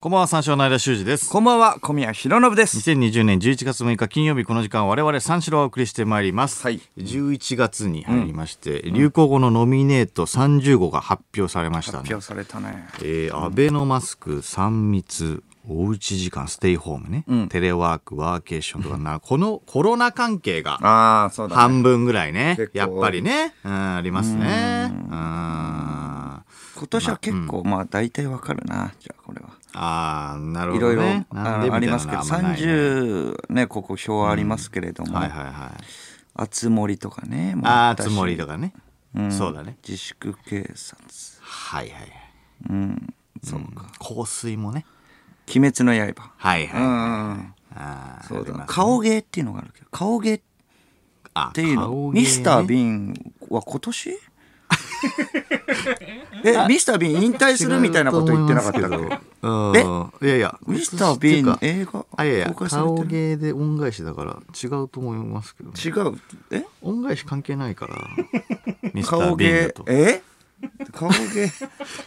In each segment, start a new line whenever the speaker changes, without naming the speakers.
こんばんは、三四郎の間修二です。
こんばんは、小宮浩信です。
2020年11月6日金曜日この時間我々三四郎をお送りしてまいります、
はい
11月に入りまして、流行語のノミネート30号が発表されました
発
ね
表されたね。
えーアベノマスク3密おうち時間ステイホームね、テレワークワーケーションとかなこのコロナ関係が
ああ、そうだ、ね。
半分ぐらいね
結構
やっぱりね、うん、ありますねうんあ
今年は結構、まあ、大体わかるな。じゃあ、これは。
あーなる
い
ほ
ろい
ど
ろ、
ねなん
あ
で
のあ
み
り
たいなの
ますけど、
あんまないね
30ね、ここ表ありますけれども、
はいはいはい
あつ森とかね、もう
あー
だし
つもりとかね、
ん
そうだね
自粛警察。
はいはいはい
うん、そうか。
香水もね
鬼滅の刃。
はいはい、
うん。
あー
そう
あり
だ。
ます
顔芸っていうのがあるけど、顔芸っ
あ
ていう
顔
の、
芸ね
ミスター・ビーンは今年 え、ミスター・ビーン引退するみたいなこと言ってなかったけど。
うんいやいや
ミスター・ビーンの
っていうか
映画
あいやいや
公開され
顔
てる
芸で恩返しだから違うと思いますけどね
違うえ
恩返し関係ないからミスター・
顔
ビーンだ
芸
と
え顔芸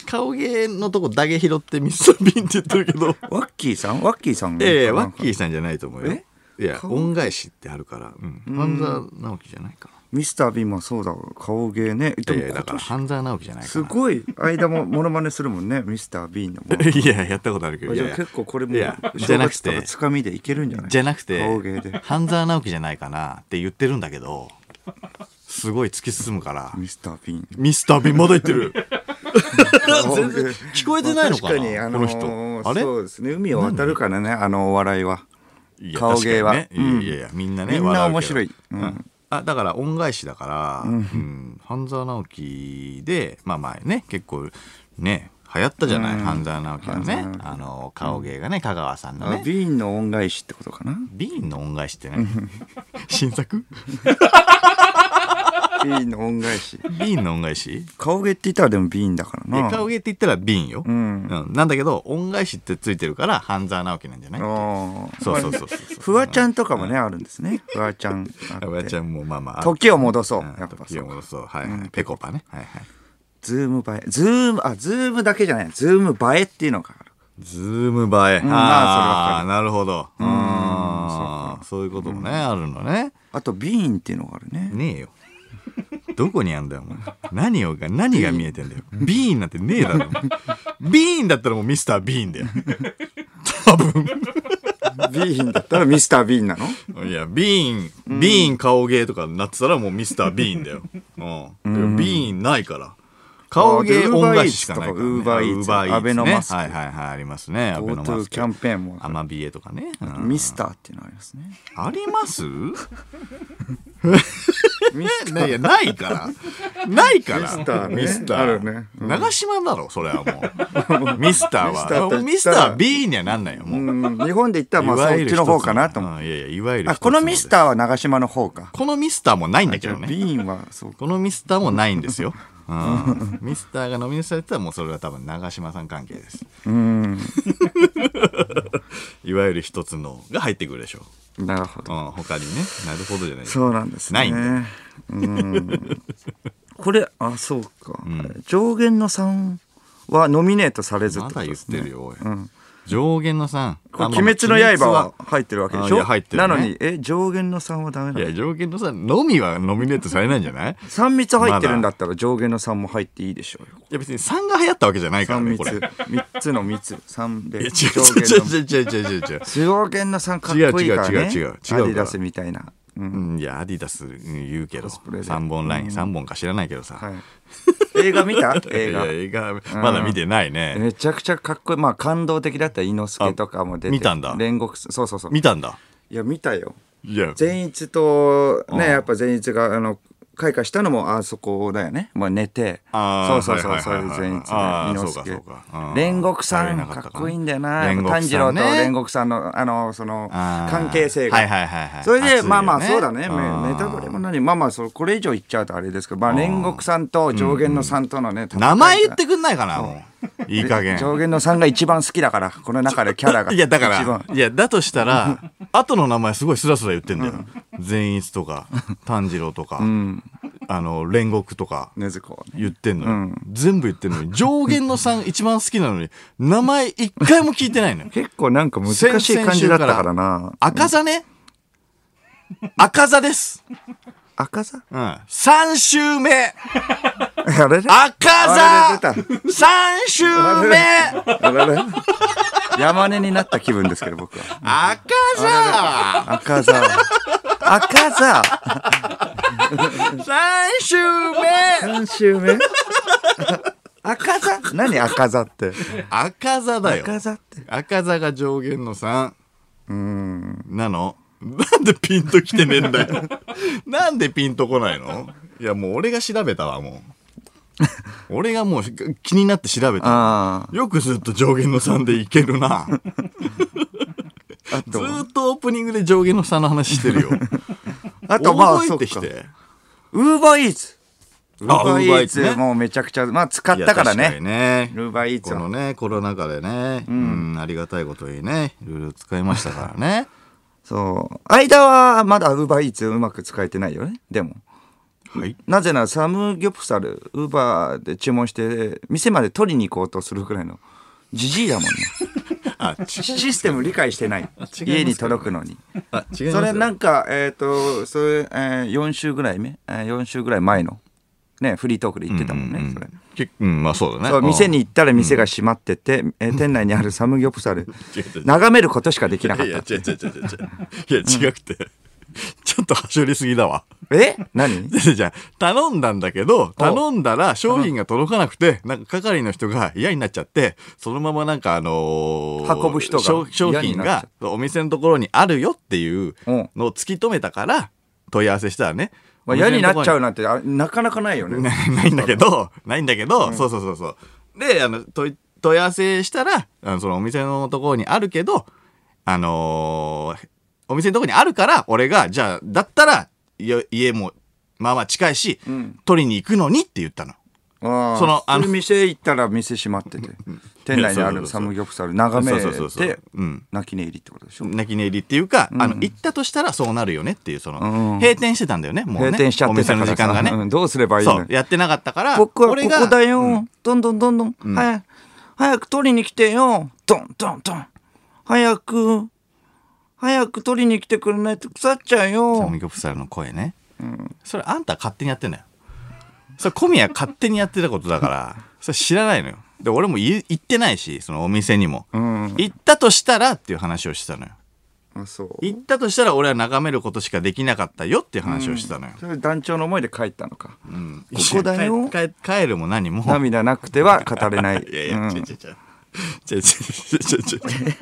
顔芸のとこだけ拾ってミスター・ビーンって言ってるけ ど
ワッキーさんワッキーさん
いやいやワッキ
ー
ーさんじゃないと思うよ
え
いや
顔
恩返しってあるから、うん、半沢直樹じゃないか
ミスター・ビーンもそうだ顔芸ね
な
で
いやいやだ
も今
から
年
半沢直樹じゃないか
す
な
ごい間もモノマネするもんねミスター・ビーンのも
い ややったことあるけどい
じ
や
ゃ
い
あ
や
結構これも
いやじ
正
ゃなく
月と
て
かつかみでいけるんじゃない
じゃなくて
顔芸で
半沢直樹じゃないかなって言ってるんだけ どすごい突き進むから
ミスター・ビーン
ミスタービンまだ言って る 全然
顔芸
聞こえてないのかな
確にあのー
この人あれ
そうですね海を渡るからねあのお笑いはい
や
顔芸は
確かにね
うん
いやいやみんなね
みんな
笑う
面
けど
白いうん
うんあだから恩返しだから、うん半沢直樹でまあまあね結構ね流行ったじゃない、半沢直樹のね
半沢直樹
あの顔芸がね香川さんの
あ
ね
ビーンの恩返しってことかな
ビーンの恩返しってね新作
ビーンの恩返し
ビーンの恩返し
顔芸って言ったらでもビーンだから
で
な
顔芸って言ったら瓶よ、
うん
うんなんだけど恩返しってついてるから半沢直樹なんじゃない
ああ
そうそうそうそうそ う
フワちゃんとかもねあるんですねフワち ゃんあって
やばやちゃんもまあまあ
時を戻そう
うん
やっぱ
時
そ
を
う
戻そうはいはい、ペコパねはいはい
ズーム映えズームあズームだけじゃないズーム映えっていうのがある
ズーム映え、ああ
んまあそれわか
ー
る
なるほどあーそういうこともね、あるのね
あとビーンっていうのがあるね
ねえよどこにあんだよお前何をが何が見えてんだよビーンなんてね えだろビーンだったらもうミスタービーンだよ
ビーンだったらミスタービーンな の
いや、ビーン、ビーン顔芸とかになってたらもうミスタービーン だよ。うん。でもビーンないから。顔芸恩返ししかないから、ね。
ウーバーイーツとか
あウーバーイーツね
アベノマスク
はいはいはい、ありますね。アベノマス
GoTo
ク。
キャンペーンも
アマビエとかね。うん
ミスターっていうのがありますね
あり ます
ミス
ねいや、ないから。ないから。ミ
スターね
ミスター。
あるねうん
長島だろ、それは もう。ミスター
ミスターと言った
は。
ら
ミスタービーンにはなんないよ、もう。
うん日本で言ったらまあ
いわ
そっ
ゆる
ちの方かなと思う
一つのうんいやいや、いわゆる一つ
あ
の。
このミス
ー。
ターは長島の方か
このミスターもないんだけどね。
ビーンはそうか
このミスターもないんです よ。うん、ミスターがノミネートされてたらもうそれは多分長嶋さん関係です
うん
いわゆる一つのが入ってくるでしょ
なるほ
う、う
ど
ん、他にねなるほどじゃない
そうなんですね
ないんだよ
うんこれあそうか、
ん
上限の3はノミネートされず
ま
ってこ
だ
と
言っ
です
て
ね
るよ、おい
うん、
上限の3
これ鬼滅の刃は入ってるわけでしょ
あいや入ってるね
なのにえ上限の3はダメないの
や上限の3のみはノミネートされないんじゃない
3密入ってるんだったら上限の3も入っていいでしょうよ
いや別に3が流行ったわけじゃないから
3
ね
密
これいや
3つの密3で
違う
上限の
違う違う違う違う違う違う
上限の3かっこいいからね
違う違う違う違う違うから
アディダスみたいな、うん
うんいやアディダス言うけど
コスプレで
3本ライン3本か知らないけどさ、
はい、映画見た映
いや
画
映画まだ見てないね、
めちゃくちゃかっこいいまあ感動的だった伊之助とかも出て
あ見たんだ
煉獄すそうそうそう
見たんだ
いや見たよ
いや
善逸と
うん
ねやっぱ善逸があの開花したのもあそこだよね、まあ、寝て
あ
そ
ー
うそうそう
はい
そ
は
う
いはい
いう善逸で
あー
伊之助
そうかそうかうん
煉獄さ
足り
ん
な
か
かったかな
っこいいんだよな
煉
やっ
獄さんね
ぱ炭治郎と煉獄さんのあのその
あー
関係性が
はいはいはいはい
それ
熱い
で
よね
まあまあそうだね
あ
め
ー
ネタバレも何まあまあそれこれ以上言っちゃうとあれですけどまあ煉獄さんと上限のさんとのね戦いが
名前言ってくんないかなもういい加減
上限の3が一番好きだからこの中でキャ ラが
いやだか
一番
らいやだとしたら後の名前すごいスラスラ言ってんだよ善逸とか炭治郎とかあの煉獄とか
ねずこはね
言ってんのよ、
うん
全部言ってんのに上限の3一番好きなのに名前一回も聞いてないのよ
結構なんか難しい感じだったからな
赤座ね赤座です、
赤座
うん、3週目
あれれあ
赤座
れれ出
三週
あれ
目
れあれれ山根になった気分ですけど僕は
赤座
赤座赤座
三週目
3週目 赤座何赤座って
赤座だよ。
赤座って
赤座が上限の3。なのなんでピンときてねえんだよ。 なんでピンとこないのいやもう俺が調べたわ、もう。俺がもう気になって調べた。
あ
よくずっと上限の3でいけるな。
ああ
ず
と
ーっとオープニングで上限の3の話して るよ。
あとまあ
覚
そ
え
ってか
きて。
ウーバーイーツウー
あ
バーイ
Uber
ー
Eats ね
ツもうめちゃくちゃまあ使っ
いや
たから
確
ね
にね
ウーバーイーツ
こ
は
のねコロナ禍でね、うん、ありがたいことにねいろいろ使いましたから ね
そう間はまだウーバーイーツうまく使えてないよねでも
はい
なぜならサムギョプサルウーバーで注文して店まで取りに行こうとするくらいのじじい だもんね
あち
システム理解してない
けど
家に届くのに
あ違います
それなんんかえっ、とそれ、えー、4週ぐらい目、えー、4週ぐらい前のねフリートークで言ってたもんね、それ
結うんまあそうだね
そう店
に
に行ったら店が閉まってて、えー店内にあるサムギョプサル
違う違う違う
眺めることしかできなかっ
いや
た
違う違う違う違ういや違くて、 ちょっとはしょりすぎだわ
え何
じ ゃあじゃあ頼んだんだけど頼んだら商品が届かなくてなんか係の人が嫌になっちゃってそのままなんかあのー
運ぶ人が
商商
嫌に
品
なっちゃ
がお店のところにあるよっていう
うん
のを突き止めたから問い合わせしたらね、
まあ、嫌になっちゃ
う
うなんてあなかなかないよね。
ないんだけどないんだけど、そうそうそうそうであの問い問い合わせしたらあのそのお店のところにあるけどあのーお店のところにあるから俺がじゃあだったらよ家もまあまあ近いし、
ん
取りに行くのにって言ったの
あー
そのあの
普通店行ったら店閉まってて店内に
い
あ
やそうそうそう
るサムギョプサル眺め
そうそうそうそ
て
ううん
泣き寝入りってことでしょ
泣き寝入りっていうか、あの行ったとしたらそうなるよねっていうその、
うん
閉店してたんだよねもうね
閉店しちゃってた
お店
か
の
ら
時間が
さ
ね、
うんどうすればいい
そ
の
うやってなかったから
僕はこ
俺が
こだよどんどんどんどん早く早く取りに来てよどんどんどん早く早く取りに来てくれないと腐っちゃう
サ
よ
ムギョプサルの声ね、それあんた勝手にやってんだよそれ小宮勝手にやってたことだからそれ知らないのよで俺もい行ってないしそのお店にも、
うん
行ったとしたらっていう話をしてたのよ
あそう
行ったとしたら俺は眺めることしかできなかったよっていう話をしてたのよ、
それ団長の思いで帰ったのか
うん
ここだよ
帰帰帰るも何も
涙なくては語れない
いやいや、
うん
違う違う違う違う違う違う違う違う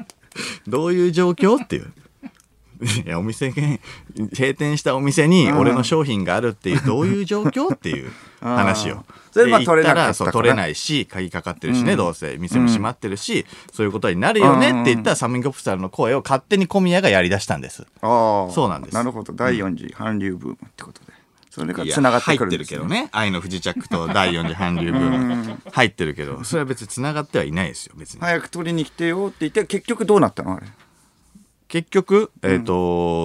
どういう状況っていう。いやお店に閉店したお店に俺の商品があるっていうどういう状況っていう話を
それまあ
で
取れなかった
行そう
から
取れないし鍵かかってるしね、どうせ店も閉まってるし、そういうことになるよねって言ったらサミンゴプサルの声を勝手に小宮がやりだしたんです
ああ
そうなんです
なるほど第4次韓流ブームってことでそれが
いや
つながってくる
入
ん
って
で
る
す
けどね愛の不時着と第4次韓流ブーム入ってるけどそれは別につながってはいないですよ別に
早く取りに来てよって言って結局どうなったのあれ
結局、えっ、と、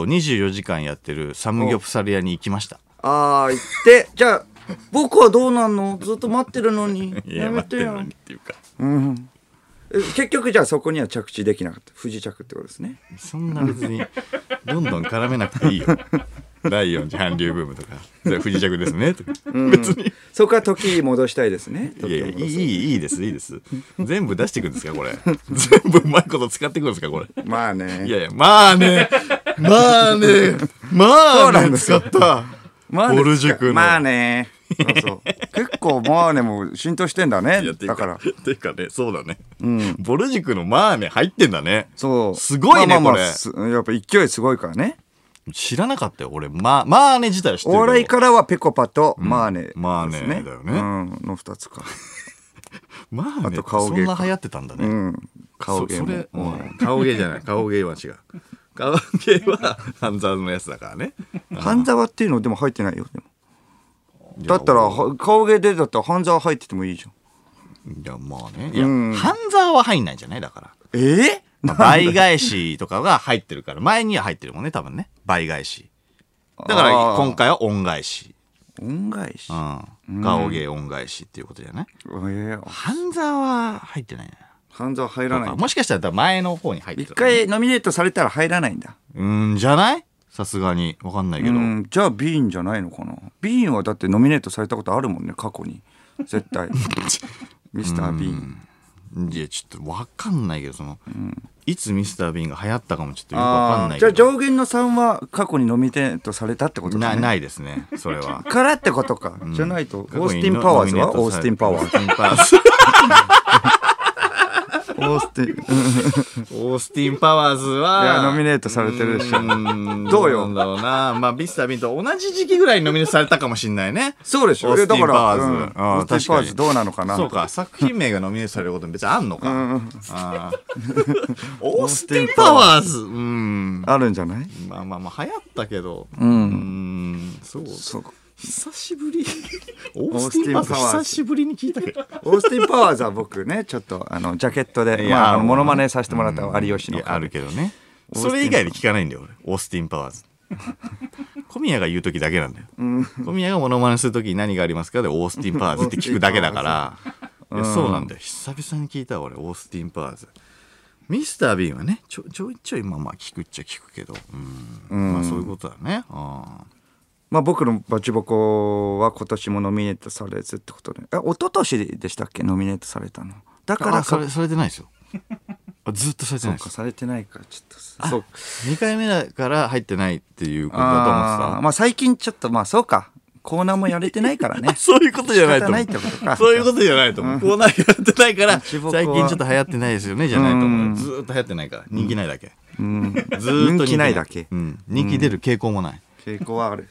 24時間やってるサムギョプサル屋に行きました。
ああ言ってじゃあ僕はどうなんのずっと待ってる のに
待ってんのにっていうか。
うん、え結局じゃあそこには着地できなかった不時着ってことですね
そんな別に、どんどん絡めなくていいよ。 第4次韓流ブームとか、で不時着ですね、とか。別に。
そこは時戻したいですね
いやいや、い
時を戻
い
す、
いい、いいです、いいです。全部出していくんですか、これ。 全部うまいこと使っていくんですか、これ。
まあね
いやいや、まあね、まあね、ま
そうな
あ
ん
ね、
です
使
よ
った。
まあね
ぼる塾の
まあねそうそう結構まあねもう浸透してんだね
いやっていう
だから
ていうかね、そうだね。ぼる塾のまあね、入ってんだね。
そう
すごいね
まあまあまあ
これ
すやっぱ勢いすごいからね
知らなかったよ俺まあまあね自体は知ってるけど
お笑いからはペコパとマーネ、です
マーネだよね
うん、の二つか。
まあね
あと顔
そ
芸
ん
か
な流行ってたん だね、
うん。顔芸
そそれ
も。うん
うん顔芸じゃない顔芸は違う顔芸は 半沢のやつだからね
半沢っていうのでも入ってないよ。でもだったらは顔芸でだったら半沢入っててもいいじゃん。
いやまあねいや、
うん
半沢は入んないんじゃないだから、
ええ
まあ倍返しとかが入ってるから前には入ってるもんね多分ね倍返しだから今回は恩返し
恩返し。
うん、がお芸恩返しっていうことじゃない
ええ
半沢は入ってないな
半沢入らない。
もしかしたら前の方に入って
一
た
回ノミネートされたら入らないんだ。
うんじゃないさすがにわかんないけ
う
ど、
ん、じゃあビーンじゃないのかな。ビーンはだってノミネートされたことあるもんね、過去に。絶 対。ミスター・ビーン。
いやちょっとわかんないけどその、いつミスター・ビーンが流行ったかもちょっとよくわかん
あ
な
あ、
い
じゃ
け
あ
ど
上限の3は過去にノミネートされたってことだ
な
ね。
ないですねそれは
からってことか。じゃないと。 オースティン・パワーズはオースティン・パワーズ。
ズ
オースティン。
オースティン・パワーズはい
やノミネートされてるでしょ
ょ
どうよ
なんだろうなまあミスター・ビーンと同じ時期ぐらいにノミネートされたかもしんないね
そうでしょ。
オースティン
いやだから
パワーズ
うん
ああ
オースティン・パワーズどうなのかな。
そうか作品名がノミネートされることに別にあんのか、
うんうん
あー オースティン・パワーズうん
あるんじゃない
まあまあまあ流行ったけど
う。
うんんそう
そうか。
久しぶ りオ
ースティンパワーズ
久しぶりに聞いたけど
オースティン・パワーズは僕ね、ちょっと、あの、ジャケットで、
いや
まああ
あ
の、
の
モノマネさせてもらった有吉の
いやあ
顔。
るけどねそれ以外で聞かないんだよ俺オースティン・パワー ズ小宮が言う時だけなんだよ、小宮がモノマネする時に何がありますかでオースティン・パワーズって聞くだけだからいやそうなんだよ久々に聞いたわ俺オースティン・パワーズミスター・ビーンはねちょちょいちょいまあまあ聞くっちゃ聞くけどうんまあそういうことだねあ
まあ僕のバチボコは今年もノミネートされずってことで。え、一昨年でしたっけノミネートされたの。だ
ー
から
あ
か
それそれでないです よあずっとされてない
そう
です
か、されてないから、ちょっと。そう
2回目だから入ってないっていうことだと思って
あ
た。
ーまあ最近ちょっと、まあそうか。コーナーもやれてないからね
そういうことじゃないと思
仕方ないうってことか。
そういうことじゃないと思う。コーナーやってないから、
ち
最
ぼ
近
こは
ちょっと流行ってないですよね、じゃないと思
うん
う。ずーっと流行ってないから。人気ないだけ。
うん。
ずーっと
人気ないだけ
うん。人気出る傾向もない。
傾向はある。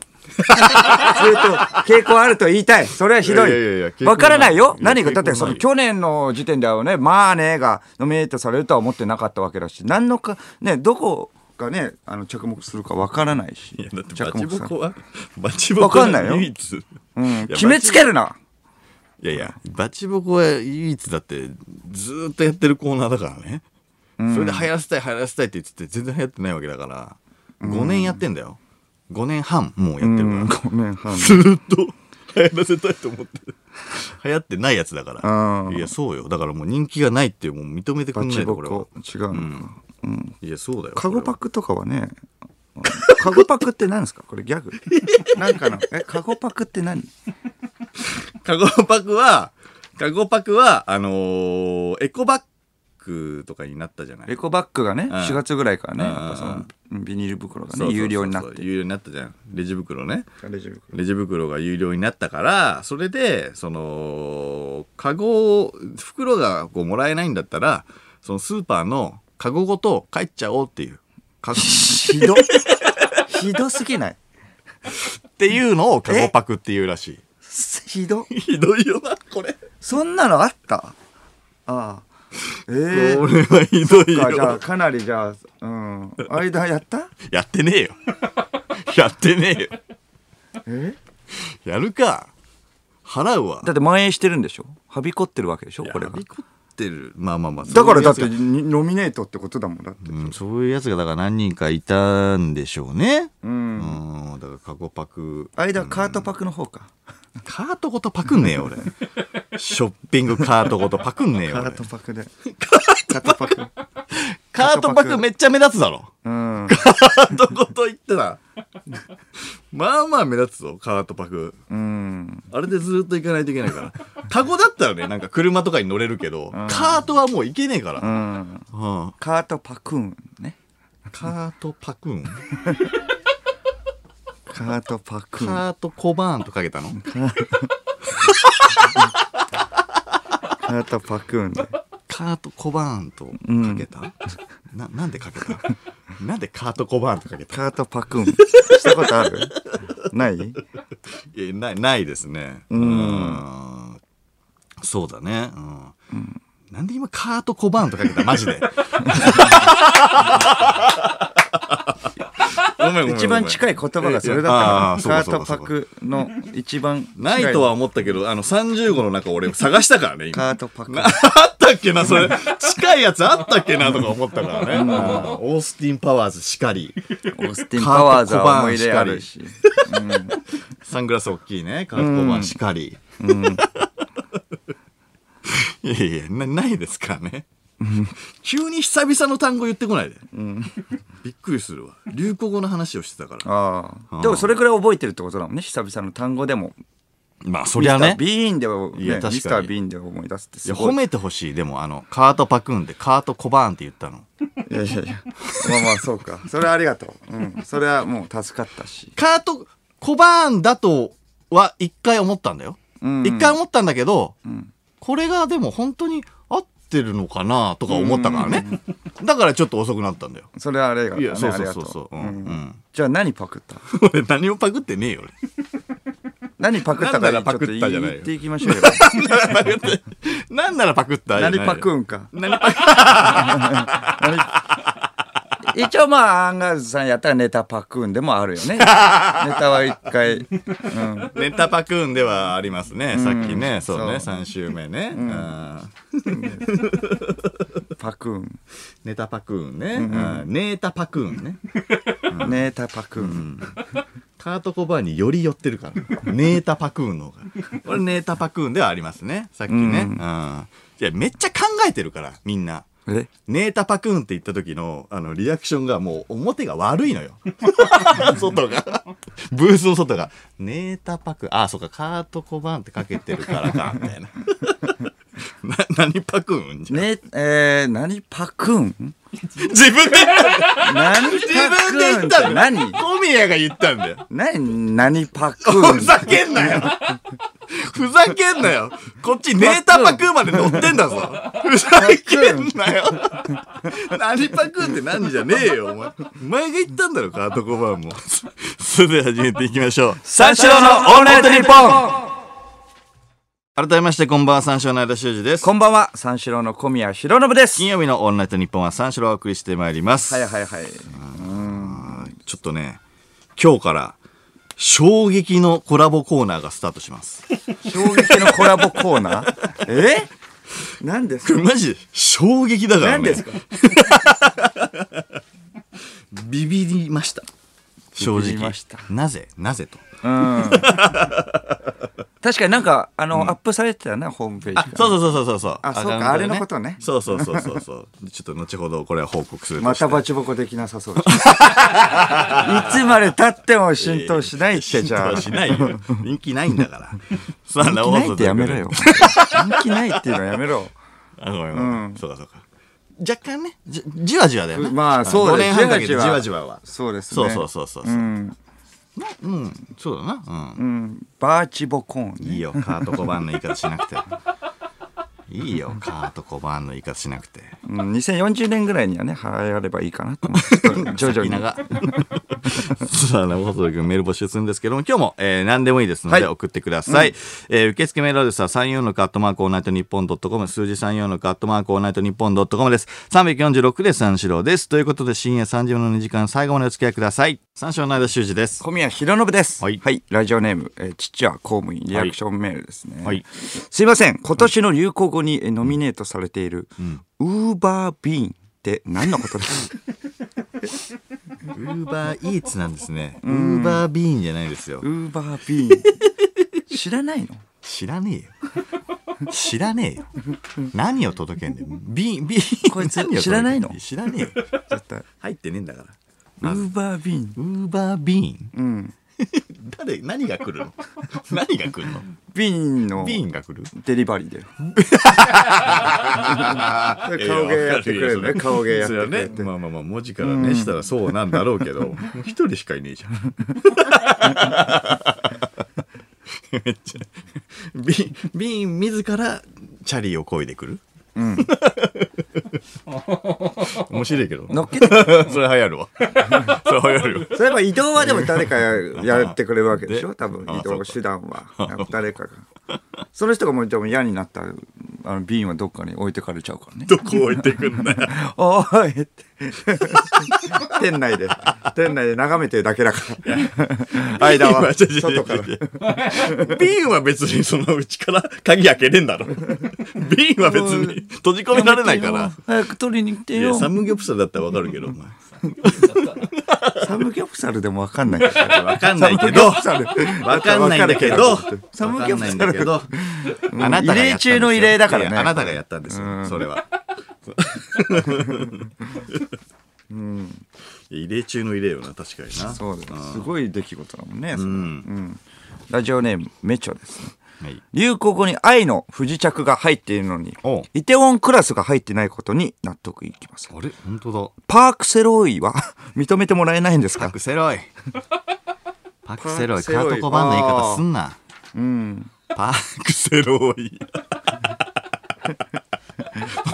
それと、傾向あると言いたい。それはひど
いやいやいや傾向
い。
ない
わからないよ。何が、
いや
だって
傾向
そ
ない
の去年の時点ではね、まあねがノミネートされるとは思ってなかったわけだし、何のか、ね、どこがね、あの、着目するかわからないし。着目さ
は、バチ
ボコはわかんないよ唯
一。
うん。決めつけるな。
いやいや、バチボコは唯一だって、ずーっとやってるコーナーだからね。それで流行らせたい、流行らせたいって言ってて、全然流行ってないわけだから。5年やってんだよ。5年半、もうやってるから。
ごめん、は
ずーっと流行らせたいと思って る流行ってないやつだか
うん
らいやそうよだからもう人気がないってもう認めてく
バ
んな
チ
いと
ボ
これは
コ。違うのか。うん。
いやそうだよ
カゴパッ
ク
クとかはね、 カゴパックって何ですかこ れギャグなんかの、え、カゴパックって何
カゴパックはカゴパックはあのーエコバッグとかになったじゃない
エコバッグがね、
ん
4月ぐらいからね、
うん
やっぱそのビニール袋が
そうそうそうそう
ね、有料になって。
有料になったじゃんレジ袋ね
レジ袋
レジ袋が有料になったからそれでそのカゴを袋がこうもらえないんだったらそのスーパーのカゴごと帰っちゃおうっていうカゴ
ひど。 ひどすぎない。
っていう のをカゴパクっていうらし
ひど。
い。ひどいよな、これ。
そんなのあったああ。ええ
これはひどい
そっかじゃあ
よ。
かなりじゃあ、うん。間やった
やってねえよ。 やってねえよ。
え
やるか。払うわ。
だって蔓延してるんでしょはびこってるわけでしょ
いや
これが
は。びこってる。まあまあまあ。
だからだっ
そ
て
ういうやつ
にノミネートってことだもんだって。
が。うん、そういうやつがだから何人かいたんでしょうね。う
う。
んん、だからカゴパク。
間カートパクの方か。
カートごとパクんねえよ、俺。ショッピングカートごとパクんねえよ、
カ
俺
ー。トパクで。カートパク。
カートパクめっちゃ目立つだろ。
うん。
カートごと言ってた。まあまあ目立つぞ、カートパク。
うん。
あれでずっと行かないといけないから。カゴだったらね、なんか車とかに乗れるけど、カートはもう行けねえから。
う
うん
ん。カートパクーンね。
カートパクーン。
カートパクーン。
カートコバーンとかけたの
カートパクー ンね。
カートコバーンとかけた、な、なんでかけたなんでカートコバーンとかけた
カートパクーン。したことあるない
いやない、ないですね。
ん
うんそうだね。うん。なんで今カートコバーンとかけたマジで。めん ごめん
一番近い言葉がそれだ
あー
った
そうか
のカ
そうかそ
ータ
う
パ
か
クの一番近
ないとは思ったけど、あの、35の中俺探したからね、
カ
今。
ートパク
なあったっけな、それ。近いやつあったっけな、とか思ったからね。あーオースティン・パワーズしかり。
オースティン・パワーズは思い入れあるし
サングラス大きいね。カートコバーンしかり。 いやいやな、ないですからね。急に久々の単語言ってこないで。びっくりするわ。流行語の話をしてたから。
ああでもそれくらい覚えてるってことだもんね久々の単語でも
まあ、そ
ミ
り
スタ
ゃね
ー・。ビーンでも
いや確
ね
かに
ミスター・ビーンで思い出すって
い
す
や
ご
褒
い
めてほしい。でも、あの、カートパクーンでカートコバーンって言ったの。
いやいや いやまあまあそうかそれはありがとう、うん、それはもう助かったし
カートコバーンだとは一回思ったんだよ。一、
うん
回思ったんだけど、
ん
これがでも本当に合ってるのかなとか思ったからね。だからちょっと遅くなったんだよ。
それはあれが、
い
ね、
や、そう
あ
そ
り
う
が
そ
と
うそうう。うんうん。
じゃあ何パクった
俺何もパクってねえよ。
何パクったか
なんなら
ちょっ
パ
と
クったじゃない
言
よ
っていき ましょうよ
俺 なんならパクったじゃない
何
よ
パクんか
何パク
一応まあアンガールズさんやったらネタパクんでもあるよ ねネタは一回
ネタパクーンではありますね。さっきね、そう
そ
ね、
う
三週目ね。うん
パクん
ネタパクーンね。うんネータパクーンね。
ネタパクん
カートコバーンにより寄ってる から。ネータパクーンの方が。これネータパクーンではありますね。さっきね。
うん
うん。いや、めっちゃ考えてるから、みんな。
え
ネータパクーンって言った時の、あの、リアクションがもう表が悪いのよ。 外が。 ブースの外が。ネータパクーン。あ、そうか、カートコバーンってかけてるからか、みたい な。な、何パクーンじゃん
ねえー、何パクん
自分で言ったんだよ
何
自分で
パク
言
ん
っ
って
たんだよ
何
小宮が言ったんだよ。
何何パクん
ふざけんなよ。ふざけんなよ。こっちネータパクーまで乗ってんだぞ。ふざけんなよ。何パクーって何じゃねえよ、お前。お前が言ったんだろ、カートコバーンも。それでは始めていきましょう。
三四郎のオールナイトニッポン
改めまして、こんばんは、三四郎の間修二です。
こんばんは三四郎の小宮浩信です
金曜日のオンライト日本は三四郎をお送りしてまいります。
はいはいはい
ちょっとね、今日から衝撃のコラボコーナーがスタートします。
衝撃のコラボコーナ ーえ何です
こ
か
れマジで衝撃だからね。
何ですか
ビビりました正
ビビ
直
りました
なぜなぜと
確かになんかあの、アップされてたなホームページから
そうそうそうそうそう
あそうか
アカウントで
あれのことね
そうそうそうそうそう ちょっと後ほどこれは報告する
また
バ
バチボコできなさ そうだしいつまで経っても浸透し ないってじゃあ
しないよ人気ないんだ からさあ
人気ないってやめろよ人気ないっていうのやめろ
あごめんごめんそうかそうか若干ねじじわじわだよね
まあそう
5
です
年半かけてじわじわは
そうですね、
そうそうそうそうそううんうんそうだな
う
うん
ん、バーチボコーン
いいよカートコバーンの言い方しなくていいよカートコバーンの言い方しなくて
うん、2040年ぐらいにはね流行ればいいかなと 思って徐々
先
に
長さあ生放送局メール募集するんですけども今日も、えー、何でもいいですの
はい
で送ってください、えー受付メールアドレスは34のカットマークオールナイトニッポンドットコム数字34のカットマークオールナイトニッポンドットコムです346で三四郎ですということで深夜3時までの2時間最後までお付き合いください三四郎の間修二です
小宮浩信です。は
はいい、
ラジオネーム、えー、父は公務員リアクションメールですね。
はい
すいません、今年の流行語にえーノミネートされている、ウーバービーンって何のことで すか
ウーバーイーツなんですねウーバービーンじゃないですよ
ウーバービーン。知らないの
知らねえよ知らねえよ何を届けんだよビーンビーン
こいつ
何を届けん
知らないの
知らねえよ
絶対。
入ってねえんだから
ウーバービーン。
ウーバービーン
うん。
誰何が来るの何が来るの
ビーンの
ビーンが来る
デリバリ ーで。顔芸やってくれるね。顔芸やってくれて。
まあまあまあ文字からねしたらそうなんだろうけどもう一人しかいねえじゃん めっちゃ ビーンビーン自らチャリを漕いでくる面白いけど。
乗っけて。そう
それ流行る わ。それ流行るよ。
いえば移動はでも誰かやってくれるわけでしょ
で
多分
あ
移
そう
動
か
手段は。なんか誰かが。その人がもうでも嫌になったあの瓶はどっかに置いてかれちゃ うからね。
どこ置いてくんだよ。
おーいって店内で、店内で眺めてるだけだから。間は外から。
瓶は別にそのうちから鍵開けれん だろ。瓶は別に閉じ込められないから。
早く取りに来て
いや
よ。
サムギョプサルだったらわかるけど、お前。
サムギョプサルでもわかんないから。
わかんないけど、わ
サムギョプサル
かんないんだけど、
サムギ
わか
ョプサ
んないんだ
ル
けど、
ん
あなたが
異
やったんですよ
例中の異例だからね
いやあなたがやったんですよ、それは。いや異例中の異例よな、確かにな。
そうです。すごい出来事だもんね。それ
ん
ラジオネーム、メチョですね。
はい
流行語に愛の不時着が入っているのに
おう、
イテウォンクラスが入ってないことに納得いきません。
あれ本当だ。
パークセロイは 認めてもらえないんです
パ
か
クセ ロイ。パクセロイ、カ
パクセロイ
ートコバンの言い方すんな。
うん。
パクセロイ。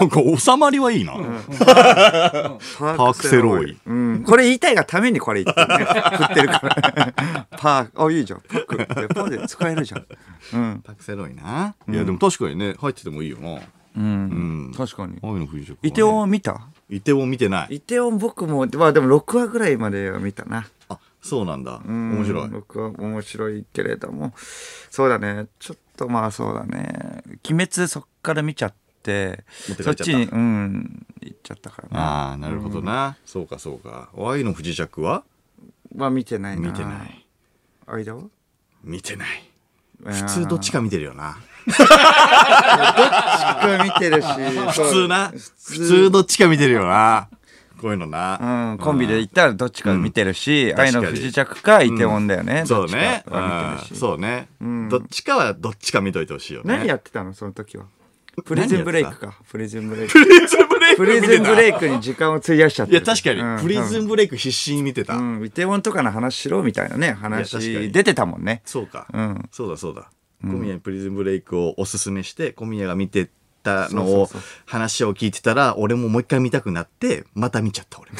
なんか収まりはいいな。
パ
ークセロイ
うん。これ言いたいがためにこれ言って る、ね、振ってるから。 パーク、あ、いいじゃん。パークってパーで使えるじゃん。うん。
パクセロイな。いやでも確かにね入っててもいいよな。
うん。確かに。
愛の不時着はね。
イテウォン見た
イテウォン見てない。
イテウォン僕も、まあでも6話ぐらいまでは見たな。
あそうなんだ。
うん
面白い。
僕は面白いけれどもそうだねちょっとまあそうだね「鬼滅」そっから見ちゃって
持ってか
そ
れ
っ
ちゃった
ちにうん行っちゃったからな
ああなるほどな。そうかそうか。愛の不時着は
まあ見てないな
見てない。
間は
見てない。
普
普通どっちか見てるよな。
か見 てるし
普
普
通な。普通どっちか見てるよな。こういうのな。
うん、コンビで行ったらどっちか見てるし、
ん
愛
確
の不
かに
時着かイテウォンだよね、
そうね。
どっちかは
う
見て
ん
るし
そうね。どっちかはどっちか見といてほしいよね。
何やってたのその時はプレゼンブレイクかプレゼンブレイク
プリズンブレイク
プ
見て
レ
た
ゼンブレイクに時間を費やしちゃって
い
る
や確かに、
うん
プリズンブレイク必死に見てた、
うん、イテウォンとかの話しろみたいなね、
いや確か
話
に
出てたもんね。
そうか、
うん
そうだそうだ、小宮にプリズンブレイクをおすすめして小宮が見てたのを
そうそう
話を聞いてたら俺ももう一回見たくなってまた見ちゃった 俺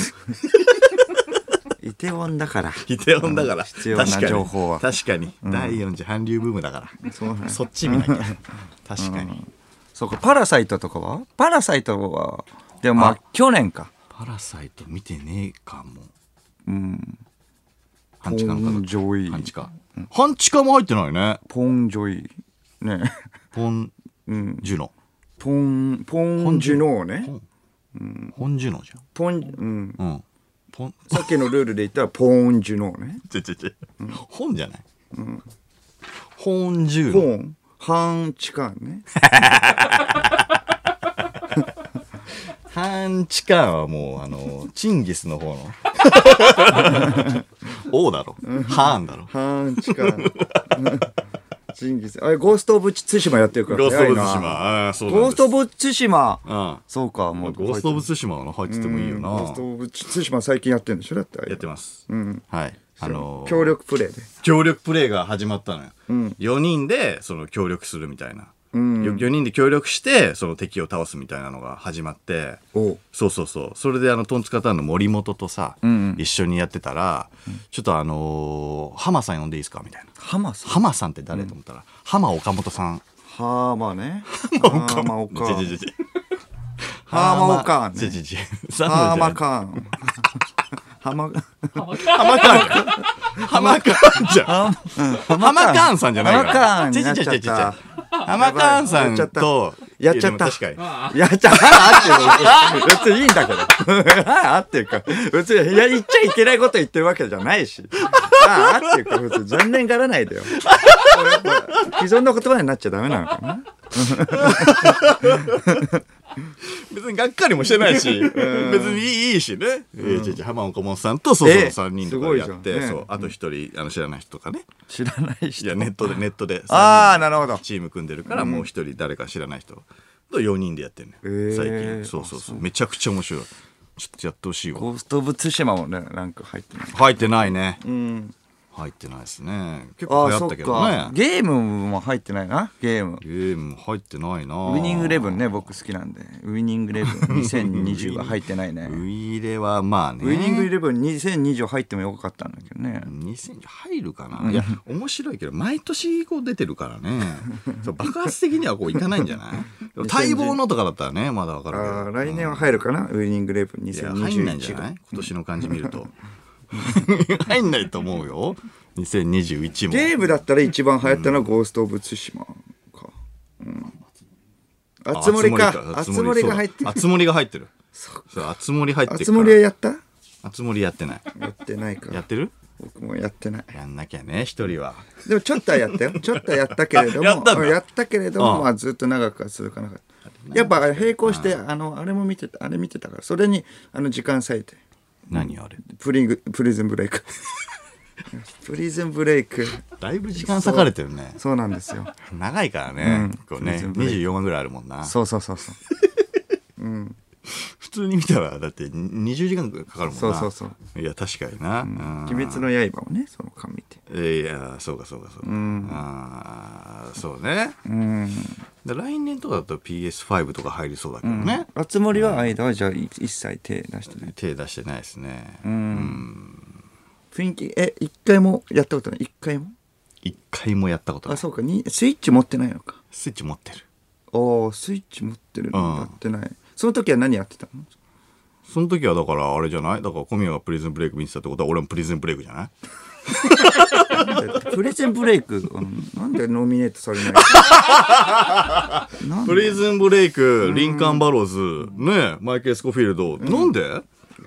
イテウォンだから。
イテウォンだから、
必要な
確かに
情報は
確かに、第4次韓流ブームだから
そうね
そっち見なきゃ確かに、
そうか、パラサイトとかはパラサイトは、でもまあ去年か。
パラサイト見てねえかも
うん。
半地下の
ポンジョイ
半地下半地下も入ってないね
ポンジョイ。ね。
ポン
うん。
ジュノ
ポン、ポンジュノーね。
ポンジュノじ
ポン、うん。
ゃんうんポン
さっきのルールで言ったらポンジュノーね。
ちょちょちょ、本じゃない、本十
ポン、ハンチカンね。
半地下はもうあのチンギスの方の 王だろハーンだろ
ハンチカン。ジンギス。あれ、ゴースト・オブ・ツシマやってるから。
ゴースト・オブ・ツ
早
シ
いな
マああそうなんです
ゴースト・オブ・ツシマ。
あ
そうか、も
あ
う。
ゴースト・オブ・ツシマは入っててもいいよな
うんゴーストオブ対馬最近やってるんでしょだってあれ
やってます、
ん
はいあのー
協力プレーで
協力プレイが始まったのよ、4人でその協力するみたいな、
ん
よ4人で協力してその敵を倒すみたいなのが始まって
おう
そうそうそうそれであのトンツカタンの森本とさ、
んうん
一緒にやってたら、ちょっとあのーハマさん呼んでいいですかみたいな
ハマさん
ハマさんって誰と思ったらハマ岡本さん
ハーマね ハーマオカ
ちょちょちょちょ
ハーマオカーン
ちょ
ね
ちょちょ
ハーマ
か
カーン ハマ
ハマカーンかハマカーンじゃんハマカーンさんじゃないから
ハマカーンになっちゃっ
ち
た
ょちょちょちょハマカーンさんと
やっちゃった
いやでも確かに
やっちゃあ合ってる別にいいんだけど あ合ってるか別にいや言っちゃいけないこと言ってるわけじゃないしあ合ってるか別に残念がらないでよ 既存の言葉になっちゃダメなのかな
別にがっかりもしてないし、別にいいいいしね。えーちょいちょい浜岡本さんと、そうそう、
ええ
3人とか
すご
で
い
や
じゃ
っ
ん
て、
ね
そう、あと一人、あの、知らない人とかね。
知らないし
いや、ネットで、ネットで。
ああ
三人
なるほど
チーム組んでるから、もう一人誰か知らない人と4人でやってるね。
ええ
最近。そうそうそう。めちゃくちゃ面白い。ちょっとやってほしいわ。
ゴースト・オブ・ツシマもね、なんか入ってない。
入ってないね。
うん。
入ってないですね結
あ
構流行
あそ
っ
った
けど
か
ね
ゲームも入ってないなゲーム
ゲーム入ってないな
ウィニングイレブンね僕好きなんでウィニングイレブン2020は入ってないね
ウィーレはまあね
ウィニングイレブン2020入ってもよかったんだけどね
2000入るかないや面白いけど毎年こう出てるから ねそう爆発的にはこういかないんじゃないでも待望のとかだったらねまだわか
あ
るけ
ー
ど
来年は入るかなウィニングイレブン
いや入んないんじゃな
2021
い
が
今年の感じ見る と入んないと思うよ2021も
ゲームだったら一番流行ったのはゴースト・オブ・ツシマかうんあつ森かあつ森が入ってる
あつ森が入ってる
そ
そうあつ森入って
あ
る
つ森は
や
やった
あつ森やってない
やってないか
やっ
ら
てる
僕もやってない
やんなきゃね一人は
でもちょっとはやったよ。 ちょっとはやったけれども、
やったんだ
うんったけれども、
うん
まあずっと長くは続かなかった。やっぱ並行して、あの、あれも見てた、あれ見てたから、それに、あの、時間割いて、
何あれ
プリング、プリズンブレイク。 プリズンブレイク。
だいぶ時間割かれてるね
そうなんですよ。
長いからね、こうね
全部ね
24話ぐらいあるもんな
そうそうそうそう。
普通に見たらだって20時間かかるもんな
そうそうそう
いや確かにな、うん
鬼滅の刃をね、その間見て。
いやそうかそうかそうか、ああそうね
うん。
で来年とかだと PS5 とか入りそうだけどね、
あつ森は間はじゃあい一切手出してない。
手出してないですね
雰囲気、え、一回もやったことない一回も
一、回もやったことな
あ、
い
そうか、にスイッチ持ってないのか。
スイッチ持ってる
ああ、スイッチ持ってるの
うん
やってない。その時は何やってたの
その時はだからあれじゃないだから小宮がプリズンブレイク見てたってことは俺もプリズンブレイクじゃない
プレゼンブレイク、 うんなんでノミネートされない のなん
プ
で
リズンブレイク、リンカーン・バローズ、ねえマイケル・スコフィールド。なんで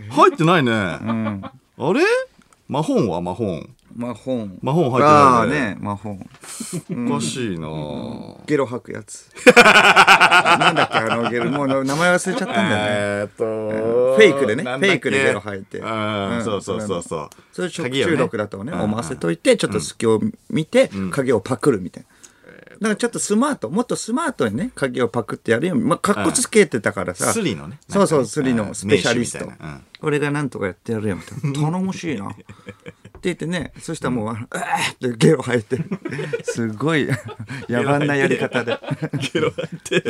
入ってないね。あれマホンはマホン。
魔法。
魔法入って
あ
な
あ
いね
ね、魔法。
おかしいなあ
ゲロ吐くや つ。なんだっけ、あのゲロ。もう名前忘れちゃったんだよね。
えーっ
ん
と
フェイクでね
なんだっけ
フェイクでゲロ吐いて
あ
う
ー
ん
そうそうそうそう。
それ食
鍵よね
中毒だとね、
うん
思わせといて、ちょっと隙を見て、鍵をパクるみたいな。だからちょっとスマート、もっとスマートにね、鍵をパクってやるように、まあ、かっこつけてたからさ。
スリのね。
そうそう、
なんか
スリのスペシャリス
名手
ト
みたいなうん。
俺がなんとかやってやるよ、みたい な。頼もしいな。って言ってね、そしたらもう、あのうわーってゲロ吐いて、すご い野蛮なやり方で。
ゲロ入って、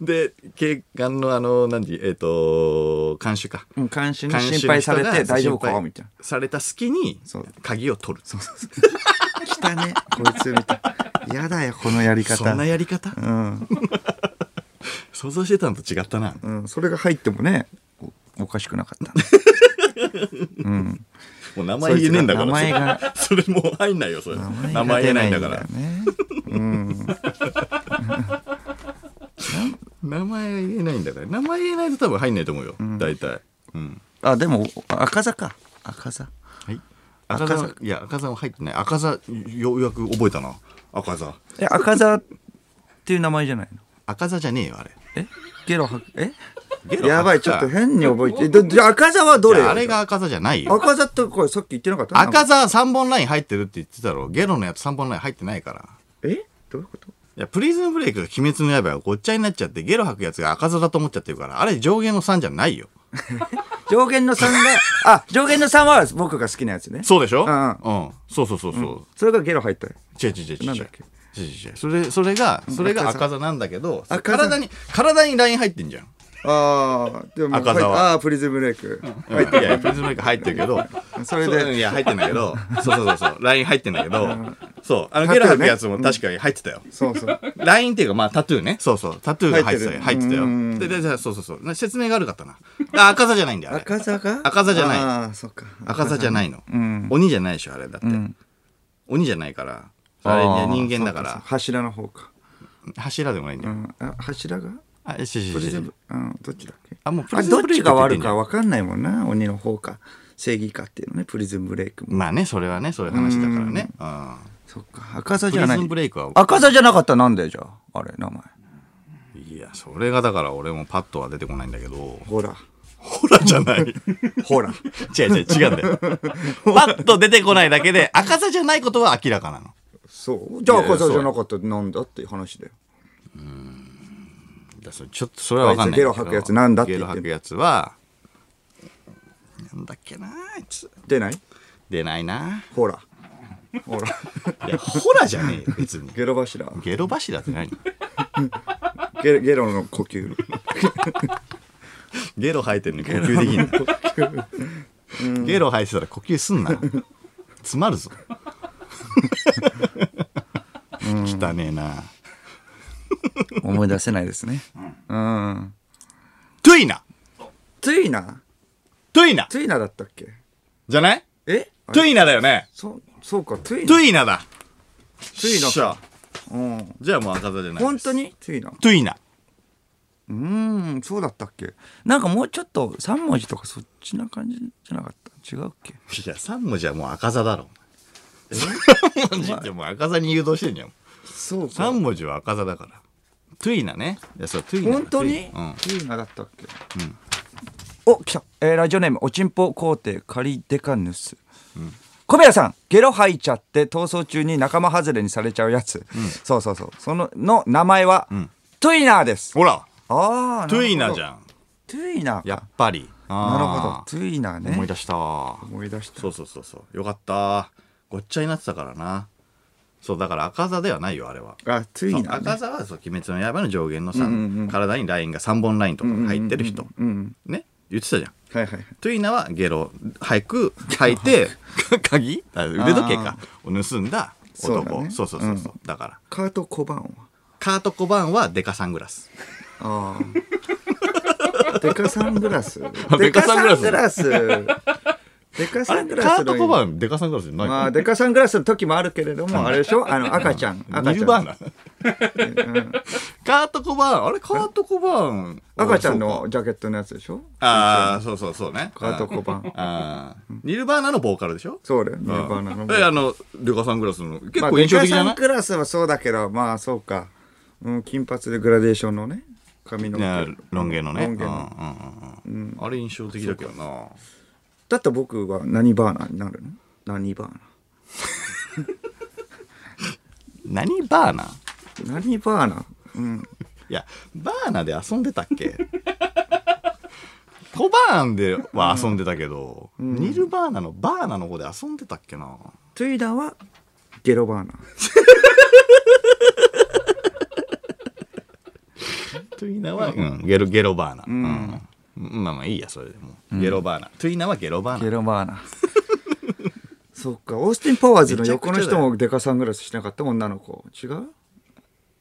で、警官のあの、何えーっと、監視か。
うん監視に
監視の
心配され
人が
て大丈夫
心
か
配
みたいな。
された隙に
そう
鍵を取るそ
来たね、こいつ、みたいな。やだよ、このやり方。
んなやり方、
うん。
想像してたのと違ったな
うん。それが入ってもね、おおかしくなかったね。
もう名前言えねえんだから
そいつが名前が
それそれもう入んないよそ れ名前
が
言
出
えな
ないい
ん
ん
だか
だかららね。
名前が言えないんだから名前言えないと多分入んないと思うよ、大体うん
あ、でも、赤座か。赤座。
はい赤座
赤
いや赤座は入ってない赤座ようやく覚えたな赤座
え、赤座っていう名前じゃないの
赤座じゃねえよあれ
えゲロ吐くえ
ゲロ吐くか
やばいちょっと変に覚えてどじゃあ赤座はどれ
いやあれが赤座じゃないよ
赤座ってこれさっき言ってなかった
赤座3本ライン入ってるって言ってたろゲロのやつ3本ライン入ってないから
えどういうこと
いや、プリズンブレイクと鬼滅の刃がごっちゃになっちゃって、ゲロ吐くやつが赤座だと思っちゃってるから、あれ上限の3じゃないよ。
上限の3が あ上限の3は僕が好きなやつね
そうでしょ
うんうん
うん。そうそうそうそう。
それがゲロ入ったよ
違う違う違う違う。
なんだっけ
違う違う違うそれ、それが、それが
赤座
赤座なんだけど、それ
赤座
体に、体にライン入ってんじゃん。
ああでも
赤座は
はいあープリズムレイク
入っていやいや、プリズンブレイク入ってるけど、
それ
う
で
いや、入ってんだけど、そうそうそうそう、ライン入ってんだけど、そう、あの、
タ
ゲ
トゥーね
ロ吐くやつも確かに入ってたよ。
そうそう
ラインっていうか、まあ、タトゥーね。そうそう。タトゥーが入ってたよ。入
入
っ
ってて
た
る
よ
う。ん
で、で、でそうそうそう。な説明が悪かったな。あ赤座じゃないんだよ、あれ。
赤座が
赤座じゃない
ああそっか
赤座じゃないの、鬼じゃないでしょあれだって、鬼じゃないからあれいや人間だか
あーそう
ら
柱の方か
柱でもないんだ
う
よ、
んあ柱が
あしし
プリ
し
ズム
し
うんどっちだっけ
あもうプ
あ
リズ
ど
ム
っ
ブレイ
ち
クって
が
言ってん
悪い
じゃ
か
ん
分かんないもんな鬼の方か正義かっていうのねプリズムブレイクも
まあねそれはねそういう話だからね、うん
そっか赤座
プ
じゃ
リ
な
ズ
い
ムブレイクは
赤座じゃなかったらなんでじゃああれ名前
いやそれがだから俺もパッとは出てこないんだけど
ほら
ほらじゃない 違
ほら
う違う違うんだよ パッと出てこないだけで赤座じゃないことは明らかなの
そうじゃあ
いやいや
赤座じゃなかったらなんだっていう話だよ
いやそれちょっとそれは分かんないんだけど
あいつゲロ吐くやつなんだって
ゲ
言
ロ
っ
吐
てんの
くやつはなんだっけなあいつ
出ない
出ないな
ほらほら、
いや、ホラじゃねえよ、別に。
ゲロ柱。
ゲロ柱って何
ゲロゲロの呼吸。
ゲロ吐いてるのに呼吸できんの ゲロ吐いてたら呼吸すんな。詰まるぞ。汚ねえな。
思い出せないですね。うん。
トゥイナ
トゥイナ
トゥイナ
トゥイナだったっけ
じゃない
えあ
ト
れ
ゥイナだよね。
そそうか、トゥイナ。
ト
ト
ゥイナだ。
ゥイナ
しゃ
か。うん。
じゃあもう赤座じゃない。
本当にトゥイナ。
トゥイナ。
うーん、そうだったっけなんかもうちょっと3文字とかそっちな感じじゃなかった違うっけ
いや、3文字はもう赤座だろ。3文字ってもう赤座に誘導してんじゃん。
そう
3文字は赤座だから。トゥイナね。いや、そう、トゥイナだ。
本当
トゥ
に
イナうん。
トゥイナだったっけお、来た。えーラジオネーム、おちんぽ皇帝カリデカヌス。小宮さん、ゲロ吐いちゃって逃走中に仲間外れにされちゃうやつ。そうそうそう。その、の名前は、トゥイナーです。
ほら、
ああ、
トゥイナじ
ん。
ゃん。
トゥイナー
や
か
っ。ぱり。
なる
あー
ほど。トゥイナーね。
思い出したわ
思い出した。
そうそうそうそうよかったごっちゃになってたからなそうだから赤座ではないよあれは
あ、ト
そ
ゥ
う
イナー、
赤
ね。
座はそう「鬼滅の刃」の上限のさ、
うんうんうん
体にラインが3本ラインとかが入ってる人、
うん。
ね言ってたじゃん
はいはいはい。
トゥイナはゲロ早く吐い て鍵あ腕時計かを盗んだ
そう
男
だ
そう,、
ね
そうそうそうだから
カート小判は。
カート小判はデカサングラス
ああ。 デカサングラス。
デカサングラス
ス。デカ
あ
サ
れ
ング
カ
ラス
ー
の
ト小判デカサングラスじゃないの、
まあ、デカサングラスの時もあるけれども、あれでしょあの、赤ちゃん。赤
ニ
ち
ル
ゃ
バー
ん。
ナ。 カートコバーン、あれカートコバーン。
赤ちゃんのジャケットのやつでしょ
ああ、そうそうそうね。
カート小判。
あーニルバーナのボーカルでしょ
そうだよ、ニルバーナの。
え、あの、デカサングラスの、結
まあ
構印象的じゃな
デカサン
い
グラスはそうだけど、まあ、そうか。うん、金髪でグラデーションのね、髪の毛。
ねロン毛のね。
ロン毛の
うんうんうんうんあれ印象的だけどな。
だったら僕は何バーナーになるの何バーナ
何バーナ
ー何バーナーうん。
いや、バーナで遊んでたっけ コバーンでは遊んでたけど、ニルバーナのバーナの方で遊んでたっけな。
トゥイダーはゲロバーナー。
トゥイナは、うん、ゲロゲロバーナ、うんまあまあいいやそれでもうゲロバーナ、トゥイナはゲロバーナ
ゲロバーナ。 そっか、オースティン・パワーズの横の
めちゃくちゃ
人
だよ
もデカサングラスしなかった女の子。違う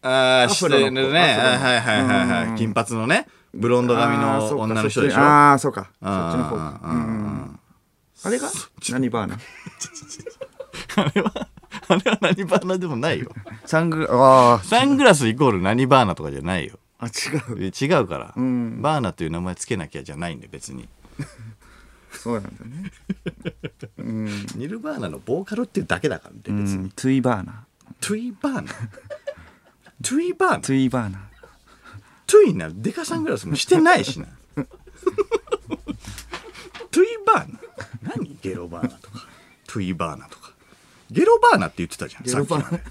ああ
ア
して
フロの
る
子
ね
アフロの
あはいはいはいはい、金髪のねブロンド髪
あーそっ
の
か
女の人でしょ
ああ、そうか。そっちの方
あ
か。
ー
うんあれが何バーナー
あれは あれは何バーナでもない よ
サングあ
サングラスイコール何バーナとかじゃないよ
あ、あ、違う。
違うから、
ん
バーナという名前つけなきゃじゃないんで別に
そうなんだね。
ニルバーナのボーカルっていうだけだからね別
う
に、
ん、トゥイバーナ
トゥイバーナトゥイバーナ
ー。トゥイバーナー。
トゥイナデカサングラスもしてないしなトゥイバーナ何ゲロバーナとかトゥイバーナとかゲロバーナって言ってたじゃん
ゲロバーナ
さっき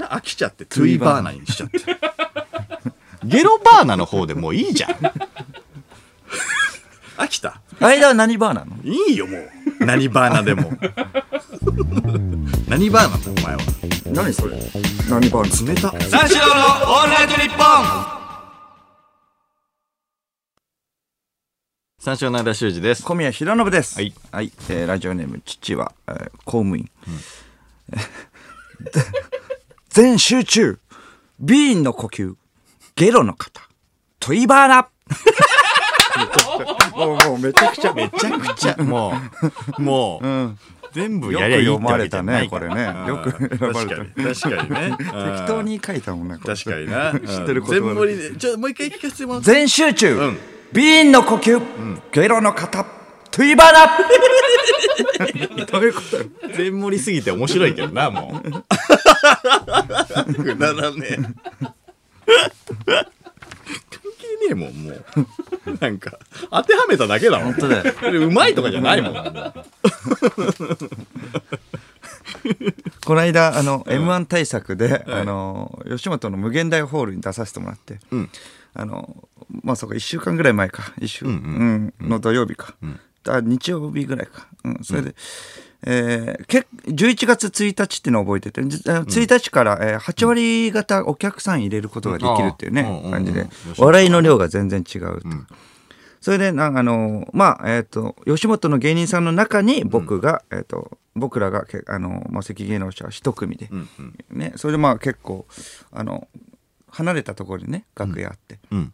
のな飽きちゃってトゥイバーナにしちゃってゲロバーナの方でもういいじゃん飽きた
間は何バーナーなの
いいよもう何バーナでも何バーナだお前は
何それ何バーナ
冷
ー
た三四郎のオールナイトニッポン三四郎の間修二です
小宮浩信です。
はい。
えーラジオネーム、父は、えー公務員。全集中。ビーンの呼吸。ゲロの肩。トイバー ナ。もう、もうめちゃくちゃ。
めちゃくちゃ もうもう、全部やりゃいいってわけじゃないから
よく読まれたねこれね
う
よ
ん確かに確かにね
適当に書いたもんね。これ
確かにな 知
ってる言葉
全盛りでちょもう一回聞かせてもらって
全集中。
うん
ビーンの呼吸。ゲロの肩。トイバーナ。 どういうことよ。
全盛りすぎて面白いけどなもうくだらねえ関係ねえもんもうなんか当てはめただけだもん
本当だよ。
これうまいとかじゃないもん。
この間あの m 1対策で、あの吉本の無限大ホールに出させてもらって、あのまあそうか1週間ぐらい前か1週、うんの土曜日か、あ日曜日ぐらいか、うん、それで、えー、け11月1日っていうのを覚えててじあの1日から、えー8割方お客さん入れることができるっていうね、
うん
感じ
うん
で
うんうん
笑いの量が全然違うと、それでなあのまあえっ、と吉本の芸人さんの中に僕が、えっと僕らがけあのマセキ芸能者一組で、
うんうん
ね、それでまあ結構あの離れたところにね楽屋あって、
うん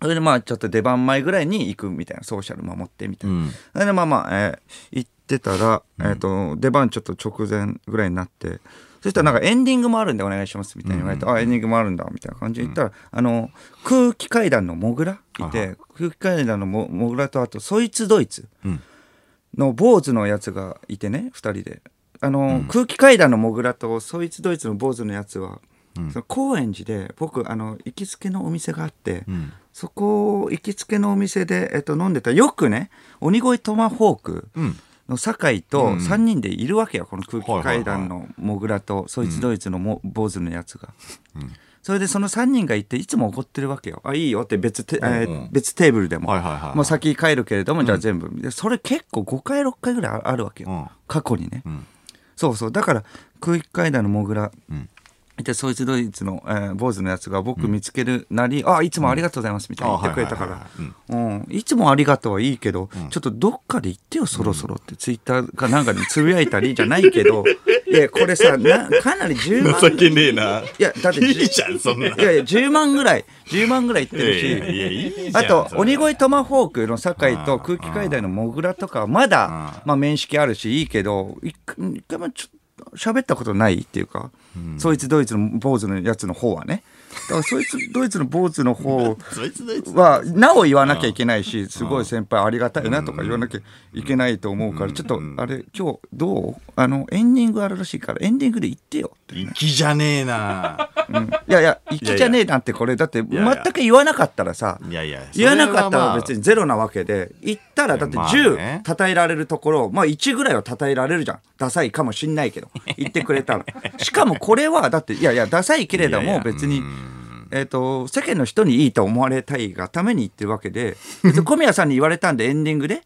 それでまあちょっと出番前ぐらいに行くみたいなソーシャル守ってみた
う
いな、
ん
それでまあまあ、えー行ってたら、えー、と出番ちょっと直前ぐらいになってそしたらなんかエンディングもあるんでお願いしますみたいに言われて、あエンディングもあるんだみたいな感じで言ったら、あの空気階段のモグラいて、
はい
空気階段のモモグラとあとそいつドイツ
うん
の坊主のやつがいてね2人であの、空気階段のモグラとそいつドイツの坊主のやつは、その高円寺で僕あの行きつけのお店があって、
うん
そこ行きつけのお店で、えっと、飲んでたよくね鬼越トマホーク
うん
の酒井と3人でいるわけよ、この空気階段のモグラとそいつドイツのも坊主のやつが。それでその3人がいていつも怒ってるわけよ。あいいよって別テ,、えー
うんうん
別テーブルでも、
はいはいはいはい
もう先帰るけれどもじゃあ全部、でそれ結構5回6回ぐらいああるわけよ、
うん
過去にね、
ん
そうそうだから空気階段のモグラ
うん
いてそいつドイツの、えー坊主のやつが僕見つけるなり「あいつもありがとうございます」みたいに言ってくれたか
あはい
ら
はいはいはい
うんいつもありがとうはいいけど、ちょっとどっかで言ってよそろそろって、ツイッターかなんかにつぶやいたりじゃないけどいやこれさなかなり10 万
情けねえない
やだって
いいじゃんそんない
やいや10万ぐらい10万ぐらい言ってるし
いやいやいやいいじゃん
あと
それ
鬼越トマホークの酒井と空気階段のモグラとかはまだまあ面識あるしいいけど一回一回もちょっと喋ったことないっていうか、そいつドイツの坊主のやつの方はねだからそいつドイツの坊主の方
そいつだいつ
はなお言わなきゃいけないしすごい先輩ありがたいなとか言わなきゃいけないと思うからちょっとあれ今日どうあのエンディングあるらしいからエンディングで言ってよって。
粋じゃねえな
いやいや、粋じゃねえなんてこれ、だって全
やいや
く言わなかったらさ、
いやいや
言わなかったら別
に
にゼロなわけで、言ったらだって
まあね
10叩いられるところを、まあ1ぐらいは叩いられるじゃん。ダサいかもしんないけど、言ってくれ たら。しかもこれは、だって、いやいや、ダサいけれど
いやい
も
や
別に、えっと、世間の人にいいと思われたいがために言ってるわけで、別に小宮さんに言われたんでエンディングで、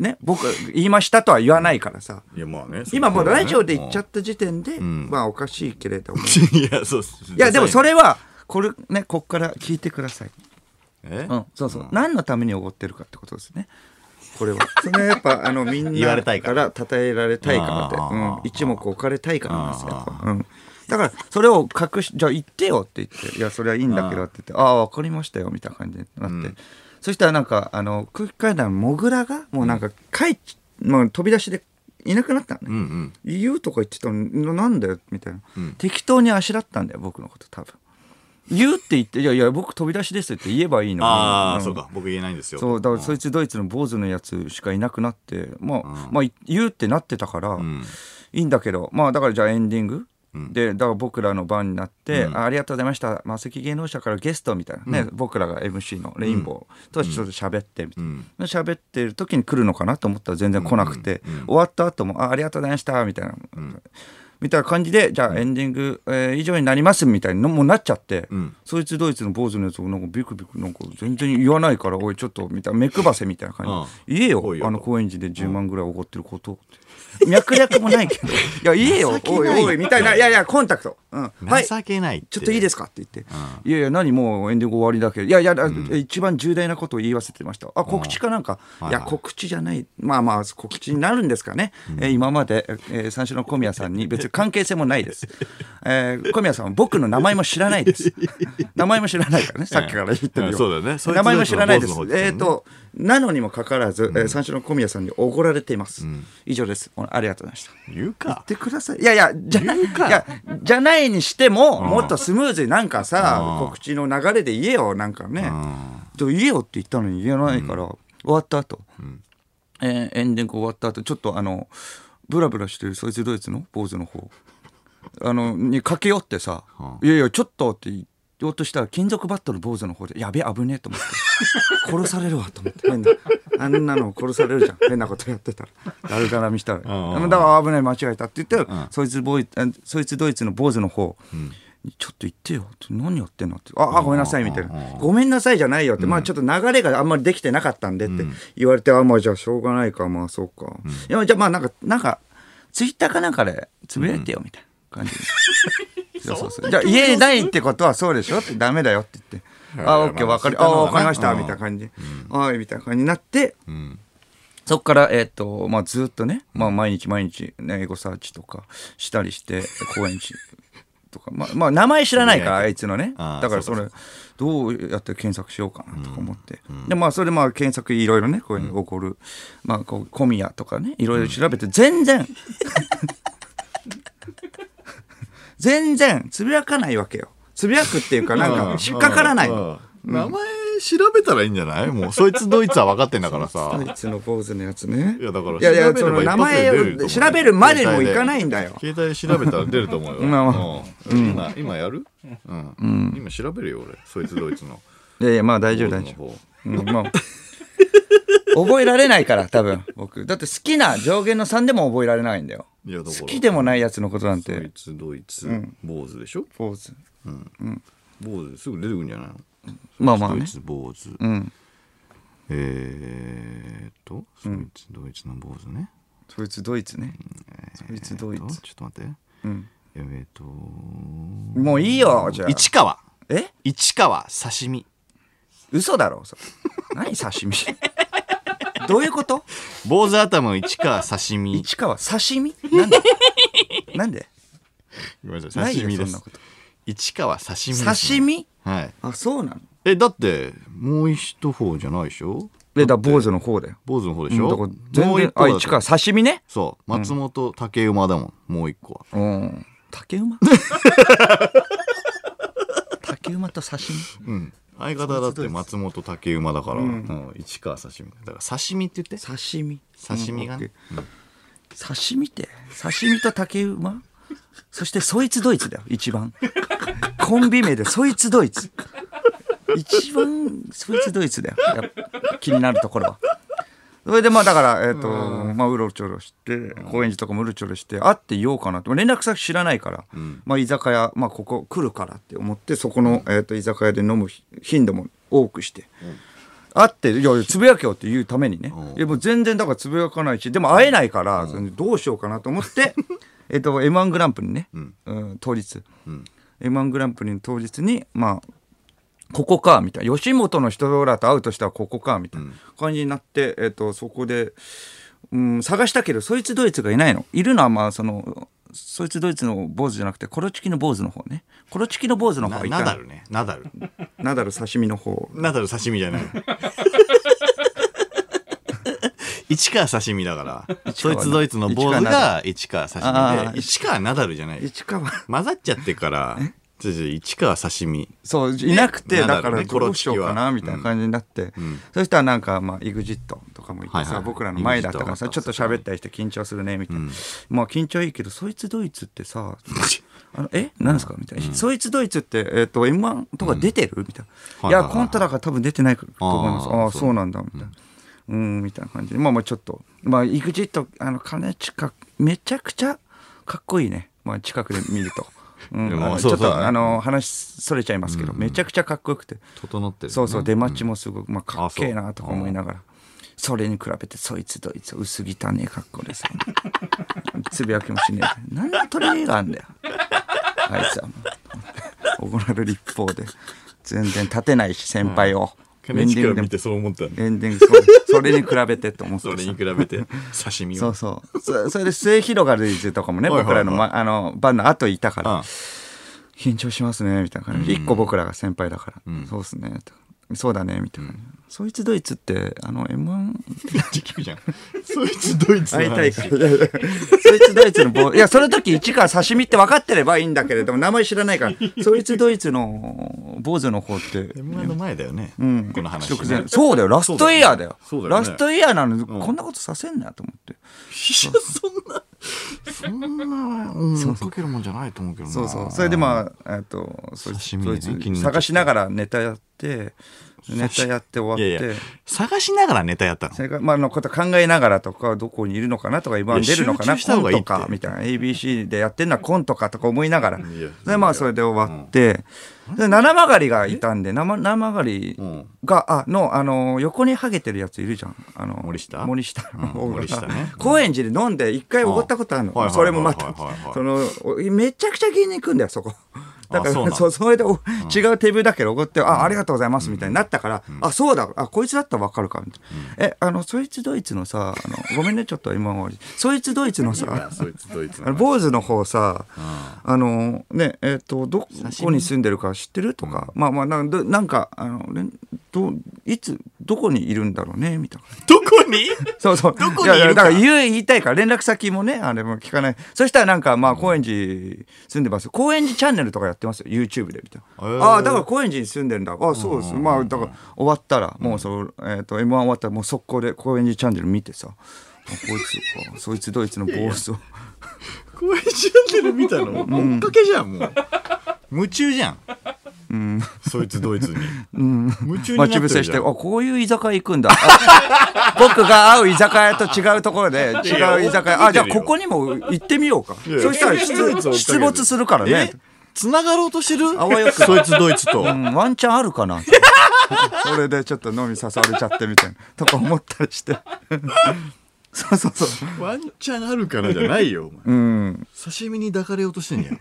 ね、僕言いましたとは言わないからさ。
いやまあね
今もうラジオで言っちゃ
っ
った時点で、まあおかしいけれども。
ていやそうっす
いやでもそれはこれねこっから聞いてください。
え
うん、そうそう。何のためにおごってるかってことですね。こ れは。それはやっぱあのみん
言わ
な
れたい
か
から
称えられたいから
あ
って、
ー
うん、一目置かれたいからなんですよ。やっぱうん。だからそれを隠しじゃあ言ってよって言って「いやそれはいいんだけど」って言って「ああ分かりましたよ」みたいな感じになって、そしたらなんかあの空気階段モグラがもうなんか帰っちもう飛び出しでいなくなったのね。
うんうん
言うとか言ってたのにななんだよみたいな、適当にあしらったんだよ僕のこと多分言うって言って「いやいや僕飛び出しです」って言えばいいのに
あ
う
あ
ん
そうか僕言えないんですよ
そうだからそいつドイツの坊主のやつしかいなくなってまあ、まあ言うってなってたから、
ん
いいんだけどまあだからじゃあエンディング、でだから僕らの番になって、あありがとうございましたマセキ芸能者からゲストみたいなね、僕らが MC のレインボーとちょっと喋ってみたいな
うん
で喋ってる時に来るのかなと思ったら全然来なくて、終わった後もあありがとうございましたみたいな、みたいな感じでじゃあエンディング、えー以上になりますみたいにのもうなっちゃって、
ん
そいつドイツの坊主のやつをなんかビクビクなんか全然言わないからおいちょっとみたいな目くばせみたいな感じ、言えよ
おいよ
あの高円寺で10万ぐらいおごってること、脈略もないけどいや言え よおいおいみたいないやいやコンタクト、うん、はい
情けない
ちょっといいですかって言って、いやいや、何もうエンディング終わりだけど、いやいや、一番重大なことを言い忘れてました。あ、告知かなんか、いや、告知じゃない、まあまあ、告知になるんですかね。えー今まで、えー三種の小宮さんに別に関係性もないです。えー小宮さんは僕の名前も知らな いです。名前も知らないからね、さっきから言ってるよ
うんそうだよねそいつ
名前も知らないです
の。坊主の方
え
です
っ
ね
と、なのにもかかわらず、えー三種の小宮さんにおごられています。以上です。おありがとうございました。
言うか
言ってください。いやいや、じゃない、いや、じゃないにしても、もっとスムーズになんかさ、告知の流れで言えよ、なんかね。で言えよって言ったのに言えないから、終わった後、えーエンディング終わった後、ちょっとあの、ブラブラしてるそいつドイツの坊主の方、あの、に駆け寄ってさ、いやいや、ちょっとって言おうとしたら、金属バットの坊主の方で、やべえ、危ねえと思って。殺されるわと思って変なあんなの殺されるじゃん変なことやってたら誰から見したら
んうん
だから危ない間違えたって言って、そいつボーイあそいつドイツの坊主の方、ちょっと言ってよって何やってんのってああごめんなさいみたいな、ごめんなさいじゃないよって、まあちょっと流れがあんまりできてなかったんでって言われて、あまあじゃあしょうがないかまあそうか、いやじゃあまあなんかなんかツイッターかなんかでつぶやいてよみたいな感じで、そうそうそうじゃあ
そんな共有
家ないってことはそうでしょってダメだよって言って「
まあ
あオッケーわかり
まあ
あ
そうだな
わかりました」
うん
みたいな感じで「はい」みたいな感じになって
うん
そっから、えっ、と、まあ、ずっとね、まあ、毎日毎日、ね、エゴサーチとかしたり して、公演地とか、まあ、まあ、名前知らないから、あいつのね。
あー
だから、
そ
そう
か
れ、どうやって検索しようかなとか思って。で、まあ、それで、まあ、検索いろいろね、こういうの起こる。まあ、こう、小宮とかね、いろいろ調べて、全 然、全然、つぶやかないわけよ。つぶやくっていうか、なんか、引っかからないの。
うん名前調べたらいいんじゃない もうそいつドイツは分かってんだからさ
ドイツの坊主のやつね。
いやだから
いやいや、
調
そ
べ
の
れば一
名
発で出
前
ると
を
思うよ
調べるまでもいかないんだよ。
携帯で調べたら出ると 思うよ、
まあま
うん今今やる、うん今調べるよ俺そいつドイツの
いやいや、まあ大丈夫大丈夫。うん、まあ。覚えられないから、多分、僕。だって好きな上限の3でも覚えられないんだよ。
いやだから
好きでもないやつのことなん
そい
て、
つドイツ、坊主でしょ
ポーズ。
坊主すぐ出てくるんじゃないの
まあまあ
ドイ
ね。
ツ坊主、
うん。
えー、っとそいつドイツの坊主ね、
そいつドイツね。そいつドイ
えーっ
ツ
と。ちょっと待って
うん。
えーっと
もういいよ、じゃあ。
市川
え
市川刺身
嘘だろ、それ。何刺身どういうこと
坊主頭市川刺身
市川、刺身なんでなんで
ごめんなさ
ないいよ
刺身で
そんな
す
こと
市川刺身ですね
刺身
はい
あ、そうなの
えだってもう一方じゃないでしょ
え、だ、坊主の方だよ。
坊主の方で
う
し
ん
ょ、
だから全
もう一
然、
方
あ、
だと
市川、刺身ね。
そう松本竹馬だもんもう一個は
うん。竹馬 竹馬と刺身
うん相方だって松本竹馬だから、うん市川刺身だから刺身って言って
刺身
刺身がね、
うんオッケー刺身って刺身と竹馬 そしてそいつドイツだよ一番コンビ名でそいつドイツ一番そいつドイツだよやっぱ気になるところはそれでまあだからえっ、とまあうろちょろして高円寺とかもうろちょろして会っていようかなと連絡先知らないから、まあ居酒屋まあここ来るからって思ってそこの、えー、と居酒屋で飲む頻度も多くして、会っていやつぶやけよっていうためにね、
うん
いやもう全然だからつぶやかないしでも会えないから、どうしようかなと思って えっと m 1グランプリにね、
ん
うん当日、
ん
m 1グランプリの当日にまあここかみたいな吉本の人らと会うとしたらここかみたいな感じになって、えっとそこで、うん、探したけどそいつドイツがいないのいるのはまあそのそいつドイツの坊主じゃなくてコロチキの坊主の方ねコロチキの坊主の方
な
はい
ナダ
た
ルねナダル
ナダル刺身の方
ナダル刺身じゃ ない市川刺身だから
市
そ
川
いつドイツの坊主が市川刺身
ああ
で市川ナダルじゃない
市川
混ざっちゃってからちょちょ市川刺身
そう、いなくて、
なんだろ
だ
う
から
ね
どうしようかな、
コロチ
み
キ
た
はい
な感じになって、
ん
そしたらなんか、まあ、EXIT とかもいてさ、
はいはい
僕らの前だったからさ、
EXIT
ちょっと喋ったりして緊張するね、みたいな。
うん
まあ、緊張いいけど、そいつドイツってさ、あのえなんですかみたいな、そいつドイツって、えっと m 1とか出てる、みたいな、
はいいはいはい
やコントだから多分出てないと思います
あ
あ
ー
あーそうなんだみたいなうんみたいな感じでまあまあちょっとまあ EXIT あの金近めちゃくちゃかっこいいね、まあ、近くで見ると。うん
いやまあ
あのち
そう
ょ
そ
っ
うだね
とあの話それちゃいますけど、めちゃくちゃかっこよくて
整ってるね
そうそう出待ちもすごく、まあ、かっけえ
あそ
な
う
とか思いながらそれに比べてそいつどいつ薄汚ねえ格好で さつぶやきもしねえ何の取り柄があんだよあいつはもう怒られる一方で全然立てないし先輩を、エ
金
ンディ
近
ン
を
グ
見
で
てそう思ったね
エンディングそうそれに比べてと思って
そ
さ
れに比べて刺身
そ
を
うそうそそれで末広がる伊豆とかもね
はいはい
僕
はい
らの,、ま、あの番の後いたから、
あ
緊張しますねみたいな感じで一個僕らが先輩だから、そうっすねとそうだねみたいな、そいつドイツってあの m
地球じゃんそいつドイツ
1
の
会い
話
たい からそいつドイツの棒いやその時市川刺身って分かってればいいんだけれども名前知らないからそいつドイツの坊主の方って。
M1 の前だよね、
うん、
この話、
直
ね
前、そうだよラストイヤーだよ
そうだよね
ラストイヤーなのに、こんなことさせんなと思って
いやそんなそんな、うん、追っかけるもんじゃないと思うけどな
そうそうそれでまあえっとそいつ
刺身ね
そいつ
気になっちゃった
探しながらネタやってネタやって終わっ
い
て
やいや探しながらネタやったの
それからまあ、あのこと考えながらとか、どこにいるのかなとか、今
いや
出るのかな、
集中した
コ
方が
ン
いいっ
ト
て
か、みたいな、ABC でやってんのはコントかとか思いながら、
いや
でまあ、それで終わって、で七曲りがいたんで、七七曲り
ん
が、あ、の、あの、横にハゲてるやついるじゃん。あの、
森下
森下。
うん森下ね
高円寺で飲んで、一回おごったことある
うんは
の。
いはいはいはい
それもまた
はいはいは、い
その、おめちゃくちゃ気に行くんだよ、そこ。だか
あそうな
ら、
の
そう、それで、お違う手ぶだけどおごって、あ、ありがとうございます、みたいになったから、あ、そうだ、あ、こいつだったらわかるか、みたいな。え、あの、そいつドイツのさ、あの、ごめんね、ちょっと今は、そいつドイツのさ、
そいつどいつ
あの坊主の方さ、あのねえっ、とどこに住んでるか知ってるとか、まあまあなんどなんかあのねどいつどこにいるんだろうねみたいな。
どこに
そうそう。
どこにいるか
ややだから言う言いたいから連絡先もね、あれも聞かない。そしたらなんか、まあ、高円寺住んでます。高円寺チャンネルとかやってますよ。YouTube でみたいな。
へー
ああ、だから高円寺に住んでるんだ。ああ、そうです。まあ、だから終わったら、もうそう、えっ、と、M1 終わったら、もう速攻で高円寺チャンネル見てさ、あこいつ、あそいつドイツの坊主を。
公園チャンネル見たの追っかけじゃんもう夢中じゃんそいつドイツに夢中になって
待ち伏
るじゃ
せ
ん
して、あ、こういう居酒屋行くんだ。あ 僕が会う居酒屋と違うところで、違
や
う居酒屋。あ、じゃあここにも行ってみようか。
いや
そしたら出出没するからね
え。繋がろうとしてる
あわよくば
そいつドイツと
うん、ワンチャンあるかなそれでちょっと飲み誘われちゃってみたいなとか思ったりして そうそうそう
ワンチャンあるからじゃないよお前
うん
刺身に抱かれようとしてんじ ゃん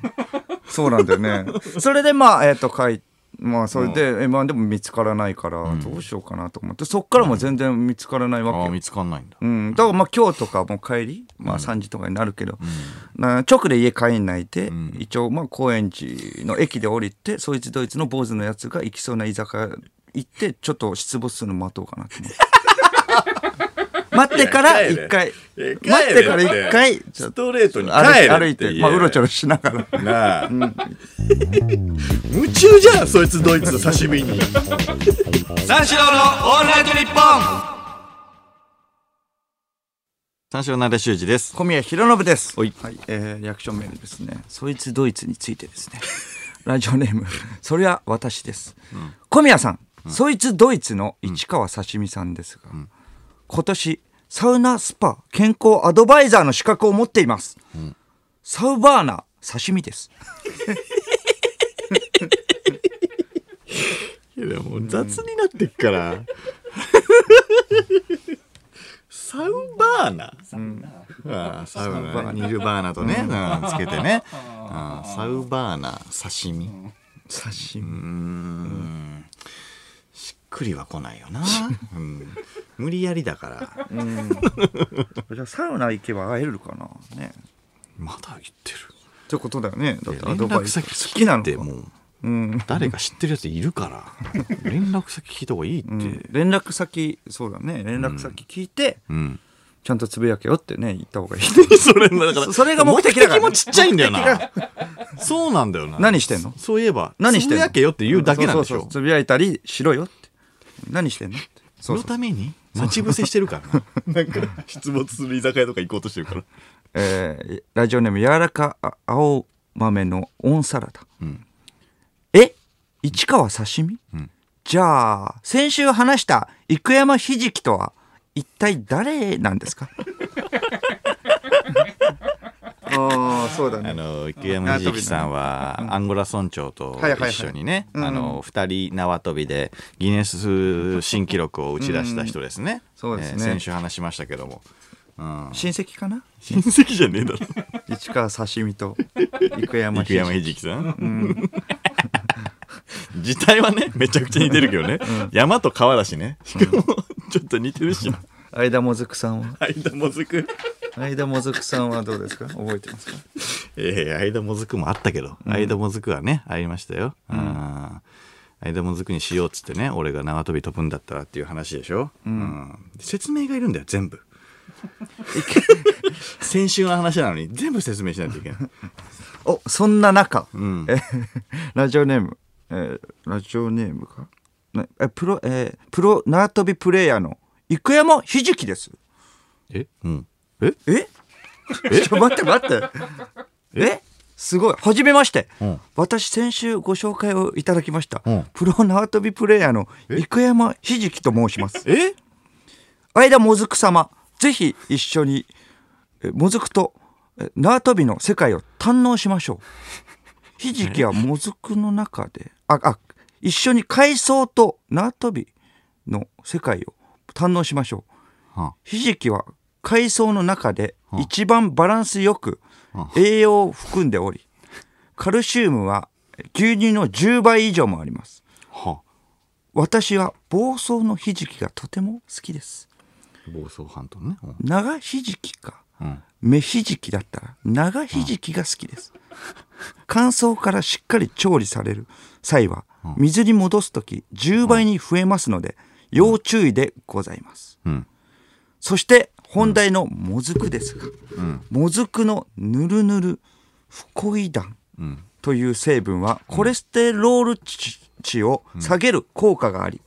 そうなんだよねそれでまあえっ、と書いまあそれで M1 でも見つからないからどうしようかなと思ってそっからも全然見つからないわけ
あ
よ、
見つかんないんだ
うん、だからまあ今日とかもう帰り、まあ、3時とかになるけど、な直で家帰んないで、一応まあ高円寺の駅で降りてそいつドイツの坊主のやつが行きそうな居酒屋行ってちょっと出没するの待とうかなと思って。 待ってから一回
いや帰れ
待ってから一回ちょっ
ス
と
トレートに
歩
帰
い
れ
歩いて、まあ、うろちょろしながら
ろなあ夢中じゃんそいつドイツ刺身に三四郎のオールナイトニッポン三四郎なで修二です
小宮浩信です。
はい
えーリアクションメールですね。そいつドイツについてですね。 ラジオネーム、 そりゃ私です。小宮さん,、そいつドイツの市川刺身さんですが、今年、サウナスパ健康アドバイザーの資格を持っています。サウバーナ刺身です。
いやもう雑になってっから、サウバーナああサウナね、ニルバーナとね、うんつけてね ああサウバーナ刺身
刺身。
しっくりは来ないよ な、うん無理やりだから
じゃあサウナ行けば会えるかなね。
まだ言ってる
ってことだよね。だってア
連
ドバイ
絡
ザー
先
好きなの
で
か。
もう誰か知ってるやついるから 連絡先聞いた方がいいって、
うん連絡先、そうだね。連絡先聞いて、
うん
ちゃんとつぶやけよってね、言った方がいい。
それだから
そそれが目的だから
目的もちっちゃいんだよな そうなんだよな
何してんの
そそういえば
何してんの
つぶやけよって言うだけなんでし
そうそう
ょ
そうつぶやいたりしろよって何してんのって
そ
そう
の
そう、
ために待ち伏せしてるから ななんか出没する居酒屋とか行こうとしてるから
えーラジオネーム柔らかあ青豆のオンサラダ、
ん
え市川刺身、
ん
じゃあ先週話した生山ひじきとは一体誰なんで すかああそうだ
あの池山ひじきさんはアンゴラ村長と
はいはいはい
一緒にね、
うん
あの2人縄跳びでギネス新記録を打ち出した人ですね、
そうですね
えー先週話しましたけども、うん、
親戚かな
親戚じゃねえだろ
市川刺身と生山
生
ひじ
山
き
ひじきさん 自体はねめちゃくちゃ似てるけどね、山と川だしねしかもちょっと似てるしな
相田もずくさんは
間もずく
相田もずくさんはどうですか覚えてますか
ええ間もずくもあったけど、間もずくはねありましたよ、うん、間もずくにしようっつってね俺が縄跳び飛ぶんだったらっていう話でしょ、うん説明がいるんだよ全 部先週の話なのに全部説明しないといけない
おそんな中、
ん
えラジオネーム、えーラジオネームかなえプロ、えープロ縄跳びプレイヤーの生山ひじきです
えうんえ
えちょ待って待ってえすごい。はじめまして、
うん
私、先週ご紹介をいただきました。
うん
プロ縄跳びプレイヤーの生山ひじきと申します。
え
間もずく様、ぜひ一緒に、えもずくとえ縄跳びの世界を堪能しましょう。ひじきはもずくの中で、あ、あ、一緒に海藻と縄跳びの世界を堪能しましょう。
は
ひじきは海藻の中で一番バランスよく
は
栄養を含んでおり、カルシウムは牛乳の10倍以上もあります。
は
私は房総のひじきがとても好きです。
房総半島ねうん
長ひじきか
うん
目ひじきだったら長ひじきが好きです、乾燥からしっかり調理される際は水に戻す時10倍に増えますので要注意でございます
うん
そして本題のもずくですが、もずくのぬるぬるフコイダン
うん
という成分はコレステロール値値を下げる効果があり、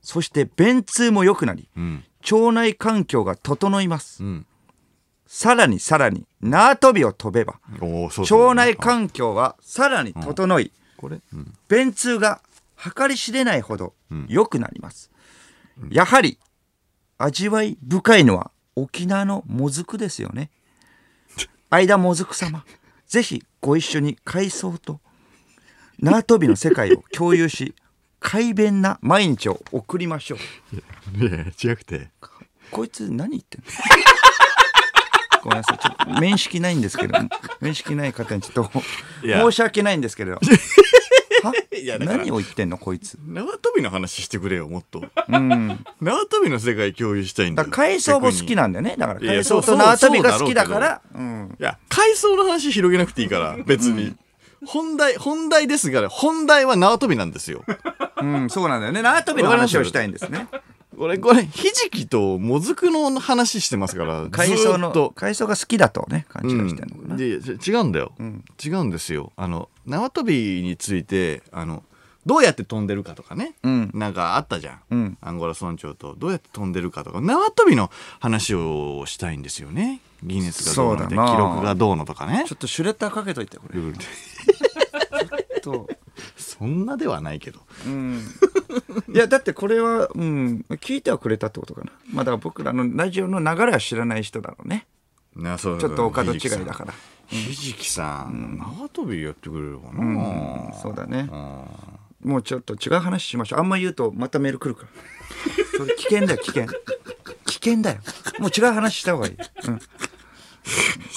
そして便通も良くなり
うん
腸内環境が整います
うん
さらにさらに縄跳びを飛べば
おーそうそう
腸内環境はさらに整い
これうん
便通が計り知れないほど良くなります、やはり味わい深いのは沖縄のもずくですよ ね相田もずく様ぜひご一緒に海藻と縄跳びの世界を共有 し快便な毎日を送りましょ う
いやいや違くて
こいつ何言ってんの ごめんなさいちょっと面識ないんですけど面識ない方にちょっと
いや
申し訳ないんですけ れど
いや
は
だから
何を言ってんのこいつ
縄跳びの話してくれよもっと
うん
縄跳びの世界共有したいんだ
だ
よ
から海藻も好きなんだよねだから
いや
海藻
そう
と縄跳び
そ
が
うそ
好
う
き
だ
だ
ろうけど
からうん
いや、階層の話広げなくていいから、別に。本題、本題ですが、本題は縄跳びなんですよ。
うんそうなんだよね縄跳びの話をしたいんですね
これ、これ、ひじきともずくの話してますから、
海藻
ずーっ
の
と。
海藻が好きだとね勘
う
違
ん
いしてんのかな、
でち違うんだよ、違うんですよあの縄跳びについてあのどうやって飛んでるかとかね、
うん
なんかあったじゃん、
うん
アンゴラ村長とどうやって飛んでるかとか縄跳びの話をしたいんですよねギネスがどうので
そうだな
記録がどうのとかね
ちょっとシュレッダーかけといてこれ
うん
と
そんなではないけど
うんいやだってこれは、うん、聞いてはくれたってことかなまあだから僕らのラジオの流れは知らない人だろうね
なそう
ちょっとお門違いだから
ひじきさん、縄跳びやってくれるかな、
うんそうだねもうちょっと違う話しましょうあんま言うとまたメー ル来るからそれ危険だよ危険危険だよもう違う話した方がいい、 うん、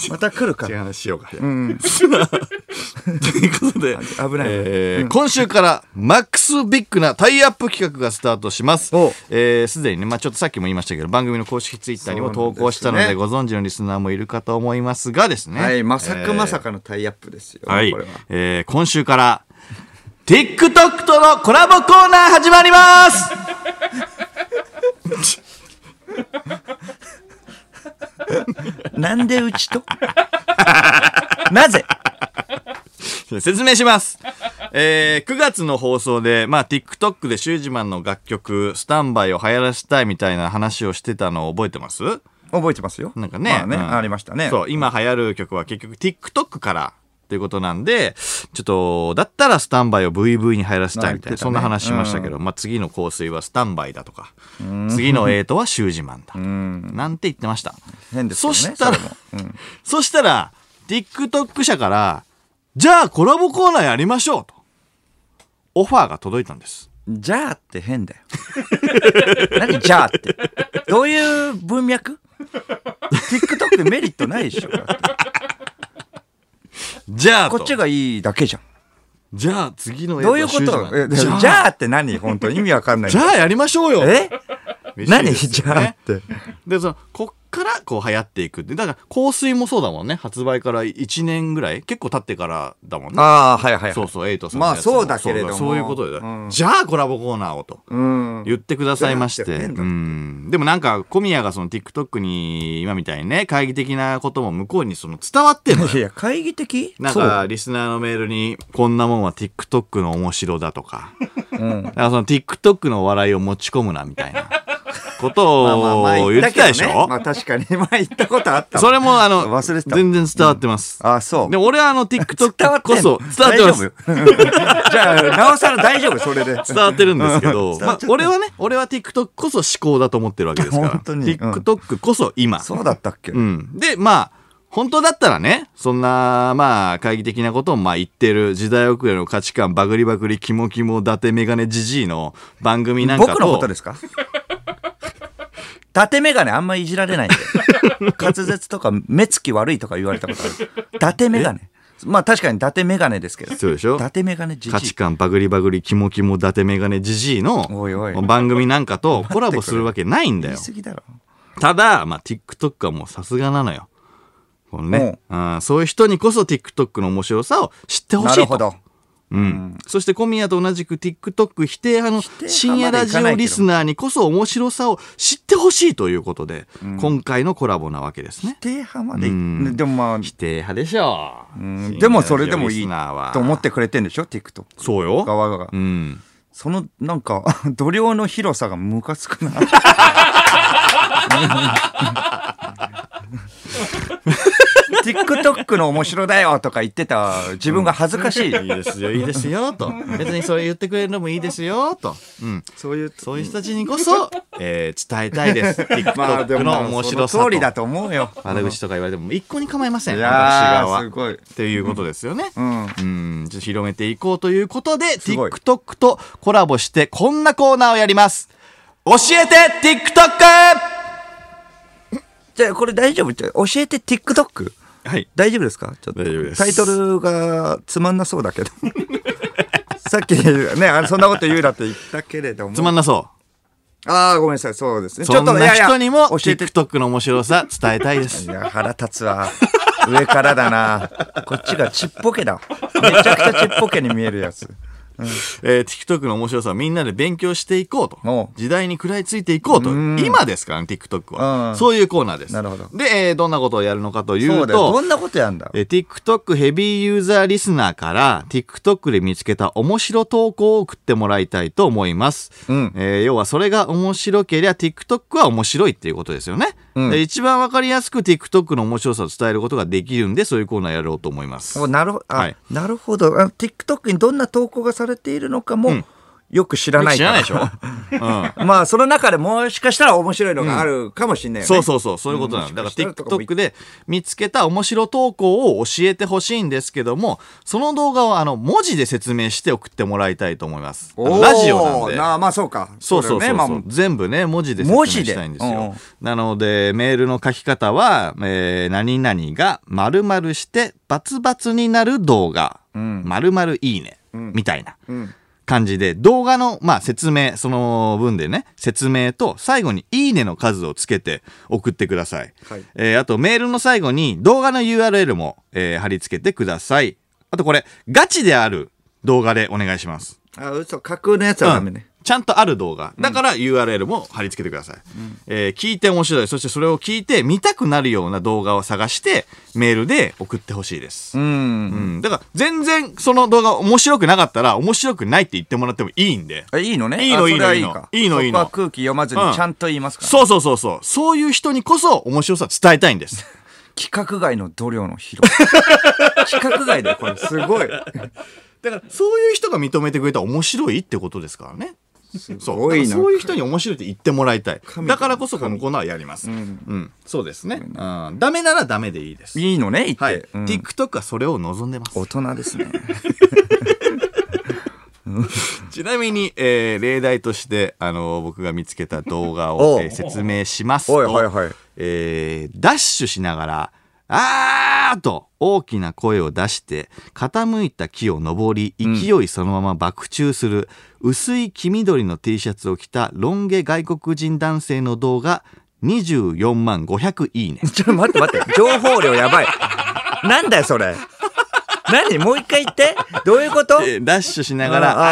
また来るか
違う
ら
話しようか。
ん
ということで、
危ない
えー今週からマックスビッグなタイアップ企画がスタートします。す
おう
で、えー、既にね、まあちょっとさっきも言いましたけど、番組の公式ツイッターにも投稿したので、
そうなんで
ご存知のリスナーもいるかと思いますがですね。
はいまさ
え
か
ー
まさかのタイアップですよ、
はい
これは。
えー今週から、TikTok とのコラボコーナー始まります
なんでうちと なぜ
説明します。えー9月の放送で、まあ、TikTok でシュージマンの楽曲、スタンバイを流行らせたいみたいな話をしてたのを覚えてます
覚えてますよ
なんかね。
まあね
うん
ありましたね
そう、今流行る曲は結局 TikTok からっていうことなんで、ちょっと、だったらスタンバイを VV に入らせたいみたいな、
まあ言ってたね
そんな話しましたけど、まあ次の香水はスタンバイだとか、次のエイトはシュージマンだとか、なんて言ってました。
変ですよね
そしたら
それもうん
そしたら、TikTok 社から、じゃあコラボコーナーやりましょうと、オファーが届いたんです。
じゃあって変だよ。 何じゃあって。どういう文脈 ?TikTok でメリットないでしょ。だって
じゃあと
こっちがいいだけじゃん。
じゃあ次のエイト
どう
は
いうこ
シュージマン
とえ
じゃあ
じゃあって何本当意味わかんない。
じゃあやりましょうよ
え何
嬉しいです
じ
よ
ゃあ
ね
って。
でそのこっからこう流行っていくってだから香水もそうだもんね発売から1年ぐらい結構経ってからだもんね
ああ、はいはいはい。
そうそうエイトさんの
まあ
やつも
そうだけれども。
そうそういうことで、
うん
じゃあコラボコーナーをと
うん。
言ってくださいまして
じゃあって変だ
うんでもなんか小宮がその TikTok に今みたいにね懐疑的なことも向こうにその伝わってんの よ
いや、会議的
なん
そう
かリスナーのメールにこんなもんは TikTok の面白だとか,、なんかその TikTok の笑いを持ち込むなみたいなことを言ってたでしょ、
まあまあまあ言ったけどねまあ確かに。まあ言ったことあったわ
それもあの
忘れてた
全然伝わってます、
あ、そう
で。俺はあの TikTok こそ伝わって
大
ま
丈
す
夫 じゃあ、なおさら大丈夫、それで。
伝わってるんですけど、
うん
まあ、俺はね俺は TikTok こそ思考だと思ってるわけですから
本当にうん
TikTok こそ今
そうだったっけ
うん、でまあ本当だったらねそんなまあ懐疑的なことをまあ言ってる時代遅れの価値観バグリバグリキモキモ伊達メガネジジイの番組なんかと
僕のことですか 伊達メガネあんまいじられ ないんで。滑舌とか目つき悪いとか言われたことある。伊達メガネ。まあ確かに伊達メガネですけど。
そうでしょ
伊達メガネじ
価
じ
値
い。
観バグリバグリキモキモ伊達メガネジジイの
おいおい
番組なんかとコラボするわけないんだ
言い
よ
過ぎだろ。
ただ、まあ、TikTok はもうさすがなのよこのね、うん、そういう人にこそ TikTok の面白さを知ってほし
ない
と
るほど。
うん、そして小宮と同じく TikTok 否定派の
定
深夜
派ま
ラ
でい
ジ
かな
オ
いけど
リスナーにこそ面白さを知ってほしいということで、今回のコラボなわけですね
否。定派まで
う
い
ん
でもまあ、
否定派でしょう
うんでもそれでもいいと思っててくれてんでしょ ?TikTok
そうよ、
側が
う。ん、
そのなんか 度量の広さがムカつくな TikTok の面白だよとか言ってた自分が恥ずかしい、
いいですよいいですよと別にそれ言ってくれるのもいいですよと、うん、
そういう
そういう人たちにこそ、 えー伝えたいです
まあで
TikTok
も
の面白さ
その
と
通りだと思うよ
悪口とか言われても一向に構いません私
いやー
側
す
は。
ごい、
っていうことですよね。
う
う
ん、
ん、ちょっと広めていこうということで、
すごい
TikTok とコラボしてこんなコーナーをやります。教えて TikTok!
じゃあこれ大丈夫教えて TikTok
はい。
大丈夫ですかちょっと
大丈夫です
タイトルがつまんなそうだけどさっきねあのそんなこと言うなって言ったけれども
つまんなそ
ああ、ごめんなさい、そうです
う。
ね。
そんな人にも
教えて。い
TikTok の面白さ伝えたいです。
や、腹立つわ。上からだな。こっちがちっぽけだ。めちゃくちゃちっぽけに見えるやつ。
えー TikTok の面白さをみんなで勉強していこうと
お。
時代に食らいついていこうと。
うん
今ですからね、TikTok
う
は。
ん
そういうコーナーです。
なるほど
で、えーどんなことをやるのかとい
そううだよ。ど
と、
んなことやんだ。
えー TikTok ヘビーユーザーリスナーから TikTok で見つけた面白投稿を送ってもらいたいと思います。
うん
えー要はそれが面白けりゃ TikTok は面白いっていうことですよね。
うん
で一番わかりやすく TikTok の面白さを伝えることができるんでそういうコーナーやろうと思います。
おなるほど、あ
はい
なるほど。あ TikTok にどんな投稿がされているのかも、
ん
よく知らない
知
からら。
ないでしょ、うん
まあ、その中でもしかしたら面白いのがあるかもしれないよね。
そうそうそう、そういうことなの。だから
うん
TikTok で見つけた面白投稿を教えてほしいんですけども、その動画をあの文字で説明して送ってもらいたいと思います。あ
お
の
ー
ラジオなんで。
あまあ、そうか。
そうそうそう
れ
そう、
ねまあ
全部ね文字で説明したいんです
文
よ
字で
なのでメールの書き方は「えー、何々が〇〇してバツバツになる動画
ん
〇〇いいね」みたいな
うん
感じで動画の、まあ、説明その分でね説明と最後に「いいね」の数をつけて送ってください、
はい
えーあとメールの最後に動画の URL も、えー貼り付けてくださいあとこれガチである動画でお願いします
あ、嘘。架空のやつはダメね。
ちゃんとある動画。だから URL も貼り付けてください。えー聞いて面白い。そしてそれを聞いて見たくなるような動画を探してメールで送ってほしいです。
うん
うん。だから全然その動画面白くなかったら面白くないって言ってもらってもいいんで。
あいいのね。
いいの
あそれはい
いの
か
いいのいいの
そこは空気読まず
うん
にちゃんと言いますから。
そうそうそうそう。そういう人にこそ面白さ伝えたいんです。
企画外の度量の広さ。企画外だよ、これ。すご い。
だからそういう人が認めてくれたら面白いってことですからね。そう
ごい
だ
な
からそういう人に面白いって言ってもらいたい
神
だからこそこのコーナーはやります、うんそうですね、うん、ダメならダメでいいです
いいのね、言って。
はい、
うん
TikTok はそれを望んでます
大人ですね。
ちなみに、えー例題として、あの僕が見つけた動画を、
おう
えー説明します
おい
と、
はいはい
えーダッシュしながら「あー!」と大きな声を出して傾いた木を登り勢いそのまま爆中する、薄い黄緑の T シャツを着たロン毛外国人男性の動画24万500いいね。
ちょっと待って待って。情報量やばい。なんだよ、それ。何もう一回言って。どういうこと
えーダッシュしながら、
うんあー
あ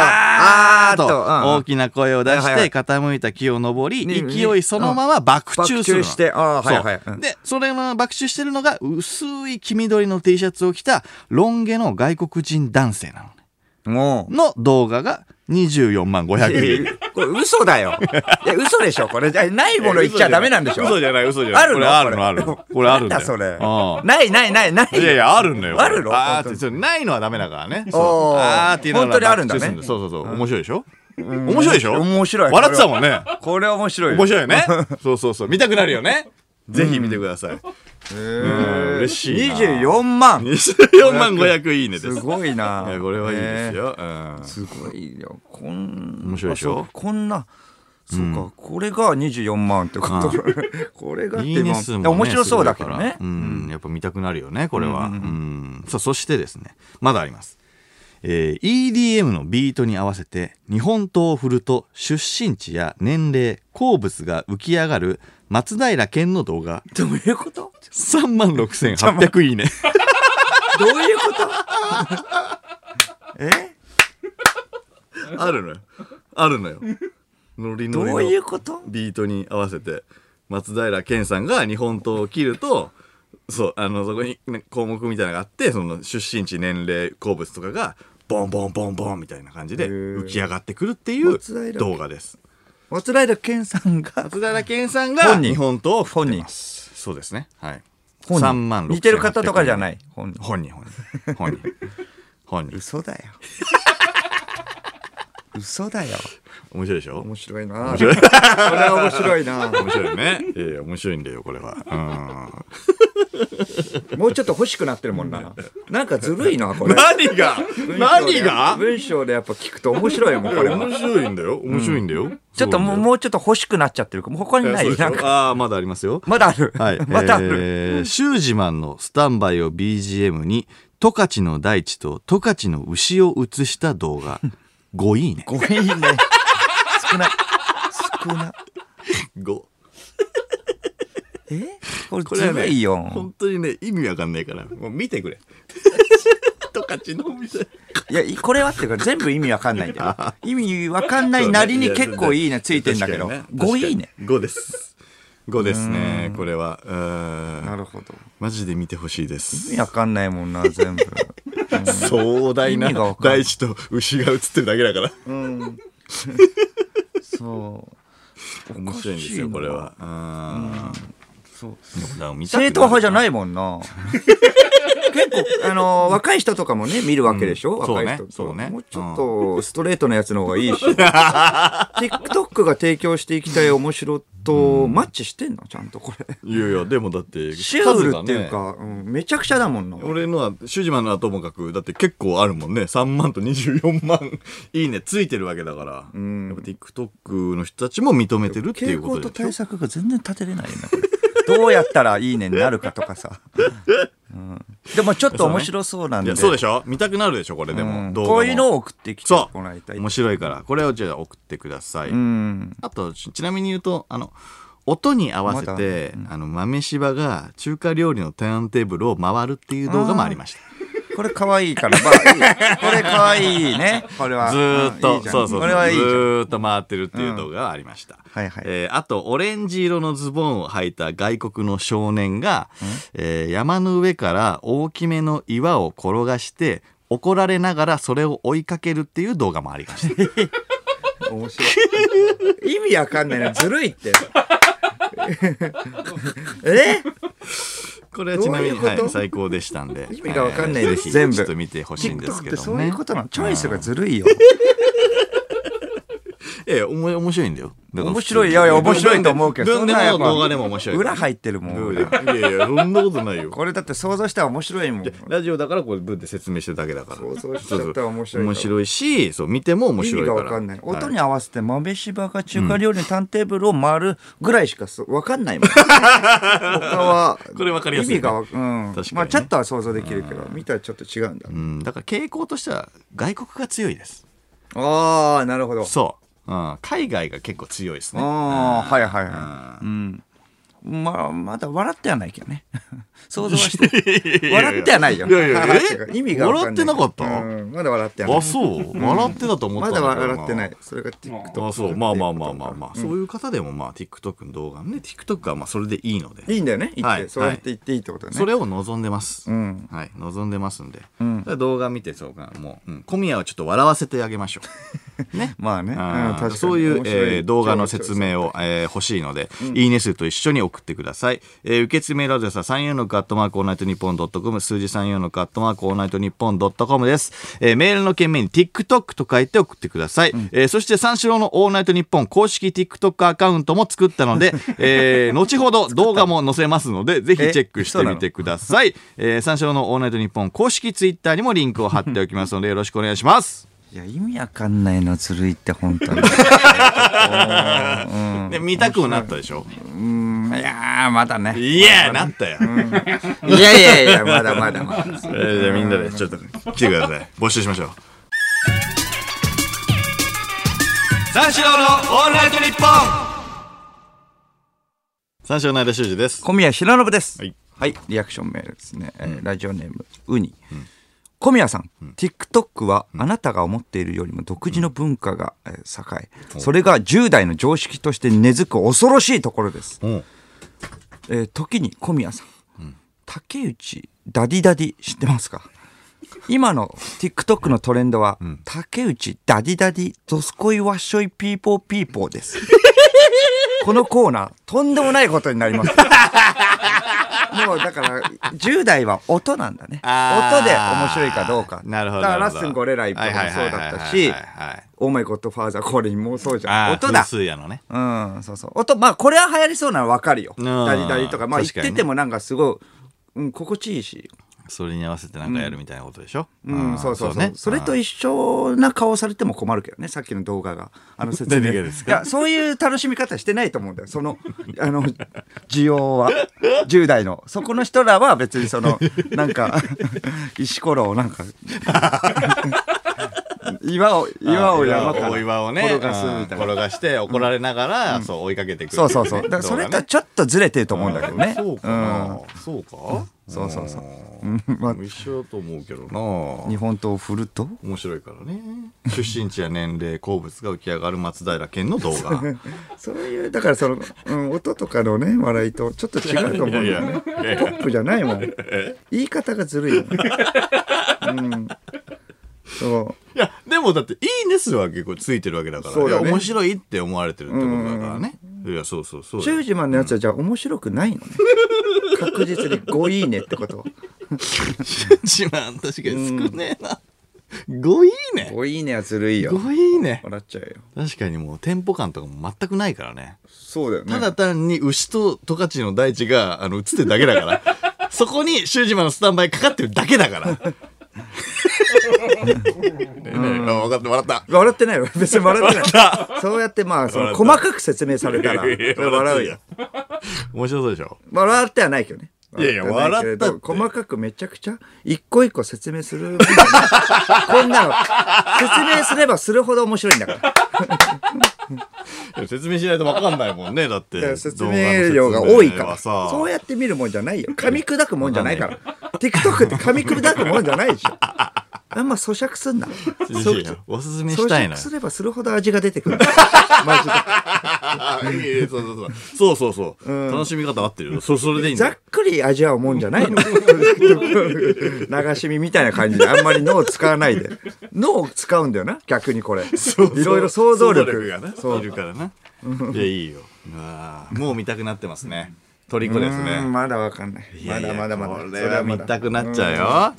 ー
あーと
と
うん
大きな声を出
はい
し
はいは
て
い
傾いた木を登り、
にに
勢いそのまま爆中するの。
爆注してあー
そう
はいはいうん
で、それの爆中してるのが薄い黄緑の T シャツを着たロン毛の外国人男性なのね。
もう。
の動画が24万500円。
これ嘘だよ。いや、嘘でしょ、これ。じゃないもの言っちゃダメなんでしょ。
嘘じゃない、嘘じゃない。
あるの
これあるの、あるの。 これあるんだ
なんだ
よ。
それ
あ。
ないないないない。
あいやいや、あるんだよ。
あるの
あーっ
本当
て、
に
それないのはダメだからね。
お
そう
ー
あーっていうのは
本当にあるんだね
そうそうそう。面白いでしょ面白いでしょ
面白い
笑ってたもんね。
これは面白い。
面白いよね。 そうそうそう。見たくなるよね。ぜひ見てください。うん嬉しいな
24万。
24万500いいねですす。い
ごいな。
や、これはいいです
ね
よ。うん
え。すごいよ。こん
面白いでしょ
あそうこんな。そうか、これが24万ってこと。 これがって
いいね数もね
面白そうだけど
すごい
ね
か。らうん、やっぱ見たくなるよね、これは。うん。さあ、そしてですね、まだあります。えー EDM のビートに合わせて日本刀を振ると出身地や年齢好物が浮き上がる松平健の動画
どういうこと
3万6800いいね
どういうことえ
あるのよあるのよノリ
ど
ノリの
ういうこと
ビートに合わせて松平健さんが日本刀を切るとそうあのそこにね項目みたいなのがあってその出身地年齢好物とかがボンボンボンボンみたいな感じで
へー
浮き上がってくるっていう
松平
動画です
松平健さんが
松平健さんが
本人
日本刀を振っ
本
て
人
ますそうですねはい
本人
3万
似てる方とかじゃないい本人
本人本人本人本人
嘘だよ嘘だよ
面白いでしょ
面白いな面白い これは面白いな
面白いよねいやいや面白いんだよこれはうん
もうちょっと欲しくなってるもんななんかずるいなこれ
何が
文章
何
で
が
文章でやっぱ聞くと面白いもんこれは
面白いんだよ面白いんだよ、
ちょっともう
う
もうちょっと欲しくなっちゃってるかも他にない
そうでしょ
なんか
ああまだありますよ
まだある、
はい
まだある、
えー、シュージマンのスタンバイを BGM に十勝の大地と十勝の牛を映した動画 5いいね
ごめんね少ない少ない
5
えこれ
これ
ず
はね
るいよ
本当にね意味わかんないからもう見て くれ十勝の店
いや、いこれはっていうか、全部意味わかんないんだよ。意味わかんないなりに結構いいねついてんだけど。5いいね。
5です5ですねこれはうーん
るほど。
マジで見てほしいで
意
す
味わかんないもんな、全 部。
壮大な
意味がわかんない
大地と牛が映ってるだけだから
うん。そう。
面白いんですよこれは。
そう。
うん
正統派じゃないも んな。結構、あのー若い人とかもね、見るわけでしょ、
うん
若い人
そうねそうね
もうちょっと、ストレートなやつの方がいい し。TikTok が提供していきたい面白と、マッチしてんのちゃんとこれ。
いやいやでもだって
シュー
数
ル
が
っていう
ね
か、うんめちゃくちゃだもんな。
俺のはシュージマンのはともかくだって結構あるもんね3万と24万 いいねついてるわけだから、
ん
やっぱ TikTok の人たちも認めてるってい
傾
うこ
向
と
と
でしょ
対策が全然立てれないよね。これどうやったらいいねになるかとかさ。うん、でもちょっと面白そうなん
い
で。
やそうでしょ見たくなるでしょこれで
う
も、
ん
動画も
こういうのを送ってきて
そ
もらいた
う
い。
面白いからこれをじゃあ送ってください、
うん。
あとちちなみに言うとあの音に合わせて、あの豆柴が中華料理のターンテーブルを回るっていう動画もありました
これ可愛いから、まあ、いい これ可愛いね。これは。
ずーっと、
うんいいじゃん
そうそう
これはいいじ
ず
ゃん。
ーっと回ってるっていう動画がありました、
はいはい
えーあとオレンジ色のズボンを履いた外国の少年が、えー山の上から大きめの岩を転がして怒られながらそれを追いかけるっていう動画もありました
面白い。意味わかんないな。ずる いって。え
これはちなみ
ど
に
ういうこと
はい最高でしたんで
意味がわかんない
えー
です
ぜひ
全部
ちょっと見てほしいんですけ
?TikTok って
ど
そ
も
うい
ね
うことなのチョイスがずるいよ。
ええおも面白いんだよだから
面白い。いやいや、面白いと思うけど。
どんで
そんなや
も
っぱ
動画でも面白い
裏入ってるもん。
いやいやそんなことないよ
これだって想像したら面白いもん。
ラジオだからこれ文で説明してるだけだから。
そうそうしちゃったら面白いから
面白いし、そう見ても面
意
白
味
いか
が
ら。
わかんない。音
は
に合わせて豆柴が中華料理のターンテーブルを回るぐらいしかそわかんないも ん。他は。
これわかりやすいね
意味がわうん。
確かにね
まあちょっとは想像できるけど、見たらちょっと違うんだ
う。ん、だから傾向としては外国が強いです。
ああ、なるほど。
そう。うん、海外が結構強いですね。
ああ、はいはいはい。うん。まあ、まだ笑ってはないけど ね。想像はして。笑ってはないよ。
いやいやえ
笑ってはない意味がわか
笑
んない。
ってなかった
うんまだ笑ってない
あ、。そう。笑ってたと思った
ま
んけ
だ
ど
笑ってない。。それが TikTok。
あ、そう。まあまあまあまあまあ。そういう方でも、まあ、TikTok の動画のね、TikTok はまあ、それでいいので。
いいんだよね。言っ
は
て。
い
そうやって言っていいってことだね。
それを望んでます。
うん
はい、望んでますんで。
ん
だから動画見てそうか、もう、うん、小宮はちょっと笑わせてあげましょう。ね。
まあね。
あー
ん確かに
そういう
面、白
えー動画の説明を、えー欲しいので、いいね数と一緒に送ってください。えー受付メールアドレスは34のカットマークオールナイトニッポンドットコム、数字34のカットマークオールナイトニッポンドットコムです。えーメールの件名に TikTok と書いて送ってください。えーそして三四郎のオールナイトニッポン公式 TikTok アカウントも作った ので、えー後ほど動画も載せますので、ぜひチェックしてみてください。えー三四郎のオールナイトニッポン公式 Twitter にもリンクを貼っておきますので、よろしくお願いします。
いや、意味わかんないの、ずるいって、本 当に。
で見たくもなったでしょ
うん、いやー、まだね。
いやなったよ。
いやいやいや、まだまだまだ。
えーじゃあみんなでちょっと来てください。募集しましょう。三四郎のオールナイトニッポン三四郎の間修二です。
小宮平信です。
はい。
リアクションメールですね。えーラジオネーム、ウニ。小宮さん、TikTok はあなたが思っているよりも独自の文化が、えー栄え、それが10代の常識として根付く恐ろしいところです。
うん。
えー時に小宮さん、竹内ダディダディ知ってますか今の TikTok のトレンドは、竹内ダディダディドスコイワッショイピーポーピーポー です。このコーナー、とんでもないことに なります。もうだから、10代は音なんだね。
あー
音で面白いかどうか。
なるほど。
だから
な
ラ
るほ
ッ
ど
スンゴレライブもそうだった
はい
し
はいはいはいはいはい、
オーマイゴッドファーザーこれもそうじゃ
あ
ん。
ー
音だ。
風水屋のね。
うん、そうそう。音、まあ、これは流行りそうなのはわかるよ。
うん
ダリダリとか、まあ、言っ
確かにね
ててもなんかすごい、うん、心地いいし。
それに合わせてなんかやるみたいなことでしょ
うん、そうそうそう。それと
い
一緒な顔されても困るけどね、さっきの動画が。あ の説明。
何がですか
いや、そういう楽しみ方してないと思うんだよ。その、あの、 需要は。10代の。そこの人らは別に その、なんか、石ころをなんか、岩を、岩を山から
お岩をね
転がすみたいな
うん。転がして怒られながら、そう追いかけてくる
そうそうそう。だからそれとちょっとずれてると思うんだけどね。
そうかな、そうか
そうそうそう
うん
うん まあ
一緒だと思うけどな
日本刀を振ると
面白いからね出身地や年齢好物が浮き上がる松平健の動画
そういうだからその、うん、音とかのね笑いとちょっと違うと思うんだよね
いやいやいや
ポップじゃないもん言い方がずるいよね、うん、そ
いやでもだって「いいね」すは結構ついてるわけだから
そうだね
いや面白いって思われてるってことだからねいやそうそうそううだよ
10時までのやつはじゃあ面白くないのね確実に「ごいいね」ってこと
一番確かに少ねえな5いい
「
ね
ごいいね」はずるいよ
5いいね
笑っちゃうよ
確かにもうテンポ感とかも全くないからね
そうだよね
ただ単に牛と十勝の大地があの映ってるだけだから そこに修二マのスタンバイかかってるだけだからねえねえあ分かってもらった
笑ってないわ別に笑ってないそうやってまあその細かく説明されたら
いやいや
笑うよ
面白そうでしょ
笑ってはないけどね。
いやいや
はなけれど
笑ったって
細かくめちゃくちゃ、一個一個説明する。こんな の、説明すればするほど面白いんだから。だか
いや説明しないと分かんないもんねだって
ら説明量が多いから。そう
や
やって見るもんじゃないよ。噛み砕くもんじゃないから。TikTok って噛み砕くもんじゃない でしょ。あんま咀嚼すんな。
おすすめ
咀
したい
嚼
な
すればするほど味が出 てくる。
あいいねそうそう そうそうそうそう、楽しみ方合ってるよそそれでいいんだ
ざ
よ
っくり味わうもんじゃないの流し見みたいな感じであんまり脳を使わないで脳を使うんだよな逆にこれいろいろ想像力
がね
そう
いるからないやいいよあーもう見たくなってますね虜
う
ですね
んまだわかんない
いや
ま
いや
だまだまだ
こ
そ
れ
れ
は
はま
見
だ
たくなっちゃうよ、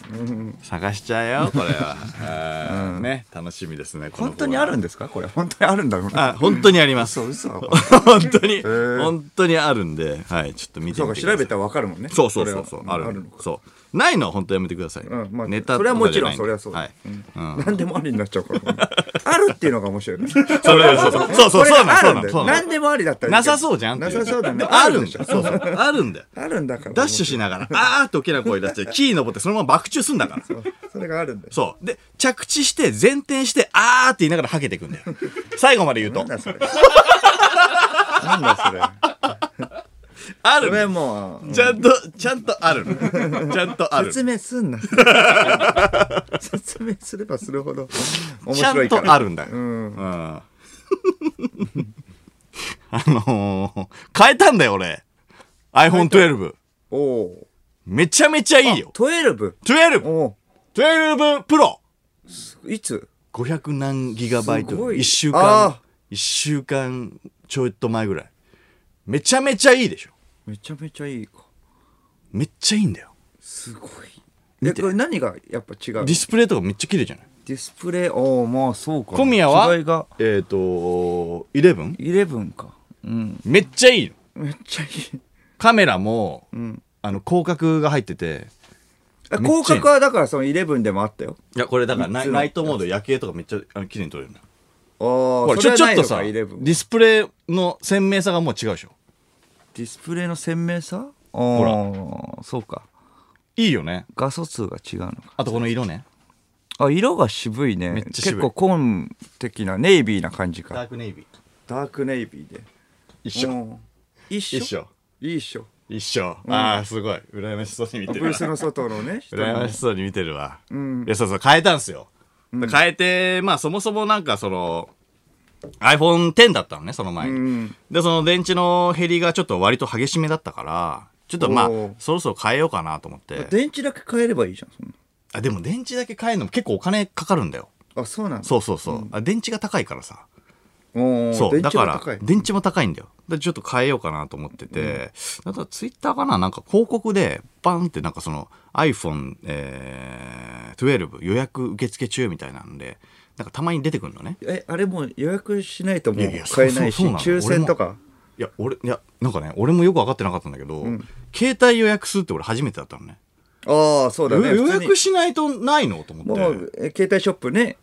探しちゃうよこれはあーね楽しみですねこの
本当にあるんですかこれ本当にあるんだろうな
あ本当にあります
そう嘘だ
本当に本当にあるんではいちょっと見て
そう
み
か
てください
調べたらわかるもんね
そうそうそうそう
れは
あ
うん
る
あるのか
そうないのは本当やめてください、
うんまあ
ネタ
それはもちろん
とかじゃないで
それは
はいうん
何でもありになっちゃうからこれあるっていうのが面白いね
それそうそうそうそ
こ
う
れ
そうな
が
のそ
あ
うなの
るんだよ
そうなの
何でもありだったらい
な
いけど
さそうじゃんってい
なさそうだね
でもあるんだ
でし
よ
ょ
そうそうあるんだよ
あるんだから
ダッシュしな がらあーっと大きな声出してキー登ってそのまま爆中すんだから
それがあるん だよ
そう。で、着地して、前転して、あーって言いながらはけていくんだよ。最後まで言うと
なん。だそれ。なんだそれ。
あ
そ
る
れ
ね
もう
ちゃんと、ちゃんとあるの。ちゃんとある。
説明す んな説明すればするほど面
ちゃ
白
ん
いから
とあるんだよ。
う
うん
ん、
あのー変えたんだよ、俺。iPhone12。
おお
めちゃめちゃいいよ。
12
12!12
お
Pro!
おいつ
500何ギガバイ
す
ト。
ごい
1週
あ
間、一週間ちょいと前ぐらい。めちゃめちゃいいでしょ。
めちゃめちゃいいか
めっちゃいいんだよ。
すごいえこれ何がやっぱ違う
ディスプレイとかめっちゃ綺麗じゃない
ディスプレイおおまあそうか
小宮は
違いが
えっ、ー、と、11?
11かうん
めっちゃいいの。
めっちゃいい
カメラも、
ん
あの、広角が入ってて、
あ広角はだからその11でもあったよ
いや、これだからナイ
三つの
ナイトモード夜景とかめっちゃあの綺麗に撮れるの。
あ
ほ
あ
ら、ちょ、ちょっとさ、デ
11
ィスプレイの鮮明さがもう違うでしょ。
ディスプレイの鮮明さああそうか
いいよね。
画素数が違うのか
あとこの色ね。
あ色が渋いね
めっちゃ渋い
結構紺的なネイビーな感じか
ークネイビー。
ダークネイビーで
一緒。
うん一緒
一緒。
いいっしょ
一緒。ああ、すごい。羨ましそうに見
ブ
てる
ー
わ。
スの外の ね人
羨
の
ましそうに見てるわ。
うん
いや、そうそう、変えたんすよ。変えて、まあそもそもなんかその、iPhone X だったのね、その前に。
うん
で、その電池の減りがちょっと割と激しめだったから、ちょっとまあ
おー、
そろそろ変えようかなと思って。
電池だけ変えればいいじゃんそんな
あ、でも電池だけ変えるのも結構お金かかるんだよ。
あそうなんだ
そうそうそう。あ電池が高いからさ。
おー
そう。
電
だ
池
か
が
ら
高い、
電池も高いんだよ。でちょっと変えようかなと思ってて、あとツイッターかななんか広告で、バンってなんかその iPhone、えー、12予約受付中みたいなんで、なんかたまに出てくるのね。
えあれもう予約しないともう
い
い
やいや
買えないし
そうそうそうなの
抽選とか
いや、俺、いや、なんかね、俺もよく分かってなかったんだけど、携帯予約するって俺初めてだったのね。
ああそうだね
予
普通に
約しないとないのと思
も
って
う。え携帯ショップね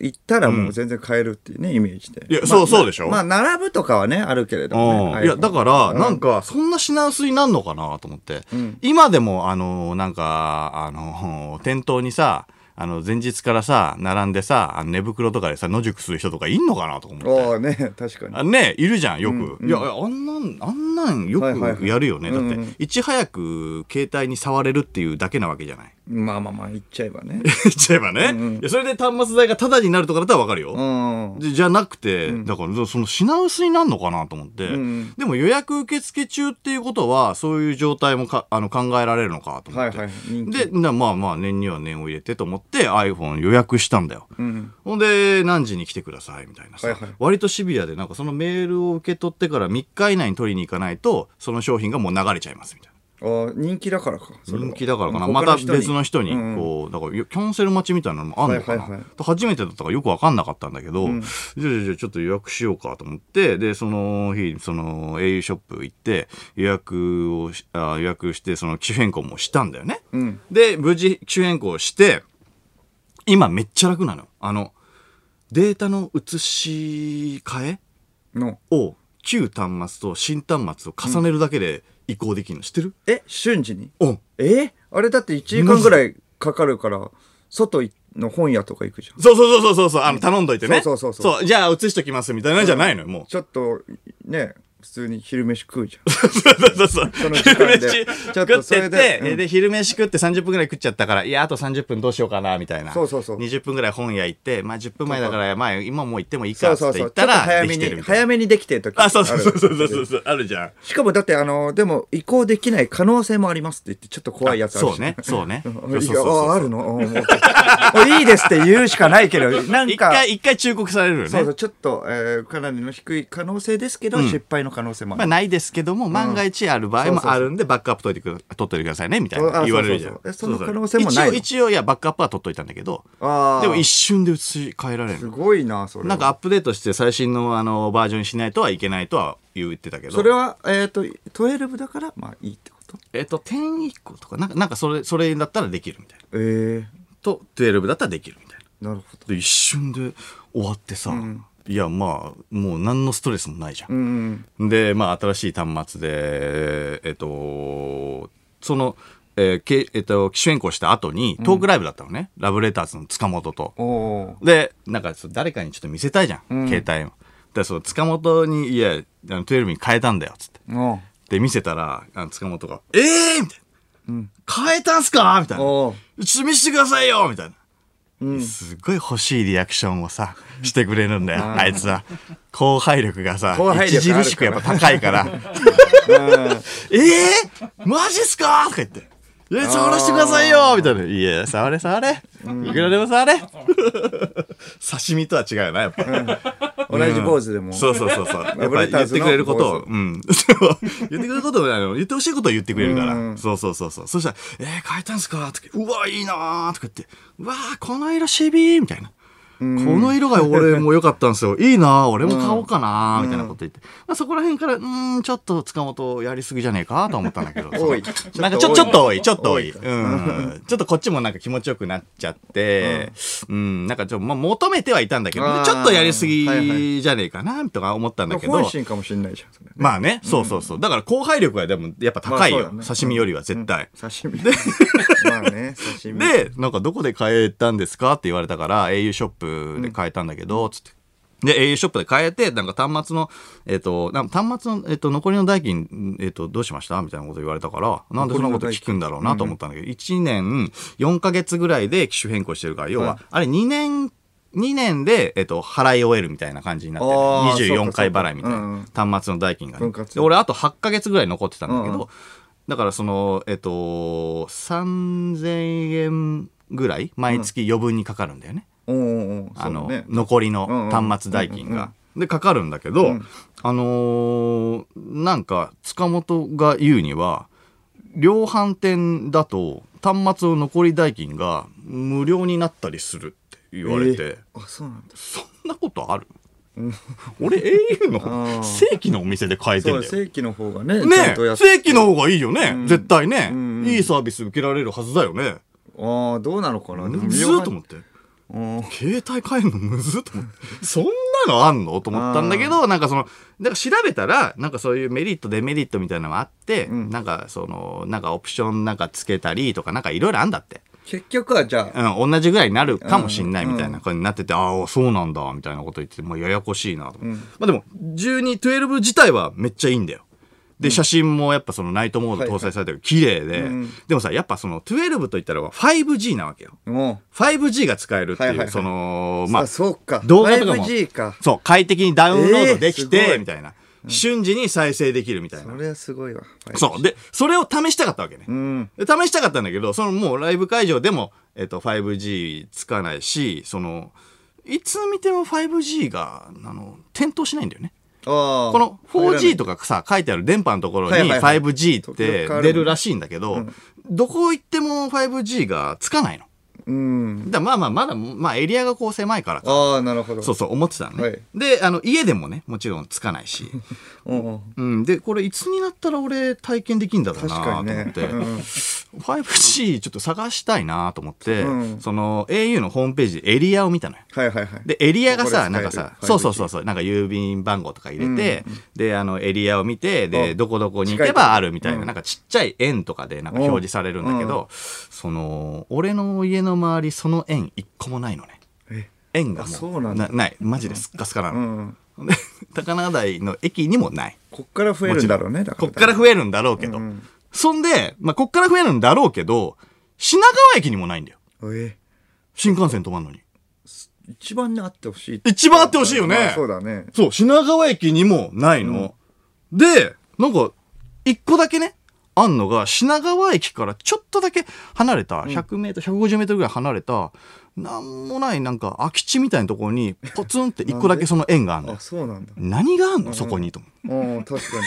行ったらもう全然買えるっていうね、イメージで
いや
まあ
そうそうでしょ
まあ並ぶとかはねあるけれども、
う
ね、
んいや、だからら、なんか、そんな品薄になんのかなと思って、今でも、あの、なんか、あの、店頭にさ、あの、前日からさ、並んでさ、あの寝袋とかでさ、野宿する人とかいんのかなとか思って。
ああね確かに
あねいるじゃん、よく。いや、いやあんなん、あんなんよ
はいはいは
く
い
やるよね。だっ
うんう
て、いち早く携帯に触れるっていうだけなわけじゃ ない。
まあまあまあ言っちゃえばね
言っちゃえばね。いやそれで端末代がタダになるとかだったらわかるよ。
うん
じじゃなくて、だからその品薄になるのかなと思って、
ん
でも予約受付中っていうことはそういう状態もかあの考えられるのかと思
はい
って、
はい人気
でなまあまあ念には念を入れてと思って iPhone 予約したんだよ、
うん
ほんで何時に来てくださいみたいなさ、
はいはい
割とシビアでなんかそのメールを受け取ってから3日以内に取りに行かないとその商品がもう流れちゃいますみたいな。
あー人気だからかそれは
人気だからかな
他
また別の人に
うん
こうだからよキャンセル待ちみたいなのもあんのかな、
はいはいはい
初めてだったからよく分かんなかったんだけど、じゃあじゃあじゃあちょっと予約しようかと思ってでその日その au ショップ行って予約をしあ予約してその機種変更もしたんだよね、
うん
で無事機種変更して今めっちゃ楽なのあのデータの移し替え
の
を旧端末と新端末を重ねるだけで移行できるの、知ってる
え瞬時に
うん
えあれだって1時間ぐらいかかるから外の本屋とか行くじゃん
そうそうそうそうそう、あの、頼んどいてね。
そうそうそうそう
じゃあ、移しときます、みたいなんじゃないのよ、もう。
ちょっとね普通に昼飯食うじゃん
そうそうそう。
の時間で
昼飯
ちょっ
食
と
っ
そ
て
れで
て、
うん
で、昼飯食って30分ぐらい食っちゃったから、いや、あと30分どうしようかな、みたいな。
そうそうそう
20分ぐらい本屋行って、まあ10分前だから、まあ今もう行ってもいい
そ
か、
う
つ
そ
っ
う
て
そ
行っ
う。
た
ちょっと
ら、
早
で
め
きてる
に、
みたいな。
早めにできてる時
あ、そうそうそうそう
ある
そうそう、あるじゃん。
しかもだって、あの、でも移行できない可能性もありますって言って、ちょっと怖いやつあるし
そうね、そうね。
うん
そう
い
そうそ
や
うそう
ああるのうんもういいですって言うしかない けど、なん
一
か、
回、一回忠告されるよね。
そうそう、ちょっと、えーかなりの低い可能性ですけど、失敗の可能性も
ま
あ
あ
る。
ないですけども、万が一ある場合もあるんで、バックアップ取ってくだ、取っておいてくださいね、みたい
そう
な
あ
言われるじゃん
そう。そうそうえその可能性もない
一応、一応、いや、バックアップは取っといたんだけど、
ああ
でも一瞬で移し替えられ
す
る。
ごいな、それは。
なんかアップデートして最新のあのバージョンにしないとはいけないとは言ってたけど。
それは、えっ、と、12だから、まあいいってこと
えっと、10以降とか、なんか、なんかそれ、それだったらできるみたいな。
ええ
と、12だったらできるみたいな。
なるほど。
で、一瞬で終わってさ、いや、まあ、もう何のストレスもないじゃん
う。ん。
で、まあ、新しい端末で、えっと、その、えーけえっと、機種変更した後に、トークライブだったのね。ラブレターズの塚本と。
おお
で、なんか、誰かにちょっと見せたいじゃん、携帯を。で、そう、塚本に、いや、あの12に変えたんだよ、つって。
ー。おー
で見せたら、あの塚本が、ええーみたいな。変えたんすかみたいな。
おう
ちょっと見せてくださいよみたいな。
うん
すごい欲しいリアクションをさ、してくれるんだよ、あいつは。後輩力がさ、
後輩力あるから
著しくやっぱ高い から。えー、マジっすかとか言って。いや、触らせてくださいよみたいな。いや、触れ触れ。いくらでも触れ。 刺身とは違うよな、やっぱ。
同じ坊主でも。
そうそうそう そう。やっぱ
ラブレ
言
タ
っ
ー
て
ズ
く
の
れることを、うん。 そう言ってくれることを、あの言ってほしいことを言ってくれるか
う
ら。
ん
そうそうそうそう。そしたら、えー、変えたんすかとか、うわ、いいなーとか言って、うわー、この色しびーみたいな。この色が俺も良かったんですよ。いい なー俺も買おうかなーみたいなこと言って。まあ、そこら辺から、うーん、ちょっと塚本やりすぎじゃねえかと思ったんだけど。
多い
そうなんかちょ、ちょっと多い、ちょっと多い。うん。ちょっとこっちもなんか気持ちよくなっちゃって、うん、なんかちょっと、まあ、求めてはいたんだけど
あ
ね、
ー
ちょっとやりすぎ
はいはい
じゃねえかなとか思ったんだけど
本。心かもしれないじゃんそれ。
まあね、そうそうそう。だから後輩力はでもやっぱ高いよ。
まあそうだね
刺身よりは絶対。
刺身。まあ ね、刺身。
で、なんかどこで買えたんですかって言われたから、au ショップで買えたんだけど、つって。で、au ショップで買えて、なんか端末の、えっ、と、なん端末の、えっ、と、残りの代金、えっ、と、どうしましたみたいなこと言われたから、なんでそんなこと聞くんだろうなと思ったんだけど、1年4ヶ月ぐらいで機種変更してるから、要は、あれ2年、2年で、えっ、と、払い終えるみたいな感じになってる、
あーそう
24
かそう
回
か
払いみたいな、
うんうん
端末の代金が、ね
分。割
で俺、あと8ヶ月ぐらい残ってたんだけど、
うんうん
だからそのえっと3000円ぐらい毎月余分にかかるんだよね,、
おうおうおう
あの
そうね
残り
うんう
の
ん
端末代金が。
うんうん
でかかるんだけど、
ん
あのーなんか塚本が言うには量販店だと端末の残り代金が無料になったりするって言われて。
えーあ、そうなんだ。
そんなことある俺 au
あ
の
ー
正規のお店で買えて
そ
ん
う
だよ
正規の方がね、ちゃ
ね
んとやっ
正規の方がいいよね、
うん
絶対ね、
うん
いいサービス受けられるはずだよね、
ああ、どうなのかな。でも
むずーと思って
うん
携帯変えるのむずーと思ってそんなのあんのと思ったんだけどなんかそのだから調べたらなんかそういうメリットデメリットみたいなのもあって、
うん
なんかそのなんかオプションなんかつけたりとかなんかいろいろあんだって
結局はじゃあ、
うん、同じぐらいになるかもしんないみたい
うんう
な感じになってて、ああ、そうなんだ、みたいなこと言って、もうややこしいなと思って、
うん
まあでも、12、12自体はめっちゃいいんだよ。で、写真もやっぱそのナイトモード搭載されてる、綺麗で、
うん
でもさ、やっぱその12といったら 5G なわけよ。
も
5G が使えるっていう、
はいはいはい
その、
う、
ま
ま
あ
あ、、そうか。
動画とかも
5G か。
そう、快適にダウンロードでき
えーす
て、
ごい
みたいな。瞬時に再生できるみたい
そ
な。
れはすごいわ。
そう。で、それを試したかったわけね。
うん。
で試したかったんだけどそのもうライブ会場でも、えっと 5G つかないしそのいつ見ても 5G があの点灯しないんだよね。
ああ。
この
入
4G とかさ書いてある電波のところに
はいはいはい
5G って出るらしいんだけど、どこ行っても 5G がつかないの。
らない。うん。
だからまあまあまだ、まあ、エリアがこう狭いからか
ああ、なるほど。
そうそう思ってたのね。
はい
であの家でもねもちろんつかないし。
うんうん。
うん、でこれいつになったら俺体験できるんだろうな
確
と思
か
っ
に
て、
ね。うん
5G ちょっと探したいなと思って、
うん
その au のホームページでエリアを見たのよ。
はいはいはい。
で、エリアがさ、
ここで使える
なんかさ、
5G
そうそうそうそう、なんか郵便番号とか入れて、で、あの、エリアを見て、で、
うん
どこどこに行け
近いとこ
ばあるみたいな、
うん
なんかちっちゃい円とかで、なんか表示されるんだけど、その、俺の家の周り、その円一個もないのね。
え
円が
あ
も
そううなんだ
ない。マジですっかすかな
う
の。
ん。
で高輪台の駅にもない。
こっから増えるんだろうね。だ
こっから
え
増えるんだろうけど。
うん
そんで、まあ、こっから増えるんだろうけど、品川駅にもないんだよ。
え
新幹線止まんのに。
一番にあってほしい。
一番あってほしいよね
まあそうだね。
そう、品川駅にもないの。で、なんか、一個だけね、あんのが、品川駅からちょっとだけ離れた、100メートル、150メートルぐらい離れた、なんもないなんか空き地みたいなところに、ポツンって一個だけその円があんの
あ、。そうなんだ。
何があんのそこにと思
うん、確か
う。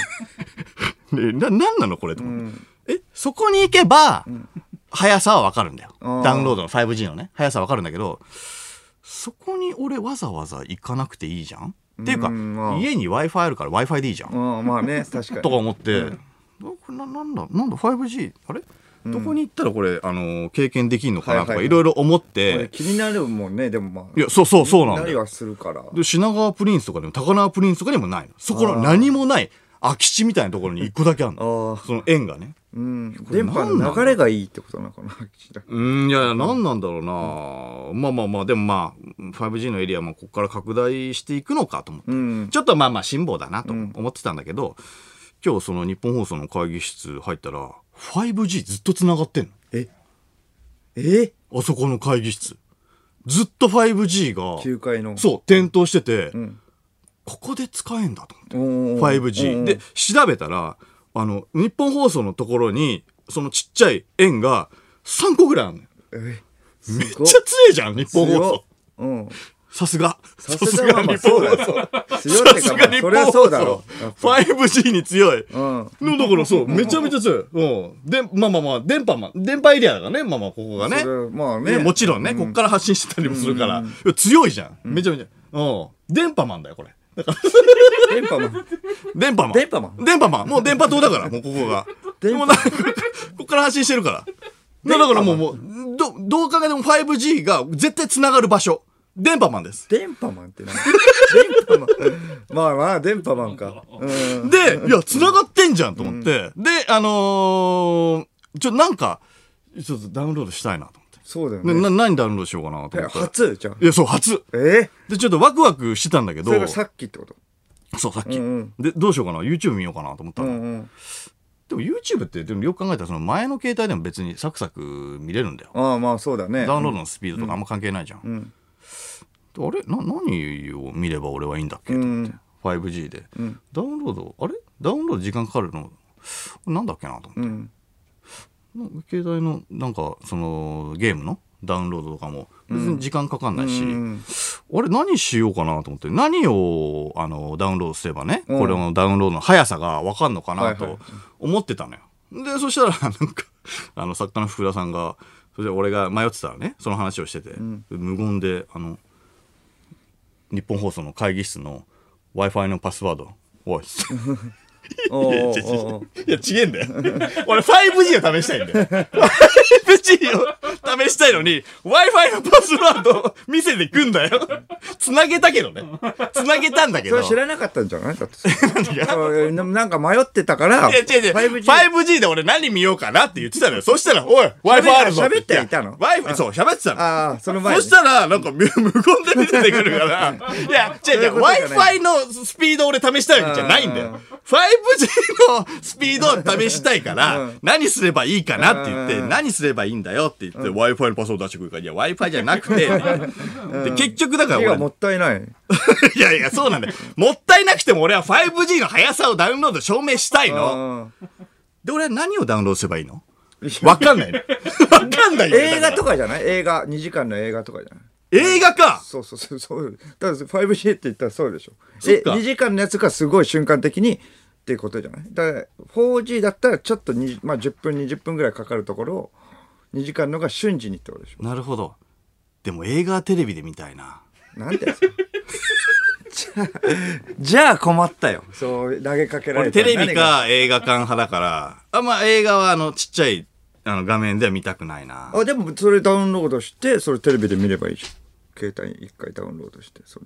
で、な、なんなのこれと
に。う
思って。
ん。
え、そこに行けば、速さはわかるんだよ。
あー
ダウンロードの 5G のね、速さはわかるんだけど、そこに俺わざわざ行かなくていいじゃんっていうか、
うんまあ
家に Wi-Fi あるから Wi-Fi でいいじゃん。
うん、まあね、確かに。
とか思って、なんかななんだなんだ 5G あれ、どこに行ったらこれ、あのー経験できんのかなと
はい
か
はい
いろいろ思って、
これ気になるもんね、でもまあ。
いやそうそうそうなんだ
り
よ
はするから。
で品川プリンスとかでも高輪プリンスとかにもないのそこの何もない空き地みたいなところに1個だけあるの
ああ。
その円がね
うん。
れ
電波の流れがいいってことなのかな、
うーんいやいや何なんだろうな、まあまあまあでもまあ 5G のエリアもここから拡大していくのかと思って
うん。
ちょっとまあまあ辛抱だなと
うん
思ってたんだけど、今日その日本放送の会議室入ったら 5G ずっと繋がってん
ええ
のあそこの会議室ずっと 5G が
?9 階の。
そう点灯してて、
ん
ここで使えんだと思って。
おー。
5G で調べたらあの日本放送のところにそのちっちゃい円が3個ぐらいあるのよ
え、
めっちゃ
ご
強いじゃん日本放
強
送
っうん。
さすが
さすがはまあそうだよ。強いっ
さ
て
す
か、
が
まあ
日
そ
本
りゃ
放
そうだろ
送
う。やっぱ
5G に強い
うん。
のだからそうめちゃめちゃ強いうんでまあまあまあ電波ま電波エリアだからねまあまあここがね
それまあね。
ねもちろんね、
う
こっから発信してたりもするから、いや強いじゃんめちゃめちゃうん電波マンだよこれだから
電波も。
電波マン。
電波マン
電波マン。もう電波塔だから、もうここが。
電
もうなんか、ここから発信してるから。だからもう、もう、ど、どう考えても 5G が絶対繋がる場所。電波マンです。
電波マンって何 電波マン。まあまあ、電波マンか。うん。
で、いや、繋がってんじゃんと思って。で、あのー、ちょ、なんか、ちょっとダウンロードしたいなと思って。
そうだよ
な
ね。
な何ダウンロードしようかなと
え
思って。
初じゃん。
いや、そう、初。
え
で、ちょっとワクワクしてたんだけど
それ、がさっきってこと
そう、さっき
うんうん。
で、どうしようかな。YouTube 見ようかなと思った
う
の。
んうん。
でも YouTube って、でもよく考えたら、その前の携帯でも別にサクサク見れるんだよ。
ああまあそうだね。
ダウンロードのスピードとかあんま関係ないじゃん。
ん
あれな何を見れば俺はいいんだっけと
う
思って、
ん
5G で、ダウンロードあれダウンロード時間かかるのなんだっけなと思
うん。うん。
って、携帯のなんかそのゲームのダウンロードとかも別に時間かかんないし、
うん
あれ何しようかなと思って何をあのダウンロードすればね、
うん
これのダウンロードの速さが分かんのか
は
ない
はい
と思ってたのよ。でそしたらなんか あの作家の福田さんがそれで俺が迷ってたらねその話をしてて、無言であの日本放送の会議室の w i f i のパスワードおい
おうおう
いや
おうおう
いや違えんだよ俺 5G を試したいんだよ 5G を試したいのに w i f i のパスワードを見せてくんだよ繋げたけどね繋げたんだけ
そ
ど
れ知らなかったんじゃないだってそれ あななんか迷ってたから、
いや違う違う 5G, で俺何見ようかなって言ってたのよそしたら「おい w i f i あるぞ」
喋ってはいたの
w i f i そう喋ってたの
ああ、その前に
そしたら、なんか、無無言で見せてくるから、いや、違う違
そういう
う、
ことじゃない
Wi-Fi のスピードを俺試したいわけじゃないんだ
うん
よ。5G のスピードを試したいから、何すればいいかなって言って
う、ん
何すればいいんだよって言って、Wi-Fi のパスワード出してくるから、いや、Wi-Fi じゃなくて、で、結局だから
手が
俺
も、ったいない。
いやいや、そうなんだよ。もったいなくても俺は 5G の速さをダウンロード証明したいの。
ああ
で、俺は何をダウンロードすればいいのわかんないの。わかんないよ。
映画とかじゃない映画、2時間の映画とかじゃない
映画か
そうそうそうそう。だから 5G って言ったらそうでしょ。
そっ
え、
か
2時間のやつがすごい瞬間的にっていうことじゃないだから 4G だったらちょっとに、まあ、10分、20分ぐらいかかるところを2時間のが瞬時にってことでし
なるほど。でも映画はテレビで見たいな。
ょ。なんてやつ じゃあ、じゃあ困ったよ。そう、投げかけら
俺
れた
テ
ら
レビ。か映画館派だから、あんま映画はあのちっちゃいあの画面では見たくないな
何。があ、でもそれダウンロードして、それテレビで見ればいいじゃん。携帯に一回ダウンロードして、それ。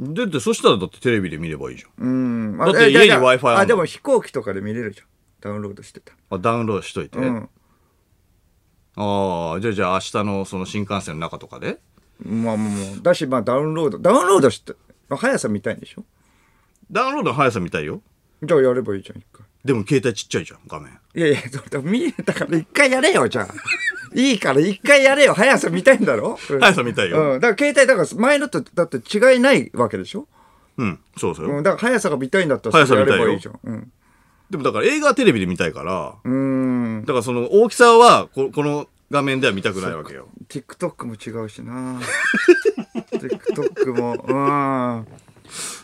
だってそしたらだってテレビで見ればいいじゃん。
うん。
だって
えじゃあ
家に Wi-Fi あんの
あ、でも飛行機とかで見れるじゃん。ダウンロードしてた。
あダウンロードしといて。
うん。
ああ、じゃあじゃあ明日のその新幹線の中とかで
まあまあまあだし、まあダウンロード、ダウンロードして、速さ見たいんでしょ
ダウンロードの速さ見たいよ。
じゃあやればいいじゃん、一回。
でも携帯ちっちゃいじゃん、画面。
いやいや、だから見えたから一回やれよ、じゃあ。いいから一回やれよ、速さ見たいんだろ
速さ見たいよ。
うん。だから携帯、だから前のと、だって違いないわけでしょ
うん、そうそうよ、
うん。だから速さが見たいんだったらそれや
速さ見た
れ
いよ
ばいいじゃん。うん。
でもだから映画はテレビで見たいから、
うーん。
だからその大きさはここの画面では見たくないわけよ。
TikTok も違うし な TikTok も、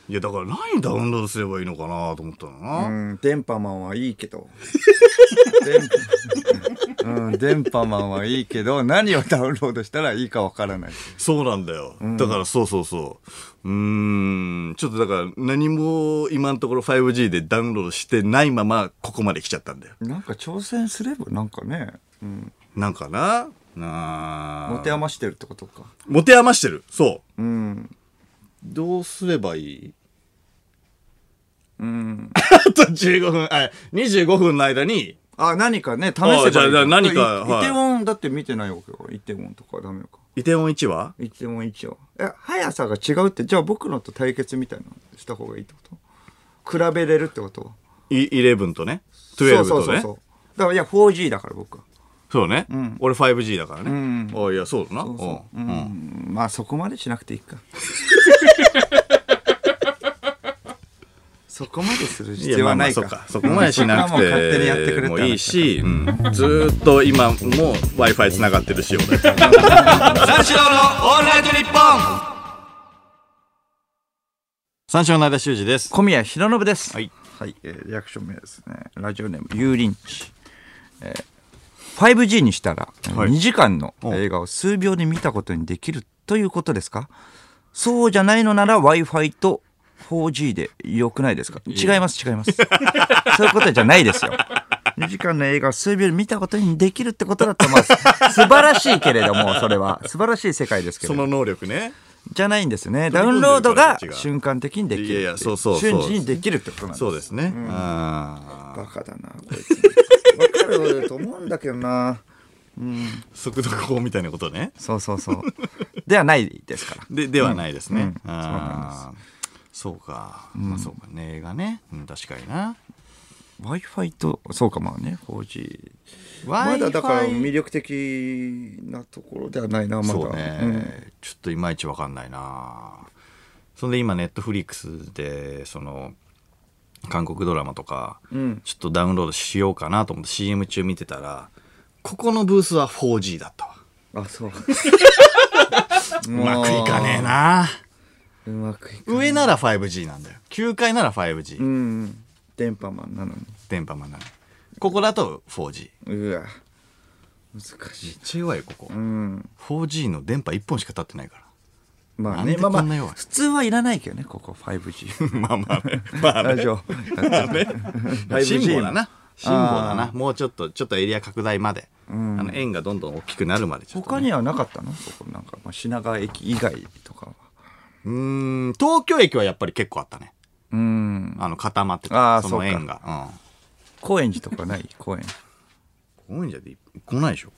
いやだから何ダウンロードすればいいのかなと思ったのな。
うん。うん。電波マンはいいけど。電波うん、電波マンはいいけど、何をダウンロードしたらいいかわからない。
そうなんだよ。だからそうそうそう。うーん。ちょっとだから何も今のところ 5G でダウンロードしてないままここまで来ちゃったんだよ。
なんか挑戦すればなんかね、うん、
なんかな。なあ
持て余してるってことか。
持て余してる。そう。
うん。
どうすればいい
うん。
あと15分、あ、25分の間に、
あ、何かね、試せばいい
あじゃあじゃあ何か
イ
はい
イテウォンだって見てないわけよ。イテウォンとかダメか。
イテウォン1は
イテウォン一応。え、速さが違うって、じゃあ僕のと対決みたいなのした方がいいってこと比べれるってこと
イイレブンとね、トゥエル
そう
ブ
そう
と
そう
ね
そ。うだからいや 4G だから僕は
そうね
ん。
俺 5G だから
ん
ね。あいや、そうだな。
そう
うんうん
んまあそこまでしなくてい いかそこまでする
い
必
や
要
ま
は
あま
な
あ
い
そ
か
っかそこまでしな
そこはもう勝手にやって
く
く
て
れた
もいいし、うん、ずーっと今も w i f i つながってるし俺三四郎のオールナイトニッポン三四郎の間修二です
小宮浩信です。
はい。
はい、えー、リアクション名ですね。ラジオネーム、ユーリンチ。えー、5G にしたら、
はい
2時間の
お
映画を数秒で見たことにできるということですかそうじゃないのなら Wi-Fi と 4G で良くないですか違います、違います。 そういうことじゃないですよ。2時間の映画を数秒で見たことにできるってことだと思います。素晴らしいけれども、それは。素晴らしい世界ですけ
そ
れども。
の能力ね
じゃないんですね。ダ
取り込ん
ウン
で
ロー
る
ド
から
が
こっちが
瞬間的にできるってう。
いやいやそうそうそう
瞬時にできるってことなんですね
そうですね、あ
バカだな、こいつ。わかると思うんだけどな。
ー速読法みたいなことね
そうそうそう。ではないですから。
でではないです
うんう
ね
ん、
あーそうか、まあそうかね映画ね、うん、確かにな
Wi-Fi と、そうかまあね、4G。
ま
力的なところではないな、
そうね、ちょっといまいちわかんないなそんで今ネットフリックスでその韓国ドラマとか、
うん
ちょっとダウンロードしようかなと思って CM 中見てたらここのブースは 4G だったわ
あ、そう。う
うまくいかねえ。な
うまくいか
上なら 5G なんだよ9階なら 5G、
うん。電波マンなのに。
電波マンなのここだと 4G
うわ。難し
め
い
っ。ちゃ弱いよここ、
うん。
4G の電波1本しか立ってないから
ま
な
あ
んで
ね、まあ
こんな
ま
弱
あ、
い
普通はいらないけどね、ここ 5G。
まあまあねまあ
ラ
ね
ジオ。
辛
5G
抱 だな辛抱だ
あ
なもうちょっとちょっとエリア拡大まで、
ん
あの円がどんどん大きくなるまでちょっと
他
ね、
にはなかったの そこなんか、まあ、品川駅以外とかは
うーん東京駅はやっぱり結構あったね
うーん
あの固まって
あ
た
ー
その円が
高円寺とかない 高円寺
うん高円寺で来ないでしょ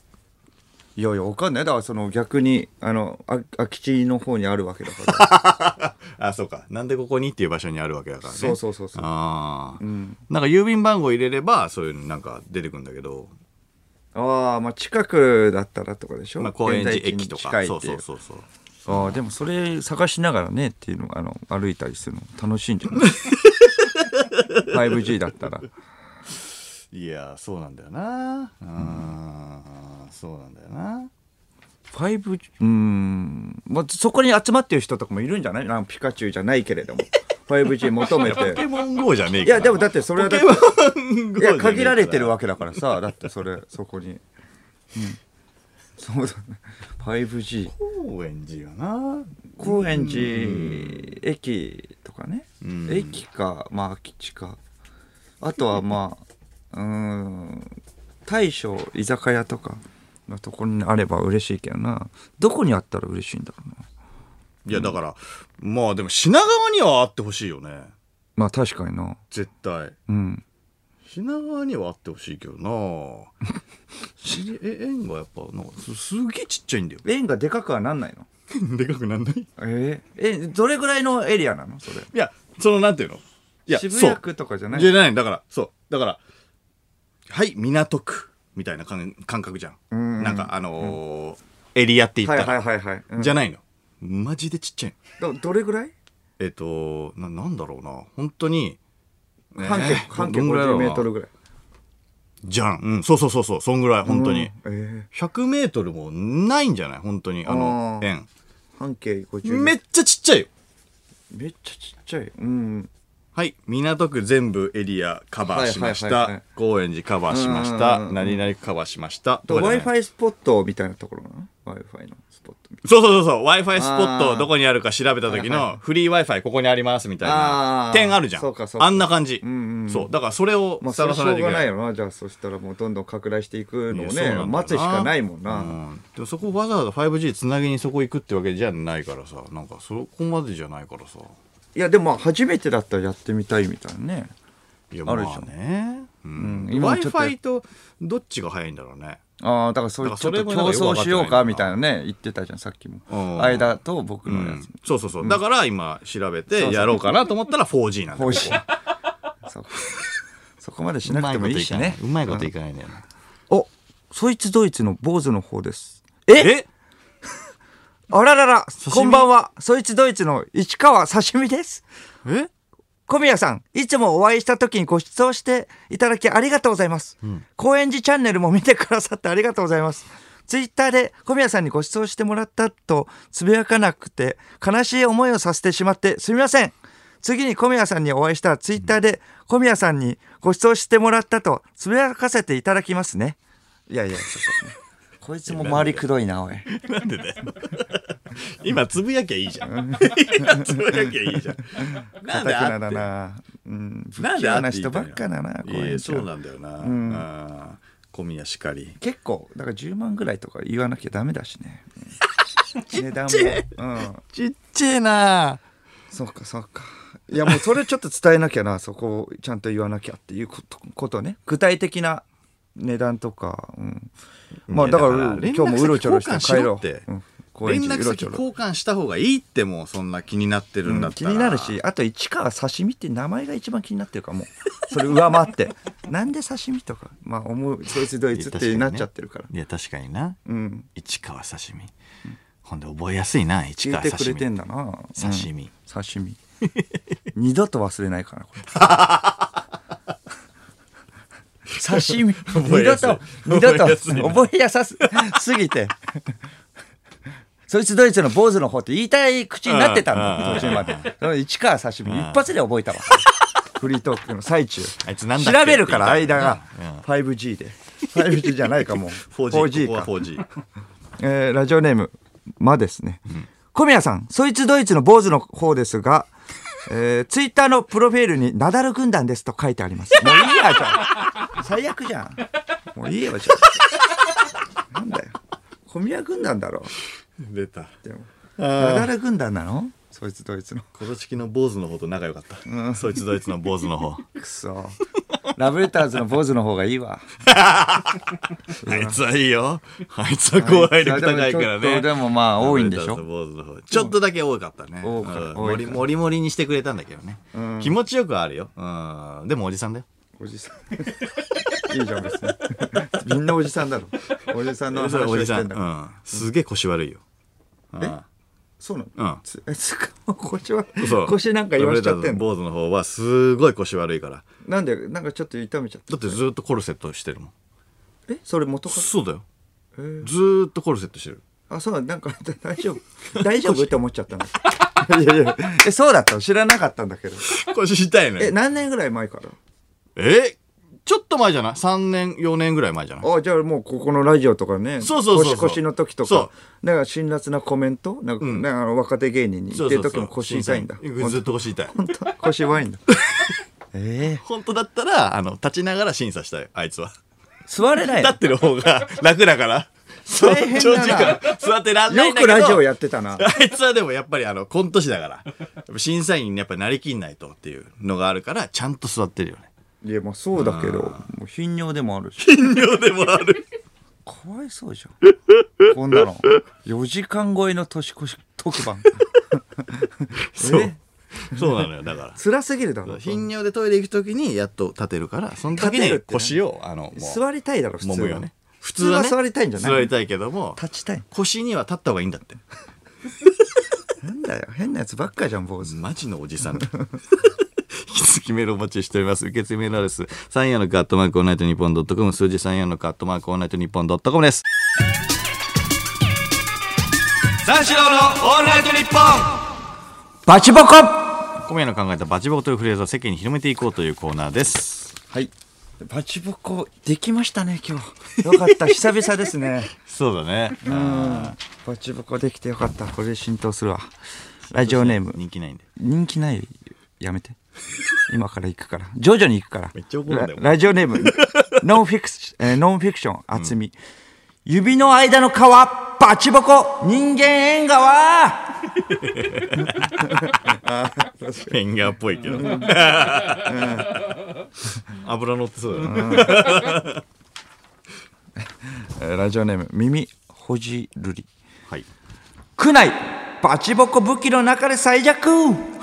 いやいやわかんないだからその逆にあのあ空き地の方にあるわけだ から、
あそうかなんでここにっていう場所にあるわけだからね
そうそうそうそう
ああ、
うん、
なんか郵便番号入れればそういうのなんか出てくるんだけど、
ああまあ近くだったらとかでしょ、
まあ、高円寺
現代
駅
に
と
近
か
いって
そ
いう
うそうそうそう
ああでもそれ探しながらねっていうのあの歩いたりするの楽しいんじゃない 5G だったら
いやーそうなんだよなうんそうなんだよな
5G うーん、まあ、そこに集まってる人とかもいるんじゃないなんかピカチュウじゃないけれども 5G 求め
ポ
て
ケモン GO じゃねえ
い
から
やでもだってそれはだっていや限られてるわけだからさだってそれそこに、うん、そうだね 5G
高円寺よな
高円寺駅とかね、
うん
駅かまあ空き地かあとはまあうーん大将居酒屋とかのところにあれば嬉しいけどなどこにあったら嬉しいんだろうない
やだから、まあでも品川にはあってほしいよね
まあ確かにな
絶対
うん
品川にはあってほしいけどな しえ円がやっぱなんかすすげえちっちゃいんだよ
円がでかくはなんないの
でかくなんないい
えーえどれぐらいのエリアなのそれ
やそのなんていうのいや
渋谷
そう
区とかじゃない
じゃないだからそうだからはい港区みたいな感感覚じゃん、
うんうん
なんかあのーエリアって言った
は
ら、
いはいはいはい、うん
じゃないのマジでちっちゃいの
どどれぐらい
えっとななんだろうな本当に
半
え
径
ー
半
ど
径
んぐらいだろう
50
な
メートルぐらい
じゃん、うん、そうそうそうそうそんぐらい本当に、
うんえ
100メートルもないんじゃない本当にあの
あー
円
ー半径50
めっちゃちっちゃいよ
めっちゃちっちゃいうん
はい港区全部エリアカバーしまし
はいはいはいは
た
い
高円寺カバーしまし
うんうんうん
た
うん
何々区カバーしましたと
w
か
i
じゃ
f
ない
i スポットみたいなところなの w i f i のスポットみ
そうそうそうそう w i f i スポッ
あー
トどこにあるか調べた時
はいは
のフリー w i f i ここにありますみたい
あ
な
ー
点あるじゃん
そうかそうか
あんな感じ、
うんうんうん
そうだからそれを
まあそれ
探
はし
さないうとい
ょ
け
が
な
ないいよなじゃあそしたらもうどんどん拡大していくのを
いやそうなんだ
ね
よな
待つしかないもんな、
うんでもそこわざわざ 5G つなぎにそこ行くってわけじゃないからさなんかそこまでじゃないからさ
いやでもまあ初めてだったらやってみたいみたいなね
いやま
あるでしょ
あね、うん
うん
w
今
i
ちょ
f
っと
i とどっちが早いんだろうね
ああだからそれ
だから
ち
そ
ょっ
れ
と
も
競争しよう
なんかよく
か
わかんないな
みたいなね言ってたじゃんさっきも
うん
間と僕
う
のや
ん
つ、
そうそうそう、だから今調べ
そうそ
て
う
やろうかなと思ったら 4G なんだよ
欲しいそうそこまでしなくてもいいしね
うまいこといかないんだよな。
おそいつドイツの坊主の方ですえ
え
あららら
身
こんばんはそいつドイツの市川刺身です
え
小宮さん、いつもお会いした時にご出演していただきありがとうございます。高円寺チャンネルも見てくださってありがとうございます。ツイッターで小宮さんにご出演してもらったとつぶやかなくて悲しい思いをさせてしまってすみません。次に小宮さんにお会いしたらツイッターで小宮さんにご出演してもらったとつぶやかせていただきますね。いやいや、ちょっとね こいつも周りくどいな、おい。
なんでだよ。今つぶやきゃいいじゃん。今つぶやきゃいいじゃ ん。な
か
んで
たくな
あ
だ
って。
な。うん、不
なん
器
で
用
あ
な
っていいん
人
だ
ば
よ
っかだな、高
いやい
円
やそ
寺
う
は。
なんだよな。
ん
あー小宮しかり。
結構だから10万ぐらいとか言わなきゃダメだし ね値段
ちっちゃい
も、うん、
ちっちゃいな。
そうかそうかいやもうそれちょっと伝えなきゃなそこをちゃんと言わなきゃっていうことことね具体的な値段とか、うん、まあ
いや
だから
だから
今日もうろちょろして帰ろ
連絡先交換しろって
ううん、公
連
園寺う
絡
ろち
先
ょろ、
交換した方がいいってもうそんな気になってるん
う
だっ
ん
た
気
ら。
になるしあと市川刺身って名前が一番気になってるからもうそれ上 回ってなんで刺身とかまあ思うそいつどいつってなっちゃってるから
いや確かにな。
うん
市川刺身。ほんで覚えやすいな市
聞い
川
てく
刺
れて
身。
んだな
刺身。
刺身二度と忘れないからこれ 刺身
覚
二
えや
度
すい
と二度と
覚えやすいな
覚えやさすすぎてそいつドイツの坊主の方って言いたい口になってた
うんうん
の途中までその市川刺身一発で覚えたわフリートークの最中
あいつなんだっけ
調べるから
って言
間
った
が
うん
5G で 5G じゃないかもう
4G こ
か
こは 4G。
えーラジオネーム、まですね。小宮さん、そいつドイツの坊主の方ですが、えー、ツイッターのプロフィールにナダル軍団ですと書いてあり ます。もういいや、じゃん。最悪じゃん。もういいよ、じゃん。なんだよ。小宮軍団だろ。
出た。
でもナ
あ
ダル軍団なのそいつドイツの。
コロチキの坊主の方と仲良かった。そいつどいつの坊主の方。
くそ。ラブレターズの坊主の方がいい わ。
あいつはいいよ。あいつは後輩力高いか
ちょ
ら
っと
ね。
でもまあ、多いんでし
ラ
ょ。
ブレターズの坊主の方ちょっとだけ多かったね。
多かった
うん
多い
も
か
りもりもりにしてくれたんだけどね。気持ちよくはあるよ。うんでもおじさんだよ。
おじさん。いいじゃん、別に。みんなおじさんだろ。おじさんの話
それお
を
じ
して
さ
ん
ん。
だ
う
から。
んすげえ腰悪いよ。うん
そうなの
うん
つえつか腰は
そう
腰なんか言わしちゃってん
ラブ
の
レターズの坊主の方はすごい腰悪いから。
なんでなんかちょっと痛めちゃっ
だってずっとコルセットしてるもん。
たえそれ元から
そうだよ。
えー
ずーっとコルセットしてる。
あそうなんか大丈夫大丈夫って思っちゃったのいやいやえそうだったの知らなかったんだけど
腰痛いの
え
よ。
何年ぐらい前から
えちょっと前じゃない ?3 年、4年ぐらい前じゃない
あじゃあもうここのラジオとかね
そうそうそうそう
腰腰の時と
そ
かなんか辛辣なコメントなんか、なんかあの若手芸人に言ってる時も腰痛いんだ
そうそうそうずっと腰痛い。
本当腰弱いんだええ
本当だったら、あの、立ちながら審査したよ、あいつは。
座れない
立ってる方が楽だから。 そう、
大変だな
長時間座ってらんない
よ
んだ
く
けど。
ラジオやってたな
あいつはでもやっぱりあの、コント師だから。やっぱ審査員にやっぱなりきんないとっていうのがあるから、ちゃんと座ってるよね。
いやまあそうだけどもう頻尿でもあるし
頻尿でもある。
かわいそうじゃんこんなの4時間超えの年越し特番
そう。そうなのよ、だから。
辛すぎるだろ
頻尿でトイレ行くときにやっと立てるから、その時
立てるっ
に
てね
腰を、あの、もう、
座りたいだろ普
揉
通
む
は
よね。普
通は
ね
座りたいんじゃない
座りたいけども、
立ちたい
腰には立った方がいいんだって。
なんだよ変なやつばっかじゃん坊主
マジのおじさん。引き続きメールお待ちしております。受付メールアドレス、34のカットマークオールナイトニッポンドットコム、数字34のカットマークオールナイトニッポンドットコムです。三四郎のオールナイトニッポン
バチボコは
小宮の考えたバチボコというフレーズを世間に広めていこうというコーナーです。
いバチボコできましたね今日よかった久々ですね
そうだね。
うんバチボコできてよかったこれで浸透するわラジオネーム
人気ないんで。
人気ないよやめて今から行くから徐々に行くから
めっちゃ怒るんだよ
ララジオネー ムノンフィクス、えーノンフィクション厚み、指の間の皮バチボコ人間縁側
フェンガーっぽい けど。油乗ってそうだな。
えーラジオネーム耳ほじるり
はい。
区内バチボコ武器の中で最弱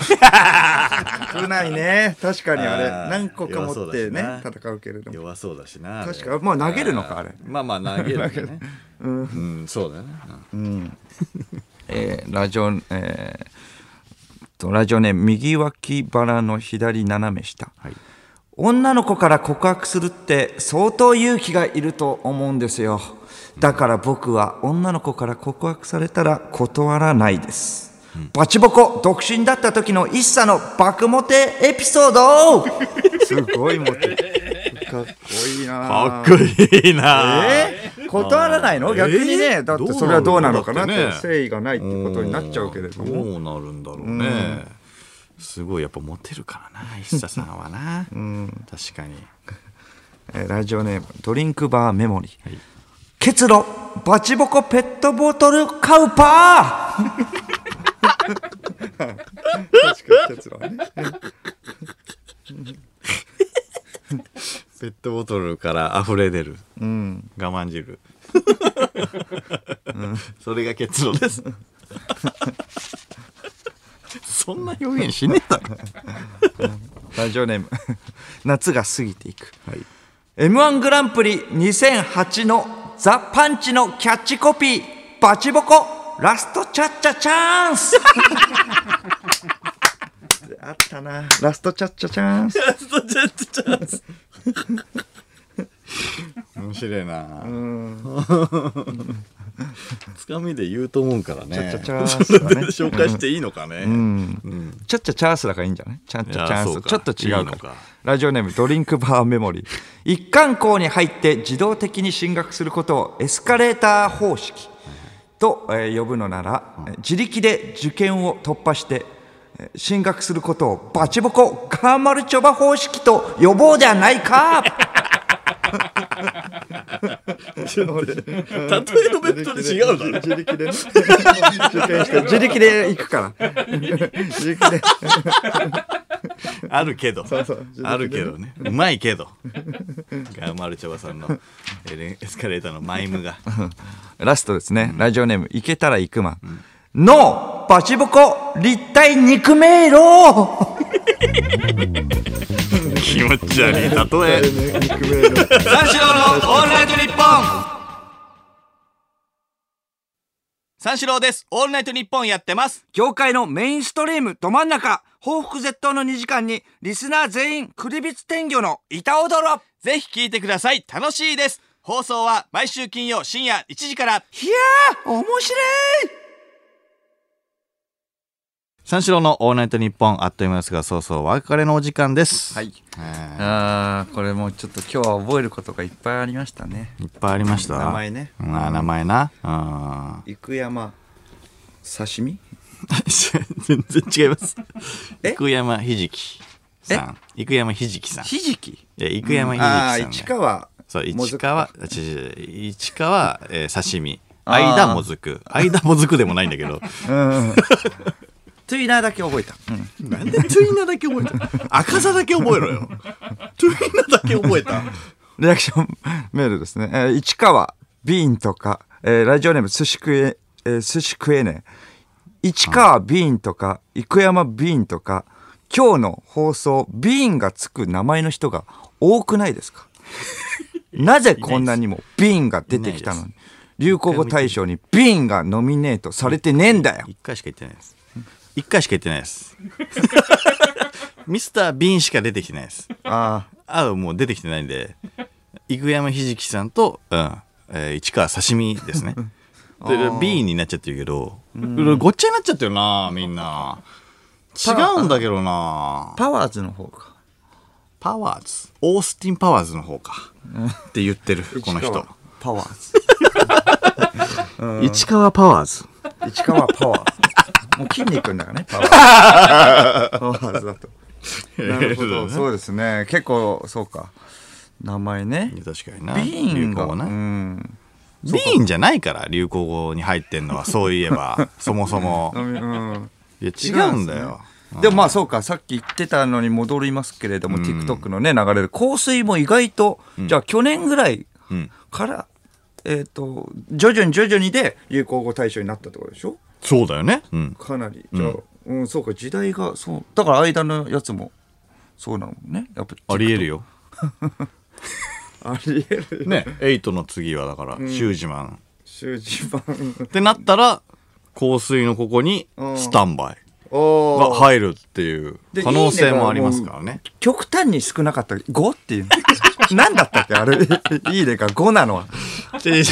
少ないね確かにあれ
あー
何個か持ってね
弱そうだしな
戦うけれども
弱そうだしな
確かまあ投げるのかあれ
まあまあ投げるよ ねうん、そうだよね、
えーラジオえーとラジオね右脇腹の左斜め下、女の子から告白するって相当勇気がいると思うんですよだから僕は女の子から告白されたら断らないです、バチボコ独身だった時の一茶のバクモテエピソード すごいモテ かっこいいな
かっこいいな
えー断らないの
ー
逆に
え
ね
ー
だってそれはどうなのかなっ
どうな
て
の
誠意がないってことになっちゃうけれども
どうなるんだろうね、すごいやっぱモテるからな一茶さんは な、確かに
えーラジオネームドリンクバーメモリー、結露バチボコペットボトルカウパー 確かに結露ね
ペットボトルから溢れ出る、我慢汁、 それが結論です そんな表現しねえだろ
ラジオネーム 夏が過ぎていく、
はい
m 1グランプリ2008のザ・パンチのキャッチコピーバチボコラストチャッチャチャンス あったなラストチャッチャチャンス
面白いなつかみで言うと思うからね
チャチャチャー
それで紹介していいのかね、
ちょっとチャンスだからいいんじゃないちゃんとチ
い
ャ
や
ン
そ
ス
うか
ちょっと
い
違
うい
か
の
ら
か
ラジオネームドリンクバーメモリー一貫校に入って自動的に進学することをエスカレーター方式と、えー呼ぶのなら、えー自力で受験を突破してえー進学することをバチボコガーマルチョバ方式と呼ぼうではない か
例えのベッドで違うだろ
自力で、ね、受験して自力で行くから自力で
あるけど
そう
あるけどねうまいけどがマルチョバさんのエレエスカレーターのマイ ムが
ラストですね、ラジオネーム、いけたらいくま。ノーバチボコ立体肉迷路
気持ち悪い例え
三四郎のオールナイトニッポン
三四郎ですオールナイトニッポンやってます
業界のメインストリームど真ん中報復絶倒の2時間にリスナー全員クリビツ天魚の板踊ろ
ぜひ聞いてください楽しいです放送は毎週金曜深夜1時から
いやー面白い
三四郎のオールナイトニッポンあっという間ですがそうそうお別れのお時間です
はい
え
あーこれもうちょっと今日は覚えることがいっぱいありましたね
ーいっぱいありました
名前ね
うんあ名前なうん
生山刺身
全然違います
え
生山ひじきさん生山ひじきさんい
ひじき
や生山ひじきさ
ああ
んだよ
市川
そう、
もず
市
く
川、あ違う違う違う市川、えー刺身。
あー
間もずく。間もずくでもないんだけど。
トゥイナーだけ覚えた、
なんでトゥイナだけ覚えた赤さだけ覚えろよ。トゥイナだけ覚えた。
リアクションメールですね。えー市川、ビーンとか、えーラジオネーム、寿司食え、えー寿司食えねえ。市川ビーンとか、生山ビーンとか、今日の放送、ビーンがつく名前の人が多くな いですかなぜこんなにもビーンが出てきたの
いな
に、流行語大賞にビーンがノミネートされてねえんだよ。
一回しか言ってないです。一回しか言ってない です。ミスター・ビーンしか出てきてないです。
あ
ああ、もう出てきてないんで。生山ひじきさんと、うん、えー市川刺身ですね。で、ビーンになっちゃってるけど、ごっちゃになっちゃってるな、みんな。違うんだけどな
あ、。パワーズの方か。
パワーズオースティン・パワーズの方かって言ってるこの人
パワーズ。
市川パワーズ
市川パワーズ。もう筋肉んだからね、パワ ーズ。パワーズだと。なるほど、そうですね。結構、そうか。名前ね。
確かにな
ビーン
流
が。
行語
う。
なんビーンじゃないから流行語に入ってんのはそういえばそもそも
うん
いや違うんだよ
でもまあそうか、さっき言ってたのに戻りますけれども、TikTok のね、流れる香水も意外と、じゃあ去年ぐらい
うん
から、えっと、徐々に徐々にで流行語大賞になったってことでしょ
そうだよね。うん。
かなりじゃあ、うんそうか時代がそうだから間のやつもそうなのねやっぱ
ありえるよ。
ありえる
ね。エイトの次はだから、シュージマン。
習字版
ってなったら、香水のここにスタンバイ
お
が
ー
入るっていう可能性もありますからね。
極端に少なかった 5? っていう 何だったっけあれ いいねか5なのは
違う違う違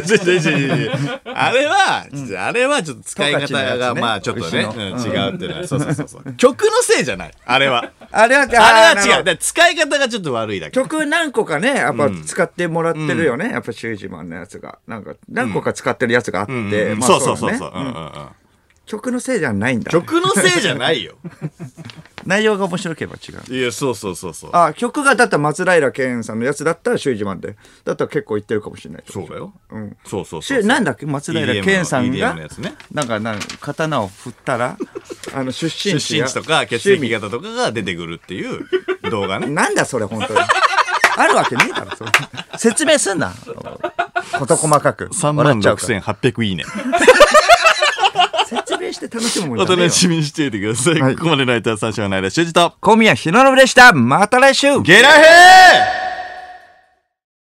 う違う違う違う あれは、あれはちょっと使い
十勝
方
のや
が、
つね
まあちょっとね、
牛の
うん違うっていうのは、そうそうそうそう。曲のせいじゃない。あれは。
あれはあ
あれ
ー
は
なる
違う。だ
ほど
から使い方がちょっと悪いだけ。
曲何個かねやっぱ使ってもらってるよね、やっぱ習字版のやつがなんか何個か使ってるやつがあって、
うんうん
まあ
そうそうそうそう。
だ
うんう
ね
んうん
曲のせいじゃないんだ
曲のせいじゃない よ。
内容が面白ければ違う
いや、そうそうそうそう。
あ曲がだったら松平健さんのやつだったら習字版でだったら結構いってるかもしれない
そうだよ。
うん
そうそう
し
そう。
なんだっけ松平健さん
EDM
が
のやつね。
なんかなんか刀を振ったら あの出
出
身地
身
が
地とか血液型とかが出てくるっていう動画 ね。
なんだそれ本当に。あるわけねえだろそれ。 説明すんな。事細かく。
3
笑
万
っちゃうから
6800いいね。
説明して楽しむも
お
んじゃね
楽
えよ。
しみにしていてください。
はい
ここまでの相手は三四郎の間修二と、
小宮日野信でした。また来週
ゲラヘー